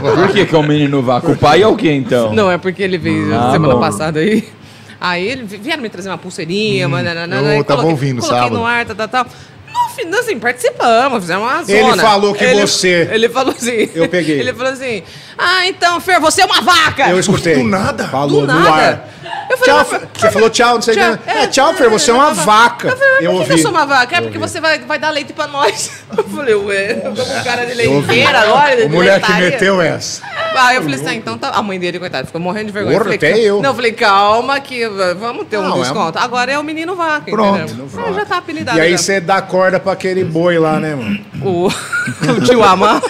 Speaker 5: Por que, que é o menino vácuo? O pai é o quê, então?
Speaker 4: Não, é porque ele veio
Speaker 5: Ah,
Speaker 4: semana
Speaker 5: bom.
Speaker 4: passada aí. Aí ele vieram me trazer uma pulseirinha, hum,
Speaker 3: eu tava ouvindo
Speaker 4: coloquei
Speaker 3: sábado.
Speaker 4: no ar, tal, tal, tal. No final, assim, participamos, fizemos uma zona.
Speaker 2: Ele falou que você-
Speaker 4: Ele falou assim...
Speaker 2: Eu peguei.
Speaker 4: Ele falou assim, ah, então, Fer, você é uma vaca!
Speaker 2: Eu escutei.
Speaker 3: Do nada?
Speaker 2: Falou
Speaker 4: Do
Speaker 2: no
Speaker 4: nada.
Speaker 2: ar.
Speaker 4: Eu falei,
Speaker 2: Tchau,
Speaker 4: mas-
Speaker 2: Fer. você falou tchau, não sei o que.
Speaker 4: Tchau.
Speaker 2: É, tchau, Fer, você é uma vaca.
Speaker 4: Eu falei, mas
Speaker 2: Eu
Speaker 4: por que
Speaker 2: ouvi.
Speaker 4: que eu sou uma vaca? É porque você vai, vai dar leite pra nós. Eu falei, ué, eu tô com cara de
Speaker 2: ouvi.
Speaker 4: leiteira agora. de
Speaker 2: O mulher que
Speaker 4: leitaria.
Speaker 2: meteu essa.
Speaker 4: Aí eu falei assim, ah, então tá. A mãe dele, coitada, ficou morrendo de vergonha.
Speaker 2: Porra,
Speaker 4: Eu falei,
Speaker 2: até eu.
Speaker 4: Não, eu falei, calma que v- vamos ter
Speaker 2: Não,
Speaker 4: um
Speaker 2: é-
Speaker 4: desconto. Agora é o menino vaca,
Speaker 3: Pronto,
Speaker 4: entendeu?
Speaker 3: menino
Speaker 4: Ah, já tá apelidado.
Speaker 2: e aí
Speaker 4: já.
Speaker 2: você dá corda pra aquele boi lá, né, mano?
Speaker 4: O, o tio Amaro.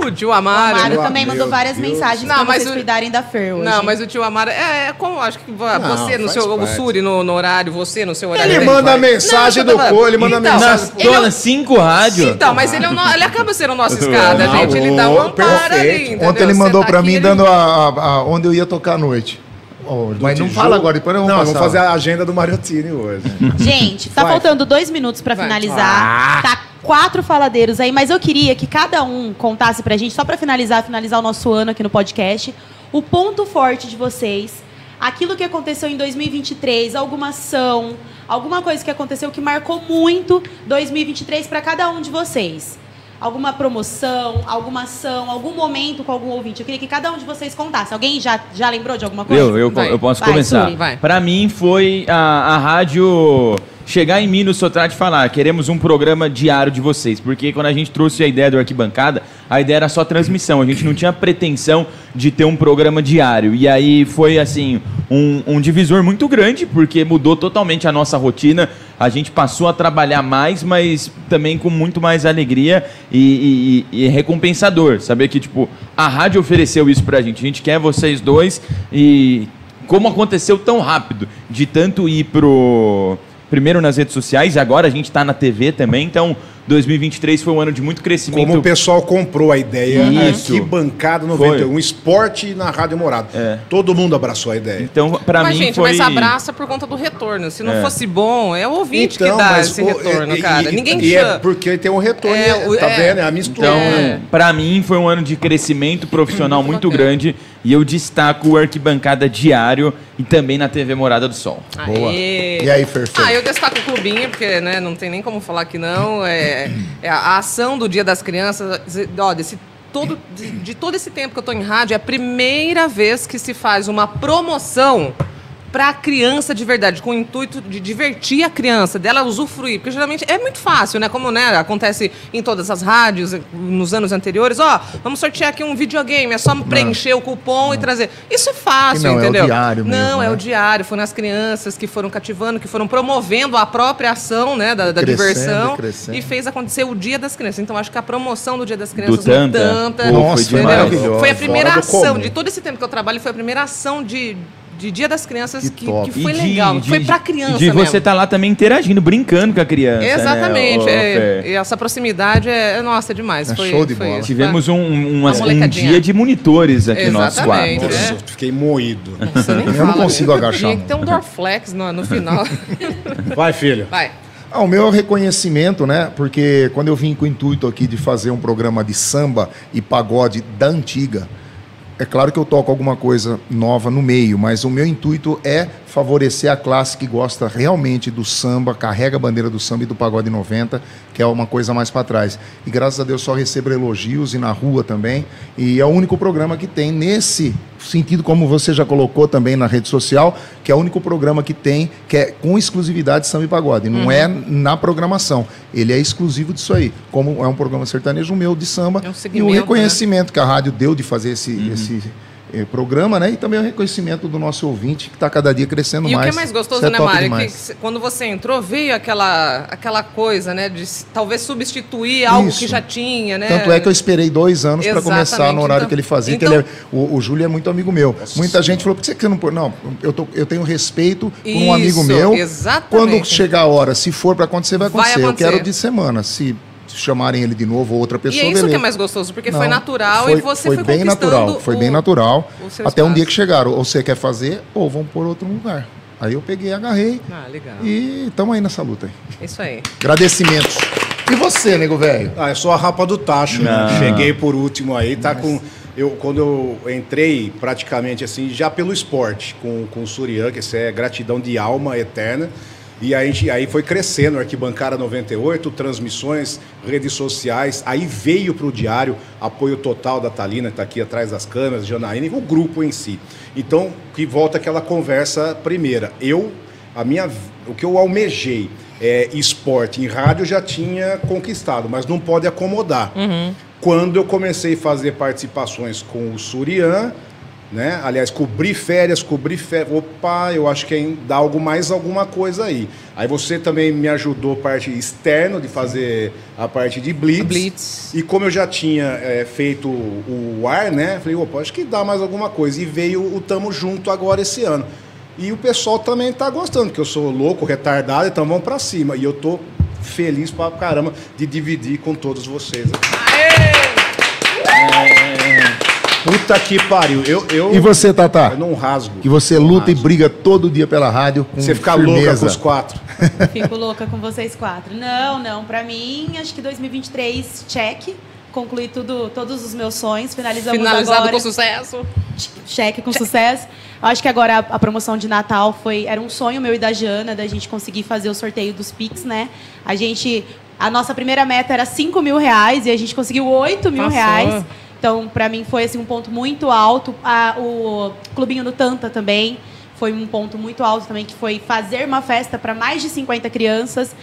Speaker 4: o tio
Speaker 6: O
Speaker 4: Amaro.
Speaker 6: Mário também
Speaker 2: Meu
Speaker 6: mandou várias
Speaker 2: Deus.
Speaker 6: mensagens
Speaker 4: Não,
Speaker 6: pra
Speaker 4: mas
Speaker 6: vocês
Speaker 4: o-
Speaker 6: cuidarem da Fer hoje.
Speaker 4: Não, mas o tio Amaro, é, é como acho que vo-
Speaker 2: Não,
Speaker 4: você no
Speaker 2: faz
Speaker 4: seu, o
Speaker 2: parte.
Speaker 4: Suri no, no horário, você no seu horário.
Speaker 2: Ele
Speaker 4: né?
Speaker 2: manda a
Speaker 4: Vai.
Speaker 2: mensagem
Speaker 4: Não, eu
Speaker 2: do
Speaker 4: tô falando.
Speaker 2: cu, ele manda
Speaker 4: Então,
Speaker 5: Nas
Speaker 2: mensagem.
Speaker 4: ele é
Speaker 5: donas, cinco rádios.
Speaker 4: Então, mas ele, é o no- ele acaba sendo o nosso escada,
Speaker 5: Não,
Speaker 4: gente. Ele dá um amparo ali,
Speaker 2: perfeito.
Speaker 4: entendeu?
Speaker 3: Ontem ele
Speaker 4: Você
Speaker 3: mandou
Speaker 4: tá
Speaker 3: pra
Speaker 4: aqui,
Speaker 3: mim
Speaker 4: ele-
Speaker 3: dando a, a- a- onde eu ia tocar à noite. Ó, mas não
Speaker 2: Tijolo.
Speaker 3: fala agora, depois eu vou
Speaker 2: Não,
Speaker 3: passar.
Speaker 2: vamos fazer a agenda do Mariotini hoje.
Speaker 6: Gente, tá
Speaker 2: Vai.
Speaker 6: faltando dois minutos pra
Speaker 4: Vai.
Speaker 5: Ah.
Speaker 6: finalizar. Tá quatro faladeiros aí, mas eu queria que cada um contasse pra gente, só pra finalizar, finalizar o nosso ano aqui no podcast, o ponto forte de vocês, a aquilo que aconteceu em 2023, alguma ação, alguma coisa que aconteceu que marcou muito 2023 para cada um de vocês. Alguma promoção, alguma ação, algum momento com algum ouvinte. Eu queria que cada um de vocês contasse. Alguém já, já lembrou de alguma coisa?
Speaker 5: Eu, eu,
Speaker 4: Vai.
Speaker 5: eu posso
Speaker 6: Vai,
Speaker 5: começar.
Speaker 4: Suri, vai.
Speaker 5: Pra mim foi a, a rádio chegar em mim no Sotrate e falar: queremos um programa diário de vocês. Porque quando a gente trouxe a ideia do Arquibancada, a ideia era só transmissão. A gente não tinha pretensão de ter um programa diário. E aí foi assim, um, um divisor muito grande, porque mudou totalmente a nossa rotina. A gente passou a trabalhar mais, mas também com muito mais alegria e, e- e- e recompensador. Saber que, tipo, a rádio ofereceu isso pra gente. A gente quer vocês dois e como aconteceu tão rápido de tanto ir pro primeiro nas redes sociais e agora a gente tá na TV também, então 2023 foi um ano de muito crescimento.
Speaker 2: Como o pessoal comprou a ideia, né?
Speaker 5: Isso.
Speaker 2: que bancada 91,
Speaker 5: Foi.
Speaker 2: esporte na Rádio Morada.
Speaker 5: É.
Speaker 2: Todo mundo abraçou a ideia.
Speaker 5: Então para mim
Speaker 4: mas, gente,
Speaker 5: foi
Speaker 4: mas abraça por conta do retorno. Se não
Speaker 5: É.
Speaker 4: fosse bom, é o ouvinte que dá
Speaker 2: Então, mas,
Speaker 4: esse
Speaker 2: pô,
Speaker 4: retorno,
Speaker 2: é-
Speaker 4: cara.
Speaker 2: e-
Speaker 4: Ninguém
Speaker 2: E
Speaker 4: chama.
Speaker 2: é porque tem um retorno,
Speaker 4: É,
Speaker 2: é,
Speaker 4: o-
Speaker 2: tá
Speaker 4: é.
Speaker 2: vendo? É a mistura.
Speaker 5: Então,
Speaker 2: né?
Speaker 5: pra mim foi um ano de crescimento profissional muito
Speaker 4: bacana.
Speaker 5: grande e eu destaco o arquibancada diário e também na TV Morada do Sol.
Speaker 2: é
Speaker 3: Boa.
Speaker 4: Aê.
Speaker 3: E aí, Ferfei?
Speaker 4: Ah, eu destaco o clubinho, porque né, não tem nem como falar que não. É, é a ação do Dia das Crianças, ó, desse todo, de, de todo esse tempo que eu tô em rádio, é a primeira vez que se faz uma promoção pra criança de verdade, com o intuito de divertir a criança, dela usufruir, porque geralmente é muito fácil, né? Como né, acontece em todas as rádios, nos anos anteriores, ó, vamos sortear aqui um videogame, é só preencher o cupom e trazer. Isso é fácil,
Speaker 3: Que não, é o
Speaker 4: entendeu?
Speaker 3: diário mesmo,
Speaker 4: não, é
Speaker 3: né?
Speaker 4: o diário, foi nas crianças que foram cativando, que foram promovendo a própria ação, né, da, da
Speaker 3: Crescendo,
Speaker 4: diversão
Speaker 3: crescendo.
Speaker 4: e fez acontecer o Dia das Crianças. Então acho que a promoção do Dia das Crianças
Speaker 5: Tanta?
Speaker 4: Tanta,
Speaker 5: Pô,
Speaker 4: entendeu?
Speaker 5: foi
Speaker 3: né?
Speaker 5: demais.
Speaker 4: Foi a
Speaker 2: Maravilhosa.
Speaker 4: primeira
Speaker 2: Fora do
Speaker 4: ação
Speaker 2: comum.
Speaker 4: de todo esse tempo que eu trabalho, foi a primeira ação de, de Dia das Crianças
Speaker 3: Que
Speaker 4: que, que,
Speaker 3: top.
Speaker 4: foi
Speaker 5: E de-
Speaker 4: legal, que
Speaker 5: de-
Speaker 4: foi pra criança
Speaker 5: E de você
Speaker 4: mesmo.
Speaker 5: tá lá também interagindo, brincando com a criança. né,
Speaker 4: Exatamente.
Speaker 5: ô,
Speaker 4: é,
Speaker 5: Fer?
Speaker 4: e essa proximidade é, é- nossa, é demais.
Speaker 3: É
Speaker 4: foi,
Speaker 3: show de
Speaker 4: foi
Speaker 3: bola.
Speaker 4: isso,
Speaker 5: Tivemos um, um-
Speaker 4: Uma
Speaker 5: um
Speaker 4: molecadinha.
Speaker 5: dia de monitores aqui no nosso
Speaker 4: Exatamente,
Speaker 5: quarto.
Speaker 4: é.
Speaker 2: Nossa, eu fiquei moído.
Speaker 4: tá? Você nem
Speaker 3: Eu não
Speaker 4: fala,
Speaker 3: consigo
Speaker 4: né?
Speaker 3: agachar a
Speaker 4: Tinha que
Speaker 3: mão.
Speaker 4: ter um Dorflex no, no final.
Speaker 2: Vai, filho.
Speaker 4: Vai.
Speaker 3: Ah, o meu reconhecimento, né? Porque quando eu vim com o intuito aqui de fazer um programa de samba e pagode da antiga, é claro que eu toco alguma coisa nova no meio, mas o meu intuito é favorecer a classe que gosta realmente do samba, carrega a bandeira do samba e do pagode 90, que é uma coisa mais para trás. E graças a Deus só recebo elogios e na rua também. E é o único programa que tem nesse sentido, como você já colocou também na rede social, que é o único programa que tem que é com exclusividade samba e pagode. Não é
Speaker 4: Uhum.
Speaker 3: na programação. Ele é exclusivo disso aí. Como é um programa sertanejo meu de samba
Speaker 4: É um
Speaker 3: e
Speaker 4: segmento,
Speaker 3: o
Speaker 4: né?
Speaker 3: reconhecimento reconhecimento que a rádio deu de fazer esse, esse eh, programa, né? E também o reconhecimento do nosso ouvinte, que está cada dia crescendo
Speaker 4: E
Speaker 3: mais.
Speaker 4: o que é mais gostoso,
Speaker 3: Isso é
Speaker 4: né,
Speaker 3: top
Speaker 4: Mário? Que
Speaker 3: demais.
Speaker 4: cê- quando você entrou, veio aquela, aquela coisa, né? De s- talvez substituir algo
Speaker 3: Isso.
Speaker 4: que já tinha, né?
Speaker 3: Tanto é que eu esperei dois anos para começar
Speaker 4: Exatamente,
Speaker 3: no horário
Speaker 4: então-
Speaker 3: que ele fazia. que
Speaker 4: então-
Speaker 3: ele é- o, o Júlio é muito amigo meu. Muita gente falou: por que você não pôr? Não, eu, tô- eu tenho respeito por um amigo
Speaker 4: Isso,
Speaker 3: meu.
Speaker 4: exatamente.
Speaker 3: Quando chegar a hora, se for para acontecer, vai
Speaker 4: Vai
Speaker 3: acontecer. Eu quero
Speaker 4: acontecer.
Speaker 3: de semana. Se chamarem ele de novo ou outra
Speaker 4: E
Speaker 3: pessoa,
Speaker 4: é isso que é
Speaker 3: beleza.
Speaker 4: mais gostoso, porque
Speaker 3: Não,
Speaker 4: foi natural e você foi,
Speaker 3: foi bem
Speaker 4: conquistando
Speaker 3: natural, foi
Speaker 4: o-
Speaker 3: bem natural.
Speaker 4: o seu
Speaker 3: Até um
Speaker 4: espaço.
Speaker 3: dia que chegaram, ou você quer fazer, ou vão por outro lugar. Aí eu peguei, agarrei
Speaker 4: Ah, legal.
Speaker 3: e estamos aí nessa luta. aí.
Speaker 4: Isso aí.
Speaker 3: Agradecimentos. E você, nego velho?
Speaker 2: Ah, é só a rapa do tacho. né?
Speaker 5: Não.
Speaker 2: Cheguei por último aí, tá com. Eu, quando eu entrei, praticamente assim, já pelo esporte, com, com o Surian, que isso é gratidão de alma eterna. E aí, a gente- aí foi crescendo, Arquibancada 98, transmissões, redes sociais. Aí veio para o diário apoio total da Talina, que está aqui atrás das câmeras, Janaína, e o grupo em si. Então, que volta aquela conversa primeira. Eu a minha, o que eu almejei é esporte em rádio eu já tinha conquistado, mas não pode acomodar. Quando eu comecei a fazer participações com o Surian, né? Aliás, cobri férias, cobri férias. Opa, eu acho que ainda dá algo mais alguma coisa aí. Aí você também me ajudou parte externa de fazer a parte de blitz.
Speaker 4: Blitz.
Speaker 2: E como eu já tinha é, feito o ar, né? Falei, opa, acho que dá mais alguma coisa. E veio o Tamo Junto agora esse ano. E o pessoal também tá gostando, que eu sou louco, retardado, então vamos pra cima. E eu tô feliz pra caramba de dividir com todos vocês. É. Puta que pariu. Eu, eu,
Speaker 3: E você,
Speaker 2: eu
Speaker 3: Tatá?
Speaker 2: não rasgo.
Speaker 3: Que você luta e
Speaker 2: Rasgo.
Speaker 3: briga todo dia pela rádio com
Speaker 2: Você fica louca
Speaker 3: firmeza.
Speaker 2: com os quatro.
Speaker 6: Fico louca com vocês quatro. Não, não. Pra mim, acho que 2023, check. Concluí tudo, todos os meus sonhos. Finalizamos
Speaker 4: Finalizado
Speaker 6: agora.
Speaker 4: com sucesso.
Speaker 6: che- cheque com sucesso. Eu Acho que agora a, a promoção de Natal foi era um sonho meu e da Jana da gente conseguir fazer o sorteio dos Pix, né? A gente a nossa primeira meta era 5 mil reais e a gente conseguiu 8 mil
Speaker 4: Passou.
Speaker 6: reais. Então, para mim foi assim um ponto muito alto. A- o clubinho do Tanta também foi um ponto muito alto também que foi fazer uma festa para mais de 50 crianças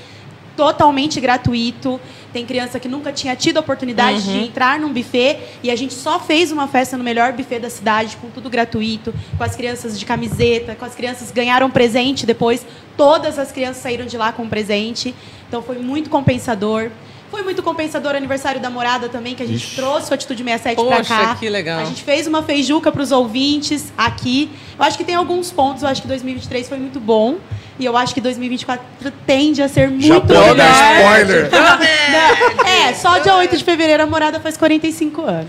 Speaker 6: totalmente gratuito. Tem criança que nunca tinha tido a oportunidade
Speaker 4: Uhum.
Speaker 6: de entrar num buffet e a gente só fez uma festa no melhor buffet da cidade, com tudo gratuito, com as crianças de camiseta, com as crianças que ganharam presente depois. Todas as crianças saíram de lá com um presente. Então foi muito compensador. Foi muito compensador o aniversário da morada também, que a gente trouxe o Atitude 67 pra
Speaker 4: Poxa,
Speaker 6: cá.
Speaker 4: que legal.
Speaker 6: A gente fez uma feijuca para os ouvintes aqui. Eu acho que tem alguns pontos. Eu acho que 2023 foi muito bom. E eu acho que 2024 tende a ser muito
Speaker 3: Já
Speaker 2: né?
Speaker 3: pode
Speaker 6: melhor.
Speaker 3: dar spoiler.
Speaker 6: Não, É, só dia 8 de fevereiro a morada faz 45
Speaker 4: é.
Speaker 6: anos.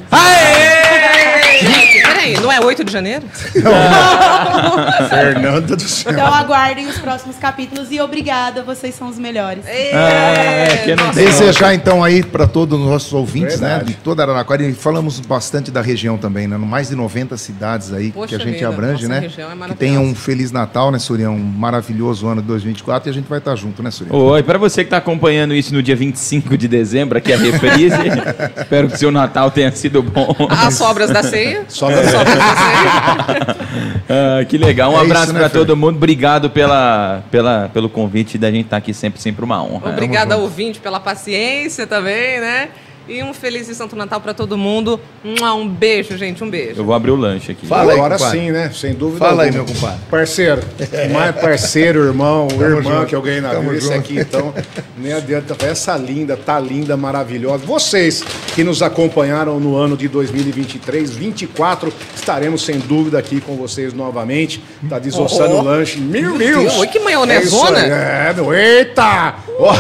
Speaker 4: Gente, peraí, não é 8 de janeiro?
Speaker 3: Fernanda do céu.
Speaker 6: Então aguardem os próximos capítulos e obrigada, vocês são os melhores.
Speaker 5: É, que não
Speaker 3: Desejar então aí para todos os nossos ouvintes,
Speaker 2: Verdade.
Speaker 3: né, de toda Araraquara, e falamos bastante da região também, né, mais de 90 cidades aí que
Speaker 4: Poxa
Speaker 3: a gente
Speaker 4: vida,
Speaker 3: abrange,
Speaker 4: nossa
Speaker 3: né,
Speaker 4: região é
Speaker 3: que
Speaker 4: maravilhosa.
Speaker 3: tenha um feliz Natal, né, Surião, um maravilhoso ano de 2024 e a gente vai estar junto, né, Surião?
Speaker 5: Oi, para você que está acompanhando isso no dia 25 de dezembro, aqui é a reprise. espero que seu Natal tenha sido bom.
Speaker 3: Ah,
Speaker 4: As sobras da ceia.
Speaker 3: Sobras.
Speaker 4: As sobras da ceia.
Speaker 5: Ah, que legal. Um
Speaker 3: É isso,
Speaker 5: abraço
Speaker 3: né,
Speaker 5: para
Speaker 3: Fer?
Speaker 5: todo mundo. Obrigado pela, pela, pelo convite da gente estar aqui sempre, sempre uma honra.
Speaker 4: Obrigada, ouvinte, pela paciência também, né? E um feliz e santo Natal pra todo mundo. Mua, Um beijo, gente, um beijo.
Speaker 5: Eu vou abrir o lanche aqui.
Speaker 3: Fala aí,
Speaker 2: Agora
Speaker 3: compadre.
Speaker 2: sim, né? Sem dúvida.
Speaker 3: Fala aí,
Speaker 2: alguma.
Speaker 3: meu compadre.
Speaker 2: Parceiro, mais parceiro, irmão, irmã
Speaker 3: junto.
Speaker 2: que eu ganhei na
Speaker 3: Tamo
Speaker 2: vida, esse
Speaker 3: junto.
Speaker 2: aqui, então, nem adianta. Essa linda, tá linda, maravilhosa. Vocês que nos acompanharam no ano de 2023, 24, estaremos sem dúvida aqui com vocês novamente. Tá desossando
Speaker 4: Oh.
Speaker 2: o lanche. Mil, mil.
Speaker 4: Deus, oi, que maionesona.
Speaker 2: É isso aí, é, meu. Eita! Ó,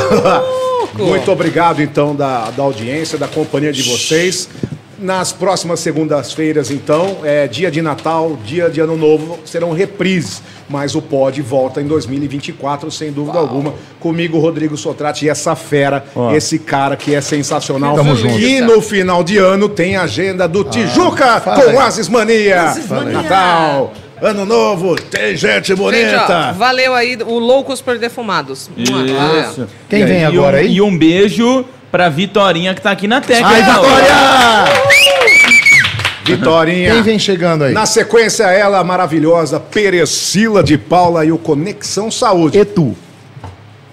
Speaker 4: Louco.
Speaker 2: Muito obrigado, então, da, da audiência, da companhia de vocês. Nas próximas segundas-feiras, então, é dia de Natal, dia de Ano Novo, serão reprises. Mas o Pod volta em 2024, sem dúvida alguma. Comigo, Rodrigo Sotrate, e essa fera, esse cara que é sensacional.
Speaker 3: Tamo junto. Ah,
Speaker 2: E no final de ano tem a agenda do Tijuca
Speaker 3: fala aí.
Speaker 2: com Asis Mania.
Speaker 4: Asis Mania.
Speaker 2: Natal, Ano Novo, tem gente
Speaker 4: Gente,
Speaker 2: bonita.
Speaker 4: ó, valeu aí o Loucos por Defumados. Mua.
Speaker 5: Isso.
Speaker 3: Quem
Speaker 5: E
Speaker 3: vem
Speaker 5: e
Speaker 3: agora
Speaker 5: um-
Speaker 3: aí?
Speaker 5: E um beijo pra Vitorinha que tá aqui na técnica.
Speaker 3: Ai, Vitória!
Speaker 2: Vitorinha.
Speaker 3: Quem vem chegando aí?
Speaker 2: Na sequência, ela maravilhosa, Perecila de Paula e o Conexão Saúde.
Speaker 3: E tu?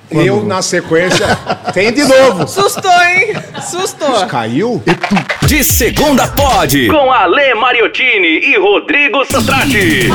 Speaker 2: Eu, na sequência, tem de novo.
Speaker 4: Sustou, hein? Sustou.
Speaker 2: Caiu?
Speaker 7: De segunda pode.
Speaker 8: Com Ale Mariottini e Rodrigo Santrati.